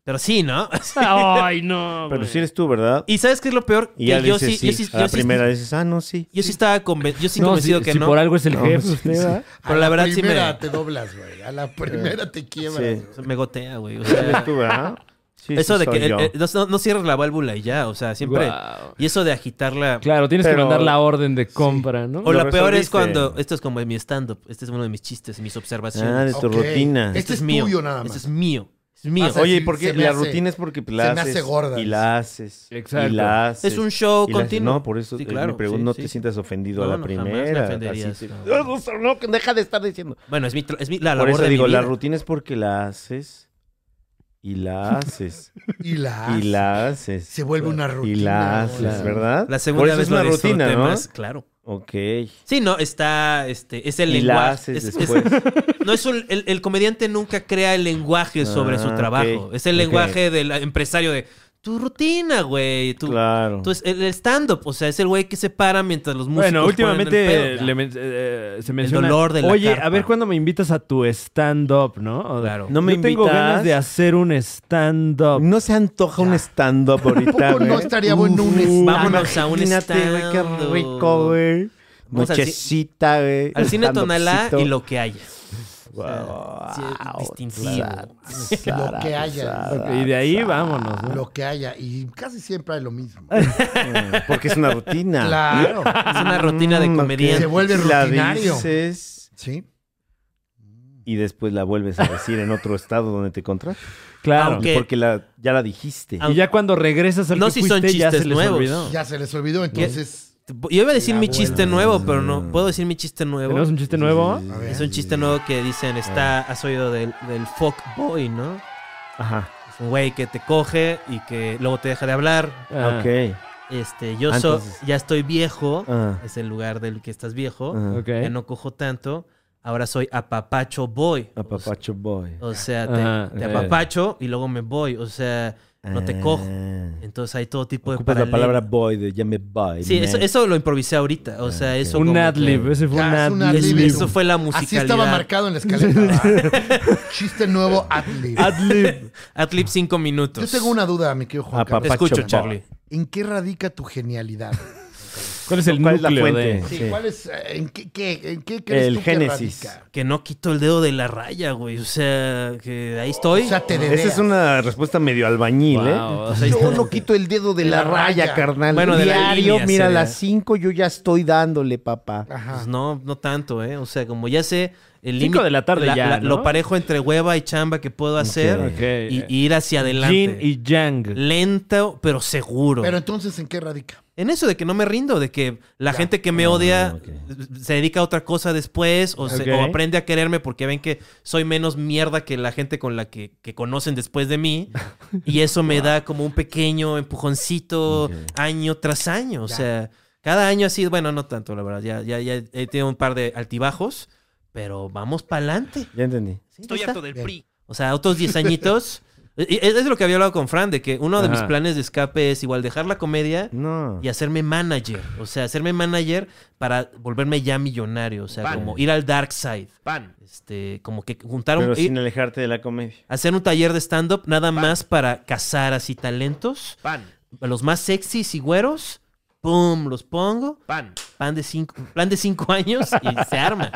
Pero sí, ¿no? *laughs*
Ay, no.
Pero
güey.
si eres tú, ¿verdad?
y ¿sabes qué es lo peor?
Y ya
Que yo
dices
sí, yo sí,
sí. A la
yo sí-
primera dices, ah, no, sí.
Yo sí estaba conven- yo sí
No,
convencido
si,
que
si
no.
por algo es el
No,
jefe
sí,
usted,
sí.
¿verdad?
Pero la verdad
A la
sí me-
primera te doblas, güey. A la primera te quiebras.
Sí.
güey.
Me gotea, güey. O
Sí eres
sea, *laughs*
tú, ¿verdad? Sí,
Eso
sí,
de
soy
que
yo.
eh, eh, no, no- no cierres la válvula y ya, o sea, siempre.
Guau.
Y eso de agitarla.
Claro, tienes que
Pero-
mandar la orden de compra, ¿no?
O
Lo
la peor es
resolviste.
cuando. Esto es como en mi stand-up. Este es uno de mis chistes, mis
Ah, de
observaciones.
tu
Ok.
rutina.
Este
Este
es,
mío.
tuyo nada más.
Este es mío. Es mío.
Vas a-
Oye, ¿y
se-
por qué?
se me
La
hace-
rutina es porque pues, la
se me
haces.
hace gorda.
Y la haces.
Exacto.
Y la haces.
Es un show
y la haces.
continuo.
No, por eso
Sí,
eh,
claro,
mi pregunta,
sí,
no
sí,
te
sí.
sientas ofendido
No,
a la
no, jamás me
primera.
ofenderías,
así te-
no.
No, no, que deja de estar diciendo.
Bueno, es mi, tra- es mi- la
Por
labor
eso
de mi
digo, la
vida.
rutina es porque la haces.
*laughs*
Y la haces.
Y la
y la haces.
Se vuelve una rutina.
Y la
güey.
haces, ¿verdad?
La segunda
Por eso
vez
es una
lo disfruté
rutina, ¿no?
más, claro.
Ok.
Sí, no, está, este, es el
Y
lenguaje.
la haces
es, es-
después.
no es un- el, el comediante nunca crea el lenguaje sobre su
Ah,
trabajo.
ok,
Es el
ok.
lenguaje del empresario de tu rutina, güey. *laughs* Tu,
claro.
tu- es- el el stand-up, o sea, es el güey que se para mientras los músicos.
Bueno,
ponen el
últimamente
pedo.
le men- eh, se menciona.
dolor de la
Oye,
carpa".
a ver cuándo me invitas a tu stand-up, ¿no? O de-
Claro.
No me
Yo tengo
invitas.
ganas de hacer un stand-up.
No se antoja un stand-up ahorita,
Tampoco no
güey?
estaría bueno un
Uf,
stand-up.
Vámonos a un
imagínate, güey,
stand-up.
Qué rico, güey.
Vamos al ci-
Nochecita, güey.
Al cine Tonalá
Stand-upcito.
y lo que haya.
Wow.
Sí, distintivo.
*laughs* Lo que haya.
Ok, y de ahí vámonos, ¿no?
Lo que haya. Y casi siempre hay
*laughs*
lo mismo.
Porque es una rutina.
Claro.
Es una rutina de
Mm, ok.
Se
comediante.
vuelve
La
rutinario.
dices
Sí.
y después la vuelves a decir en otro estado donde te contratas.
Claro.
Aunque-
Porque la, ya la dijiste.
Ah.
Y ya cuando regresas al
No,
que
si son
fuiste, ya
chistes
se les
nuevos.
olvidó.
Ya se les olvidó, entonces.
Yo iba a decir
La
mi
abuela.
chiste nuevo, pero no. ¿Puedo decir mi chiste nuevo?
¿Tenemos un chiste nuevo?
A ver.
Es un chiste nuevo que
Eh.
dicen, está, has oído del, del fuck boy, ¿no?
Ajá.
Es un güey que te coge y que luego te deja de hablar.
Ah,
ok.
Este, yo
Ah,
so-
entonces-
ya estoy viejo.
Ah.
Es el lugar del que estás viejo.
Ah.
ok.
Ya no cojo tanto. Ahora soy apapacho boy.
Apapacho boy.
O sea, te,
Ajá,
te
ok.
apapacho y luego me voy. O sea, no te cojo.
Ah.
Entonces hay todo tipo
Ocupas
de
la palabra
paralelas.
boy de ya me voy.
Sí,
man.
eso, eso lo improvisé ahorita. O
Ah,
sea, eso. como
Un
que-
ad-lib. Ese fue
Ya, es
un
un
ad-lib.
ad-lib.
Eso fue la musicalidad.
Así estaba marcado en la escaleta. Chiste nuevo, Adlib.
*laughs*
Ad-lib.
Adlib cinco minutos.
Yo tengo una duda, mi querido Juan
Ah,
Te
Carlos.
papá.
escucho,
Pacho,
Charlie.
¿En qué radica tu genialidad?
¿Cuál es el
¿Cuál es la
núcleo
fuente?
de...?
Sí,
Sí.
¿Cuál es, eh, en qué, qué- en qué crees
El
tú
génesis.
que radica?
Que no quito el dedo de la raya, güey. O sea, que ahí estoy.
O sea, te
Esa
debeas.
es una respuesta medio albañil,
Wow,
¿eh?
o sea,
yo no quito el dedo de la
la raya.
raya, carnal.
Bueno, de la
Diario,
línea
mira, a
sería.
las 5 yo ya estoy dándole, papá.
Pues
Ajá.
no, no tanto, ¿eh? O sea, como ya sé el
Cinco
límite-
de la tarde ya, ¿no?
Lo parejo entre hueva y chamba que puedo hacer
Ok.
y, y ir hacia
Yin
adelante.
y Yang.
Lento, pero seguro.
Pero entonces, ¿en qué radica?
en eso de que no me rindo, de que la gente que me odia se dedica a otra cosa después o, se-
Ok.
o aprende a quererme porque ven que soy menos mierda que la gente con la que, que conocen después de mí. y eso me da como un pequeño empujoncito año tras año. O sea, cada año así, bueno, no tanto, la verdad. Ya, ya, ya he tenido un par de altibajos, pero vamos para adelante.
Ya entendí.
Estoy harto del
Bien.
PRI.
O sea, otros 10 añitos. Y- y Es lo que había hablado con Fran, de que uno de mis
Ajá.
planes de escape es igual dejar la comedia
No.
y hacerme manager. O sea, hacerme manager para volverme ya millonario. O sea,
Pan.
como ir al dark side.
Pan.
Este, como que juntar un.
Pero
ir-
sin alejarte de la comedia.
hacer un taller de stand-up nada más para cazar así talentos.
Pan.
A los más sexys y güeros. ¡Pum! Los pongo.
Pan.
Plan de cinco, plan de cinco *laughs* años y se arma.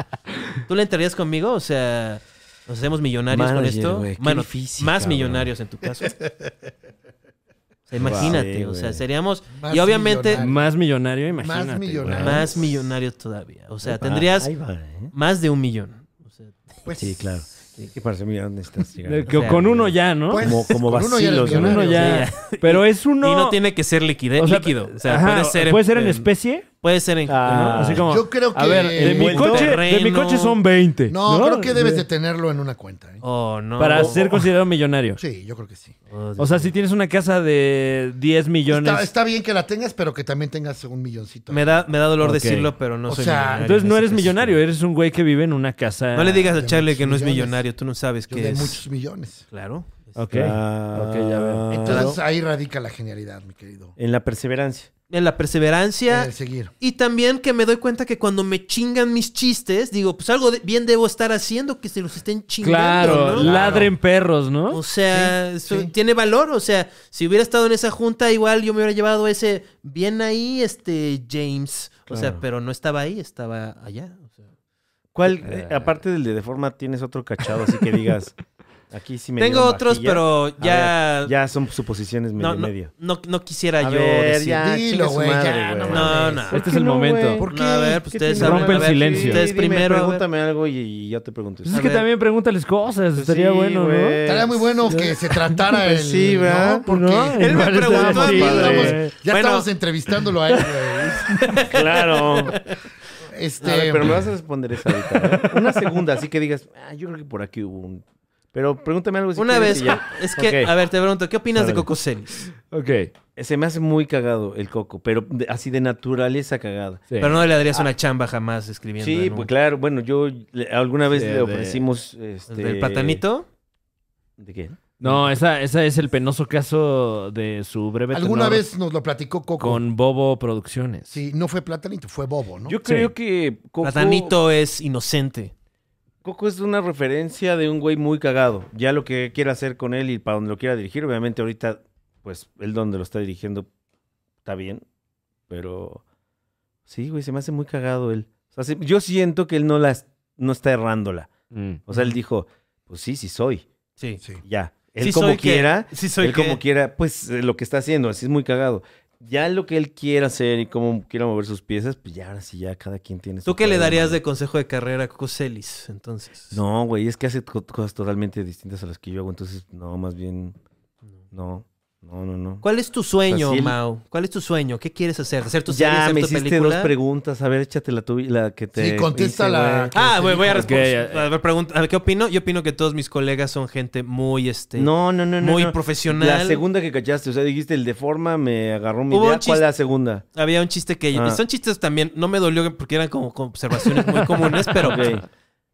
¿Tú le entrarías conmigo? O sea. ¿Nos hacemos millonarios
Manager,
con esto?
güey, qué
Bueno,
difícil,
más
cabrón.
millonarios en tu
*laughs*
caso. O sea, imagínate,
Sí,
o
güey.
sea, seríamos...
Más
y obviamente,
millonarios.
Más millonario, imagínate.
Más
güey.
millonario.
Más millonario todavía. O sea, tendrías
Ahí va, ¿eh?
más de un millón. O sea,
Pues,
Sí, claro. Que para ser millón necesitas
Eh,
*laughs* llegar.
que-
O sea,
con uno ya, ¿no?
Pues,
Como- como
con uno ya eres
vacilos, ¿no?
con uno
millonario.
ya.
Sí.
Pero es uno...
y no tiene que ser liquide-
o sea,
líquido. O sea,
ajá,
puede ser...
en, especie.
Puede ser en...
Ah,
¿no? Así como,
Yo creo
A
que-
ver, de mi,
Envuelto.
coche, de mi
Terreno.
coche son 20.
No, creo que debes de tenerlo en una cuenta. ¿eh?
Oh, no.
Para ser considerado millonario.
Sí, yo creo que sí.
Oh, Dios.
O sea, si tienes una casa de 10 millones.
Está, está bien que la tengas, pero que también tengas un milloncito.
me, da, me da dolor
Ok.
decirlo, pero no
O
soy
sea,
millonario.
entonces no
sé
eres
qué es.
millonario, ¿eh? eres un güey que vive en una casa.
No le digas a
De
Charlie
muchos
que no es
millones.
millonario. Tú no sabes
Yo
qué
de
es.
muchos millones.
Claro.
Ok.
Ah,
Ok, ya veo.
Entonces ahí radica la genialidad, mi querido.
En la perseverancia.
En la perseverancia...
En el seguir.
Y también que me doy cuenta que cuando me chingan mis chistes, digo, pues algo de- bien debo estar haciendo que se los estén chingando.
Claro,
¿no?
ladren perros, ¿no?
O sea,
Sí,
eso
sí.
tiene valor. O sea, si hubiera estado en esa junta, igual yo me hubiera llevado ese bien ahí, este James. O sea, pero no estaba ahí, estaba allá. O sea,
Ah. ¿Cuál, eh, aparte del de, de forma, tienes otro cachado así que digas, Aquí sí me
Tengo
dieron
otros,
vajilla.
pero
A
ya-
ver, ya son suposiciones medio
No, no,
medio.
no, no quisiera
A
yo
ver,
decir.
ya,
Dilo,
chinga su
güey,
madre,
ya,
güey.
no
No, no.
Este es el momento.
güey?
¿Por qué? A ver, pues
¿Qué
ustedes
tiene?
Rompe el
hablan, a ver,
silencio.
Ustedes
dime,
primero. a ver.
Pregúntame algo y, y yo te
*laughs*
pregunto.
Pues es
A
que
ver. Pues
también pregúntales cosas. Estaría Pues bueno, ¿no?
Estaría muy bueno que se tratara el.
Pues sí, ¿verdad?
¿no? Porque
Él me
*laughs* Igual está
preguntó a
así,
mí,
ya,
güey.
estamos,
güey.
ya
Bueno.
estamos entrevistándolo a él, güey.
Claro.
Este,
pero me vas a responder esa ahorita. ¿eh? Una segunda, así que digas, ah, yo creo que por aquí hubo un. Pero pregúntame algo. si
Una vez,
quieres y ya.
*laughs* es que,
Ok.
a ver, te pregunto, ¿qué opinas de
Órale.
Coco Celis?
Ok.
Se me hace muy cagado el coco, pero de- así de naturaleza cagada.
Sí.
Pero no le darías una chamba jamás escribiendo.
Ah. Sí,
en un-
pues claro. Bueno, yo le- alguna vez
Sí,
le
de-
ofrecimos. Este...
¿Del platanito?
¿De qué?
No, esa, esa es el penoso caso de su breve
alguna
tenor
vez nos lo platicó Coco.
con Bobo Producciones.
Sí, no fue platanito, fue bobo, ¿no?
Yo creo que Coco,
Platanito es inocente.
Coco es una referencia de un güey muy cagado. Ya lo que quiera hacer con él y para donde lo quiera dirigir, obviamente ahorita, pues él donde lo está dirigiendo está bien, pero sí, güey, se me hace muy cagado él. O sea, se- yo siento que él no, la, no está errándola.
Mm.
O sea, él dijo, pues sí, sí soy,
Sí.
Sí.
ya. Él
Sí
como
soy que-
quiera,
sí soy
él
que-
como quiera, pues eh, lo que está haciendo, así es muy cagado. Ya lo que él quiera hacer y cómo quiera mover sus piezas, pues ya ahora sí, ya cada quien tiene su
¿Tú qué le
pedo,
darías
mano.
de consejo de carrera a Coco Celis, entonces?
No, güey, es que hace co- cosas totalmente distintas a las que yo hago, entonces, no, más bien, no, no, no, no.
¿Cuál es tu sueño,
O sea, si él-
Mau? ¿Cuál es tu sueño? ¿Qué quieres hacer? ¿Hacer tu serie?
Ya
¿Hacer
me
tu
hiciste
película?
dos preguntas, a ver, échate la, tuya, la que te
Sí, contesta
hice,
la.
güey.
Ah, güey, voy a
Ok,
responder.
ya-
A ver, pregunta, a ver, ¿qué opino? Yo opino que todos mis colegas son gente muy, este...
No, no, no, no.
Muy
no.
profesional.
La segunda que cachaste, o sea, dijiste el de forma, me agarró mi
Hubo un
idea. ¿Cuál
chiste-
es la segunda?
Había un chiste que...
Ah.
Son chistes también. No me dolió porque eran como como observaciones muy comunes, pero... pues,
Ok.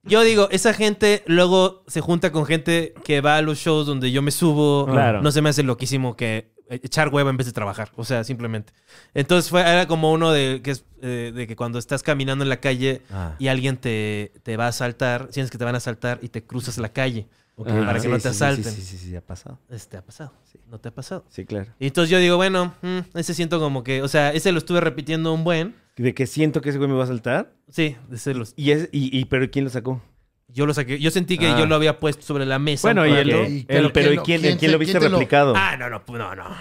Yo digo, esa gente luego se junta con gente que va a los shows donde yo me subo.
Ah. Claro.
No se me hace loquísimo que echar hueva en vez de trabajar. O sea, simplemente. Entonces fue, era como uno de que, es, eh, de que cuando estás caminando en la calle
Ah.
y alguien te, te va a asaltar, sientes que te van a asaltar y te cruzas la calle
Ok.
Ah,
para que no
Sí,
te
sí, sí,
asalten.
Sí, sí, sí, sí, ha pasado.
Este, ha pasado. No te ha pasado.
Sí, claro.
Y entonces yo digo, bueno, mm, ese siento como que, o sea, ese lo estuve repitiendo un buen.
De que siento que ese güey me va a saltar.
Sí, ese los,
Y es, y, y- pero ¿quién lo sacó?
yo lo saqué. Yo sentí que
Ah.
yo lo había puesto sobre la mesa.
Bueno, y
para-
el-
Ok.
y-
pero,
el-
pero ¿y
¿quién-
quién,
quién
quién lo
se-
viste
quién te lo-
replicado?
Ah, no, no, no, no, no.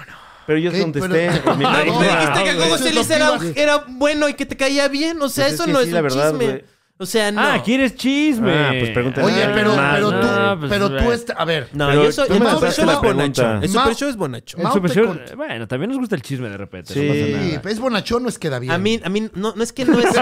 pero yo
¿qué?
contesté.
Pero-
me
*laughs* Ah,
Ay,
no,
pero
no,
dijiste que
no,
Coco
eso es lo
Celis
que
era,
iba a-
era bueno y que te caía bien. O sea,
Pues es
eso
que
no
sí,
es
la
un
verdad,
chisme.
güey.
O sea, no.
Ah, ¿quieres chisme?
Ah, pues pregúntale.
Oye,
Ah,
pero,
más,
pero tú,
no, pues,
pero tú
eh.
estás. A ver,
No,
Pero
yo soy.
tú
El
me
Super
lanzaste
Show
la
es bonacho.
pregunta.
El Super
Mau-
Show es bonacho.
El
Mau
Super
te
Show-
cont-
eh, Bueno, también nos gusta el chisme de repente.
Sí.
No pasa
Sí,
nada.
es bonachón, no es queda bien.
A mí, a mí no, no es que no *laughs* es.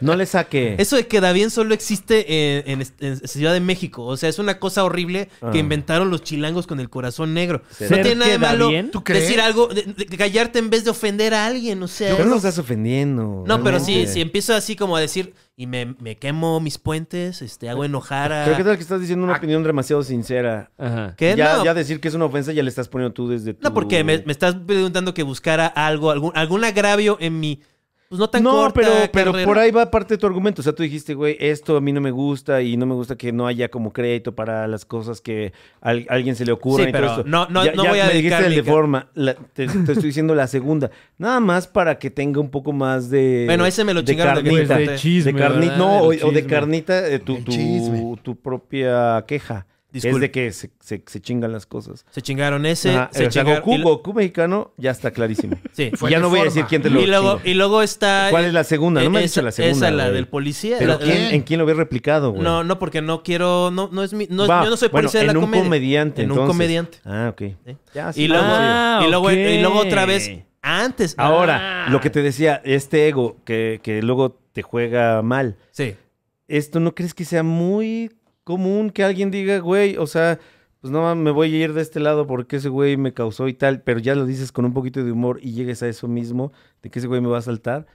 No le saque.
Eso de que da bien solo existe en, en- en Ciudad de México. O sea, es una cosa horrible
Ah.
que inventaron los chilangos con el corazón negro.
¿Será?
No tiene nada de
¿Ser que da
malo
bien?
¿Tú crees?
decir algo, de- de- de callarte en vez de ofender a alguien. O sea,
Pero no
no-
nos estás ofendiendo.
No, pero sí,
realmente.
si empiezo así como a decir, y me, me quemo mis puentes, este, hago enojar a...
Pero qué tal que estás
Ah.
diciendo una opinión demasiado sincera.
Ajá.
¿Qué?
Ya,
no,
ya decir que es una ofensa ya le estás poniendo tú desde tu...
no, porque me, me estás preguntando que buscara algo, algún, algún agravio en mi... Pues no tan
no,
corta
pero, pero
carrera.
por ahí va parte de tu argumento. O sea, tú dijiste, güey, esto a mí no me gusta y no me gusta que no haya como crédito para las cosas que a al- alguien se le ocurra.
Sí,
y
pero
todo esto.
no- no-
Ya-
no
ya
voy a
me dijiste
dedicar
el de
mi ca-
forma. La- te, te estoy diciendo la segunda. Nada más para que tenga un poco más de.
Bueno, ese me lo
de
chingaron de mi
carnita.
parte.
Pues De chisme,
De carni-
¿verdad?
no, o,
El
o de
chisme.
carnita eh, tu,
El
tu-
chisme.
tu propia queja.
Disculpe.
Es de que se, se- se chingan las cosas.
Se chingaron ese,
Ajá,
se
o sea,
chingaron...
Goku,
y lo-
Goku mexicano, ya está clarísimo.
sí.
Fue
ya
de
no voy a decir
forma.
quién te lo
Y luego,
chinga.
y luego está...
¿Cuál es la segunda? No me has dicho la segunda.
Esa, la
güey.
del policía.
¿Pero
la- la-
quién-
¿quién?
en quién lo había replicado, güey?
no, no, porque no quiero... No, no es mi... No, es-
Va,
yo no soy
bueno,
policía
en
de la
un
comedia.
comediante,
En un
entonces.
comediante.
Ah, ok. Ya, sí,
Y luego,
Ah,
y, luego,
ok.
y luego otra vez, antes. ah,
Ahora, lo que te decía, este ego que, que luego te juega mal,
Sí.
¿esto no crees que sea muy común que alguien diga, güey, o sea, pues no, me voy a ir de este lado porque ese güey me causó y tal, pero ya lo dices con un poquito de humor y llegues a eso mismo, de que ese güey me va a saltar?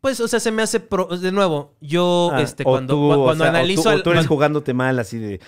Pues, o sea, se me hace pro- de nuevo. Yo,
Ah,
este,
o
cuando,
tú,
cua-
o
cuando
sea, o tú-
analizo
o
al-
tú eres
cuando-
jugándote mal, así de...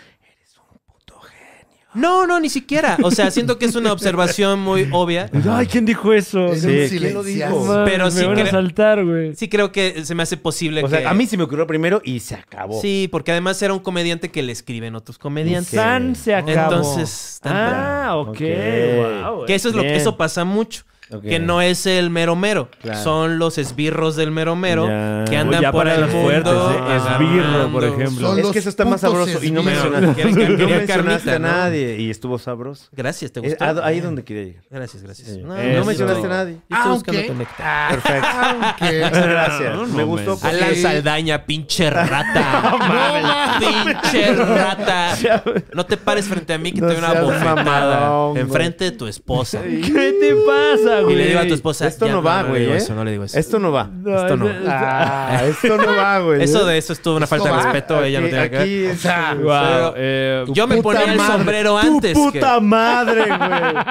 No, no, ni siquiera. O sea, siento que es una observación muy obia.
*laughs* Ay, ¿quién dijo eso?
En
Sí,
un
¿quién
silenciazo.
lo
Mames,
Pero sí
me van
creo-
a saltar, güey.
Sí creo que se me hace posible
O
que-
sea, a mí se me ocurrió primero y se acabó.
Sí, porque además era un comediante que le escriben otros comediantes.
Sí.
San se acabó.
Entonces, tan-
ah, ok.
Ok.
Wow,
Que eso es lo que
Bien.
eso pasa mucho.
Ok.
que no es el mero mero.
Claro.
Son los esbirros del mero mero
Ya.
que andan
O ya
por
para
el
los
mundo
fuertes, ¿eh? Esbirro, por
agarrando-
ejemplo.
Son
Es
los
que eso está más
putos
sabroso y no
esbirros.
mencionaste,
Querían- *laughs*
no
querían
mencionaste a
carnita, ¿no?
nadie y estuvo sabroso.
Gracias, ¿te
Es-
gustó?
a- Eh, ah, ahí es donde quería llegar.
Gracias, gracias.
Sí.
No,
No,
no
mencionaste
estoy-
a nadie.
Yo estoy
Ah,
buscando
ok.
conectar.
Perfecto. Muchas
Aunque-
gracias.
No, no,
Me
no,
gustó.
man.
Alan
Sí.
Saldaña,
*laughs*
pinche rata. pinche rata. No te pares frente a mí que
No
te doy una
seas
bofetada.
mamadón, güey.
enfrente de tu esposa.
¿Qué te pasa,
Mm. Y
güey?
le digo a tu esposa.
Esto
"Ya,
no va,
le
güey.
digo
¿eh?
eso, no le digo eso.
Esto no va.
No,
esto no.
es- es-
Ah, esto no va, güey. ¿eh?
Eso de eso es toda una
Esto
falta de
va.
respeto. Ella no
Aquí-
tiene que ver.
aquí es-
O sea,
Guau, eh,
Yo me
puta
ponía el
madre.
sombrero
¡Tu
antes. que-
puta madre, güey!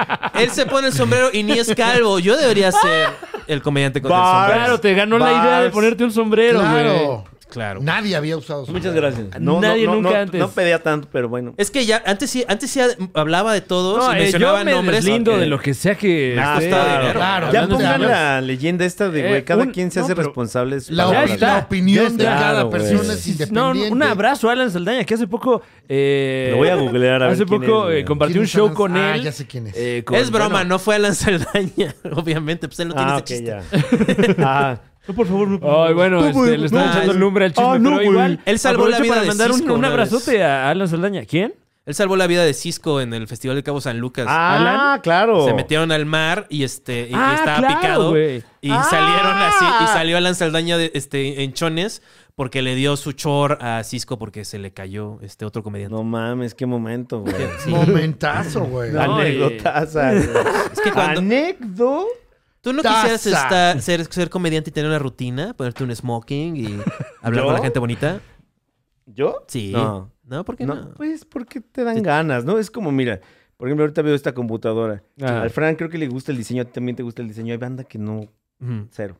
Él se pone el sombrero y ni es calvo. Yo debería ser el comediante con
Bars.
el sombrero.
Claro, te ganó la idea de
Bars.
ponerte un sombrero, güey.
Claro.
Claro.
Nadie había usado su-
Muchas gracias.
Nadie nunca
no,
antes.
No pedía tanto, pero bueno.
Es que ya, antes sí, antes sí hablaba de todos
No,
y
eh,
mencionaba
yo me
nombres.
deslindo
Ok.
de lo que sea que...
Ah,
esté-
costado dinero.
Claro,
ya
hablando de
pongan
hablas.
la leyenda esta de,
Eh,
güey, cada
un-
quien se
no,
hace
pero-
responsable de sus
La,
Ya
palabras.
está.
la opinión de
Claro,
cada
güey.
persona es
Sí, sí,
independiente.
No, un abrazo a Alan Saldaña, que hace poco... eh,
Lo voy a googlear a ver
Hace
quién es,
poco
güey.
eh, compartí
¿Quién
un
es
show
Alan?
con
Ah,
él.
ya sé quién es.
eh, con-
Es broma,
bueno,
no fue Alan Saldaña, *laughs* obviamente, pues él no tiene
Ah,
ese
ok,
chiste.
ya.
*laughs*
Ah, no, por favor. No,
Ay, bueno, este, le están
no,
echando
es-
lumbre al chisme,
Ah, no,
pero igual...
güey.
Él salvó la
aprovecho
vida
para
de
mandar un,
Cisco,
un
una vez.
abrazote a Alan Saldaña. ¿Quién?
Él salvó la vida de Cisco en el Festival de Cabo San Lucas.
Ah,
Alan,
claro.
*laughs*
Se metieron al mar y este y, y
Ah,
estaba
claro,
picado
güey.
y
Ah.
salieron así y salió Alan Saldaña de, este en chones porque le dio su chor a Cisco porque se le cayó este otro comediante.
No mames, qué momento, güey. *laughs*
Momentazo, güey.
No,
Anécdotaza.
Es que cuando
Anécdota.
tú no
Taza.
quisieras estar- ser, ser comediante y tener una rutina, ponerte un smoking
*laughs*
y hablar con
¿Yo?
la gente bonita.
¿Yo?
Sí.
No.
No, ¿por qué
No,
no?
pues porque te dan ganas, ¿no? Es como, mira, por ejemplo, ahorita veo esta computadora.
Ah.
Al Fran creo que le gusta el diseño, a ti también te gusta el diseño. Hay banda que no,
Ujú.
cero.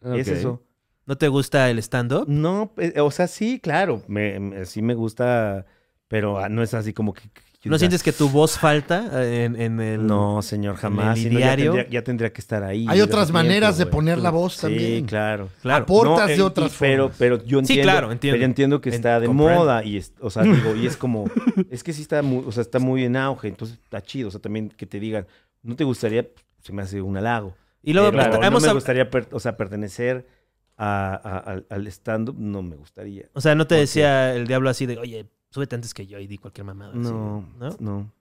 Es
Ok.
eso.
¿No te gusta el stand-up?
No, eh, o sea, sí, claro, me, me- sí me gusta, pero ah, no es así como que... que- que-
¿No sientes que tu voz falta eh, en, en el...?
No, señor, jamás.
el
si no, ya,
diario?
tendría, ya tendría que estar ahí.
Hay otras
Dios
maneras de
güey.
poner la voz
Sí,
también.
claro.
Claro.
Aportas
No, eh,
de otras
y- pero,
formas.
pero yo
Sí,
entiendo.
claro, entiendo.
Pero entiendo que
En-
está de
comprendo.
moda y, es,
*laughs*
o sea, digo, y es como, es que sí está muy, o sea, está muy en auge, entonces está chido, o sea, también que te digan, no te gustaría, se me hace un halago.
Y luego
Pero
hemos
eh, no me
hab-
gustaría, per- o sea, pertenecer a- a- al, al stand-up, no me gustaría.
O sea, no te
Ok.
decía el diablo así de, oye, súbete antes que yo y di cualquier mamada. así,
No,
Ah, ¿No?
no,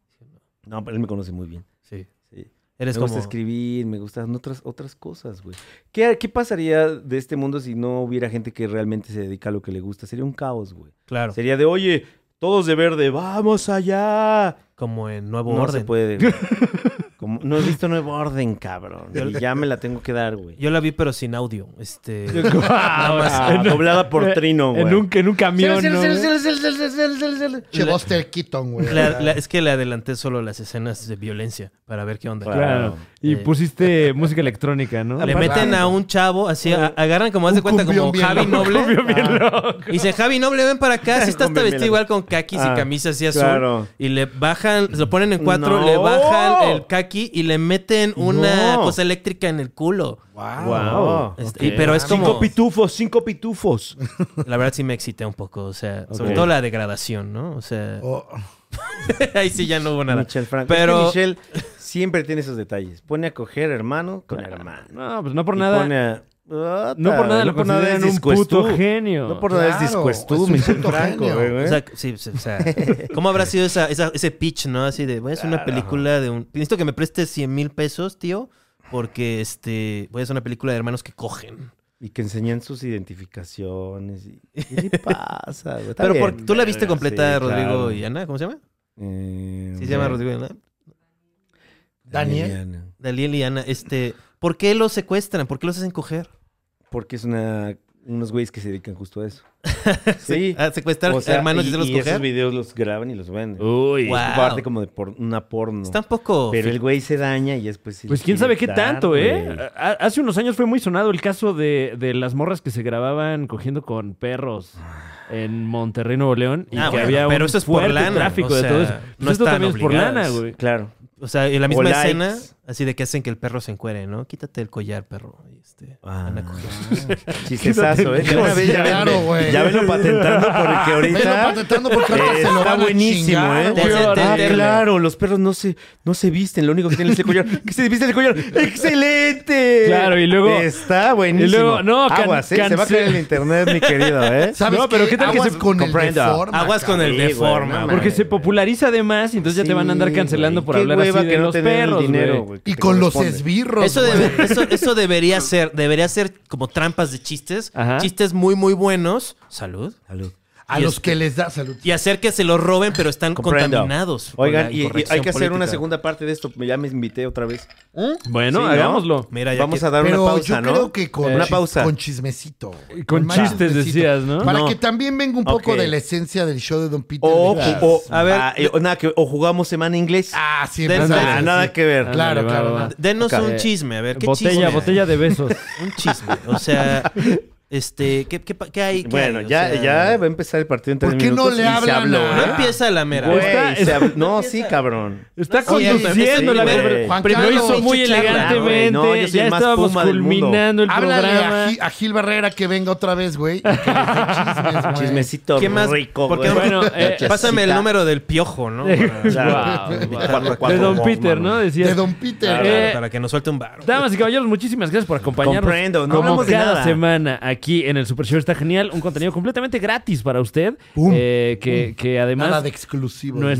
no, pero él me conoce muy bien.
Sí.
Sí.
Eres
me
como...
gusta escribir, me gustan otras, otras cosas, güey. ¿Qué, ¿Qué pasaría de este mundo si no hubiera gente que realmente se dedica a lo que le gusta? Sería un caos, güey.
Claro.
Sería de, oye, todos de verde, vamos allá.
Como en Nuevo
No
Orden.
se puede. güey. Como- no he visto nuevo orden, cabrón. Y ya me la tengo que
*laughs*
dar, güey.
Yo la vi, pero sin audio.
*laughs*
Este...
Ah, doblada por Trino, güey.
En un, en un camión, ¿no?
Che, Buster Keaton, güey.
la- la- es que le adelanté solo las escenas de violencia para ver qué onda.
Ah,
Claro. Ah, Y pusiste *laughs* música electrónica, ¿no?
Le meten a un chavo, así, a- agarran como, haz de
Un
cuenta, como
cumbión bien
Javi
loco.
Noble. Ah. Y dice, Javi Noble, ven para acá.
*laughs*
Si está hasta
Cumbión bien
vestido
loco.
igual con kakis
Ah,
y camisa así azul.
claro.
Y le bajan, se lo ponen en cuatro,
No.
le bajan el kaki y le meten una
No.
cosa eléctrica en el culo.
Wow.
Este, y- pero es como...
Ah, Cinco pitufos, cinco pitufos.
La verdad sí me excité un poco, o sea, sobre
Ok.
todo la degradación, ¿no? O sea, *laughs*
O-
ahí sí ya no hubo nada.
Michelle Franco.
Pero-
Es que Michelle siempre tiene esos detalles. Pone a coger hermano con hermano.
No, pues no por
Y
nada.
pone a- Ah, Ota,
No por nada lo consideran un puto
discuestú.
genio.
No por nada es
Claro,
discuestú,
es un
Michelle
puto
Franco,
genio.
güey, güey.
O sea, sí, sí, o sea, ¿cómo habrá sido esa, esa- ese pitch, no? Así de, voy a hacer una película de un... Necesito que me prestes 100 mil pesos, tío, porque este voy a hacer una película de hermanos que cogen.
Y que enseñan sus identificaciones. y- ¿Qué *laughs* le pasa? güey? Está
Pero
bien,
por- tú la viste
verga,
completa,
sí,
Rodrigo
claro.
y Ana, ¿cómo se llama?
Eh,
Sí, se llama
bueno,
Rodrigo y Ana.
Daniel.
Daniel.
Daniel y Ana, este... ¿Por qué los secuestran? ¿Por qué los hacen coger?
Porque es una, unos güeyes que se dedican justo
*laughs*
a eso. sí.
¿A ah, secuestrar
O sea,
hermanos y,
y,
hacerlos
y esos
coger?
videos los graban y los venden.
Uh,
Uy.
Guau.
Es parte como de por- una porno.
Está un poco...
Pero el güey se daña y después... sí le
Pues quién
quiere
sabe qué
dar,
tanto, ¿eh?
güey.
Ha- Hace unos años fue muy sonado el caso de, de las morras que se grababan cogiendo con perros en Monterrey, Nuevo León. Y
Ah,
que
bueno,
había
pero
un
eso es por
fuerte
lana,
tráfico
o
de todo
sea,
eso.
no
Pues esto
están
también es por
obligadas.
lana, güey.
Claro.
O sea, en la
O
misma
likes.
escena Así de que hacen que el perro se encuere, ¿no? Quítate el collar, perro. Y este, van a
*laughs*
coger.
Chistezazo, Ah. ¿eh? Ya una vez ya,
Claro,
ven-
güey.
ya venlo patentando porque ahorita.
Venlo patentando porque ahorita
eh,
se lo
Está
van a
buenísimo,
chingar,
¿eh?
güey.
Te hace
Ah,
entenderle.
claro, los perros no se, no se visten, lo único que tienen es el collar. ¿Qué se visten el collar? ¡Excelente!
Claro, y luego-
Está buenísimo.
y luego, no, can-
Aguas, ¿eh? Se va a
cance-
caer el internet, mi querido, ¿eh?
*laughs* ¿Sabes
No, pero ¿qué tal que
Aguas
se-
con
comprenda.
el deforma,
Aguas con
Sí,
el
güey,
deforma,
no
güey.
Porque se populariza de más y entonces ya te van a andar
Ah, Sí,
cancelando
güey,
por
qué
hablar
hueva
así de
que no
los
tener el
perros,
dinero,
güey.
güey, que
Y
te
con los
corresponde.
esbirros,
Eso, debe-
güey.
eso, eso debería ser, debería ser como trampas de chistes,
Ajá.
chistes muy muy buenos, salud,
Salud.
A
y
los
este-
que les da
¿Eh?
salud.
y hacer que se los roben pero están
Comprendo.
contaminados. por
Oigan,
la
y, y hay que hacer
incorrección
una
política.
segunda parte de esto. Ya me invité otra vez.
Bueno,
Sí, ¿no?
hagámoslo.
Mira, ya
Vamos
que-
a dar
Pero
una pausa,
yo
¿no?
creo que con,
una
chis-
pausa.
con chismecito. güey.
Con
más
chistes decías, ¿no?
Para
No.
que también venga un poco
Ok.
de la esencia del show de Don Peter.
O,
Richards.
o-
A ver.
ah, eh, o nada que- o jugamos semana inglés.
Ah, sí,
Del-
empezamos
Ah,
a
nada
decir.
que ver.
Claro,
Ándale, va,
claro.
va,
nada.
va.
Denos
Acá.
un chisme, a ver, ¿qué
Botella,
chisme?
botella de besos.
Un chisme, o sea, este, ¿qué, qué, pa- qué hay? ¿Qué
Bueno,
hay? O
ya,
sea,
ya va a empezar el partido en tres
¿Por qué no
minutos
le
y se
hablan
habló,
a-
No
¿eh?
empieza la mera.
Güey,
Está-
se
está-
hab- No, sí, cabrón.
Está
Sí, es-
conduciendo
sí,
la
güey.
verga.
Juan
Primero
Carlos,
hizo muy
pinche charla,
elegantemente.
güey. No, yo soy
ya
el más
estábamos
puma del mundo.
culminando el
Háblale
programa.
a Gil, a Gil Barrera que venga otra vez, güey. y que les dé chismes, güey.
Chismecito
¿Qué más?
rico,
¿Por qué
güey.
no-
Bueno, eh,
Chachacita.
Pásame el número del piojo, ¿no? Para,
Guau,
Claro.
guau.
Cuatro, cuatro,
De Don
guau,
Peter,
mamá.
¿no? Decías.
De Don Peter.
Eh,
para que nos suelte un bar.
Damas y caballeros, muchísimas gracias por acompañarnos.
Comprendo, no
Como
hablamos de
cada
nada.
semana aquí en el Super Show está genial. Un contenido completamente gratis para usted.
Pum.
eh, que, que además.
Nada de exclusivo.
no es-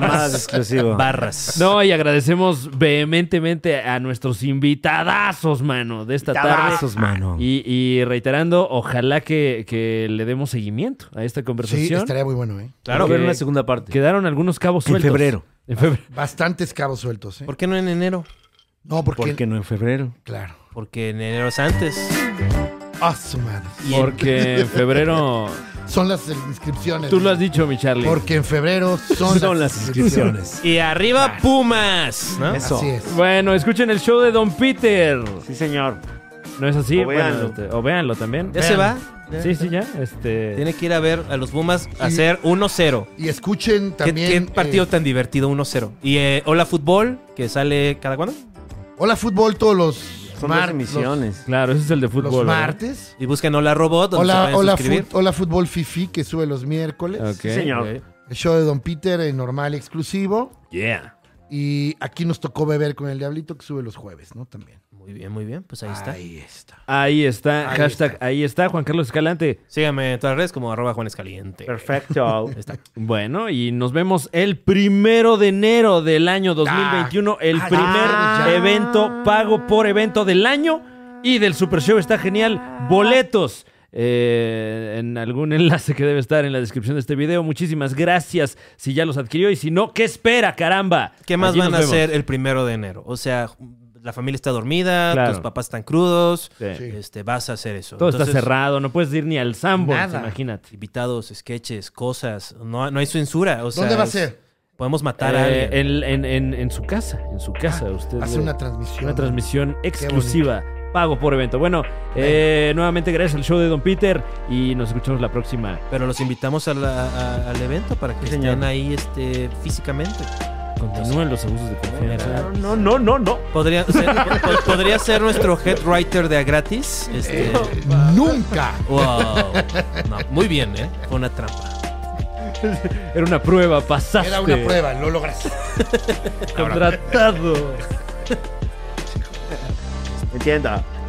*laughs*
más exclusivo.
Barras.
*laughs* No, y agradecemos vehementemente a nuestros invitadazos, mano, de esta
Tabazos,
tarde.
mano.
Y, y reiterando, ojalá que, que le demos seguimiento a esta
Sí,
conversación.
estaría muy bueno, ¿eh?
Claro,
Porque
ver una segunda parte.
Quedaron algunos cabos
En
sueltos.
febrero.
En
*laughs*
febrero.
Bastantes cabos sueltos, ¿eh?
¿Por qué no en enero?
No, porque...
¿Por qué no en febrero?
Claro.
Porque en enero es antes.
Ah, su madre.
Y en-
Porque en febrero.
Son las inscripciones.
Tú lo has dicho, mi Charlie.
Porque en febrero son,
Son las inscripciones.
Y arriba Pumas, ¿no?
Eso.
Así es.
Bueno, escuchen el show de Don Peter.
Sí, señor.
¿No es así?
O véanlo.
Bueno, este, o véanlo también.
¿Ya se va?
Sí, sí, ya. Este.
Tiene que ir a ver a los Pumas a hacer 1-0.
Y escuchen
¿Qué,
también...
qué partido
eh,
tan divertido 1-0? Y eh, Hola Fútbol, que sale cada cuándo.
Hola Fútbol todos los
Son las
martes.
emisiones.
Claro, ese es el de
Los,
fútbol. ¿verdad?
martes.
Y busquen Hola Robot, donde se
Hola,
pueden
hola,
suscribir.
fut- hola Fútbol Fifi que sube los miércoles.
Ok.
Sí, señor.
El show de Don Peter en normal exclusivo.
Yeah.
Y aquí nos tocó beber con el Diablito que sube los jueves, ¿no? También.
Muy bien, muy bien. Pues ahí está.
Ahí está.
Ahí está.
Ahí
Hashtag, ahí está, Juan Carlos Escalante.
Síganme en todas las redes como arroba Juan Escaliente. *laughs*
Perfecto.
Bueno, y nos vemos el primero de enero del año 2021. el
Ah,
primer
ya.
evento pago por evento del año. Y del Super Show está genial. Boletos. eh, en algún enlace que debe estar en la descripción de este video. Muchísimas gracias si ya los adquirió y si no, ¿qué espera, caramba?
¿Qué más
Allí
van a
nos vemos.
hacer el primero de enero? O sea, la familia está dormida,
Claro.
tus papás están crudos.
Sí.
Sí.
Este, vas a hacer eso.
Todo está
Entonces,
cerrado, no puedes ir ni al Sambo,
Nada.
imagínate.
Invitados, sketches, cosas. No, no hay censura. O sea,
¿Dónde va a
es-
ser?
Podemos matar a
Eh,
alguien.
en, en- en- en su casa, en su casa. usted
Hace
le-
una transmisión.
Una transmisión exclusiva, pago por evento. Bueno, eh, nuevamente gracias al show de Don Peter y nos escuchamos la próxima.
Pero los invitamos a la- a- al evento para que estén ahí este, físicamente.
Continúan los abusos de confianza.
No, no, no, no. Podría ser, *laughs* po- podría ser nuestro head writer de a gratis. Este,
Eh, nunca.
Wow. No, muy bien, ¿eh? Fue una trampa.
Era una prueba, pasaste.
Era una prueba, lo lograste.
Contratado.
Entienda.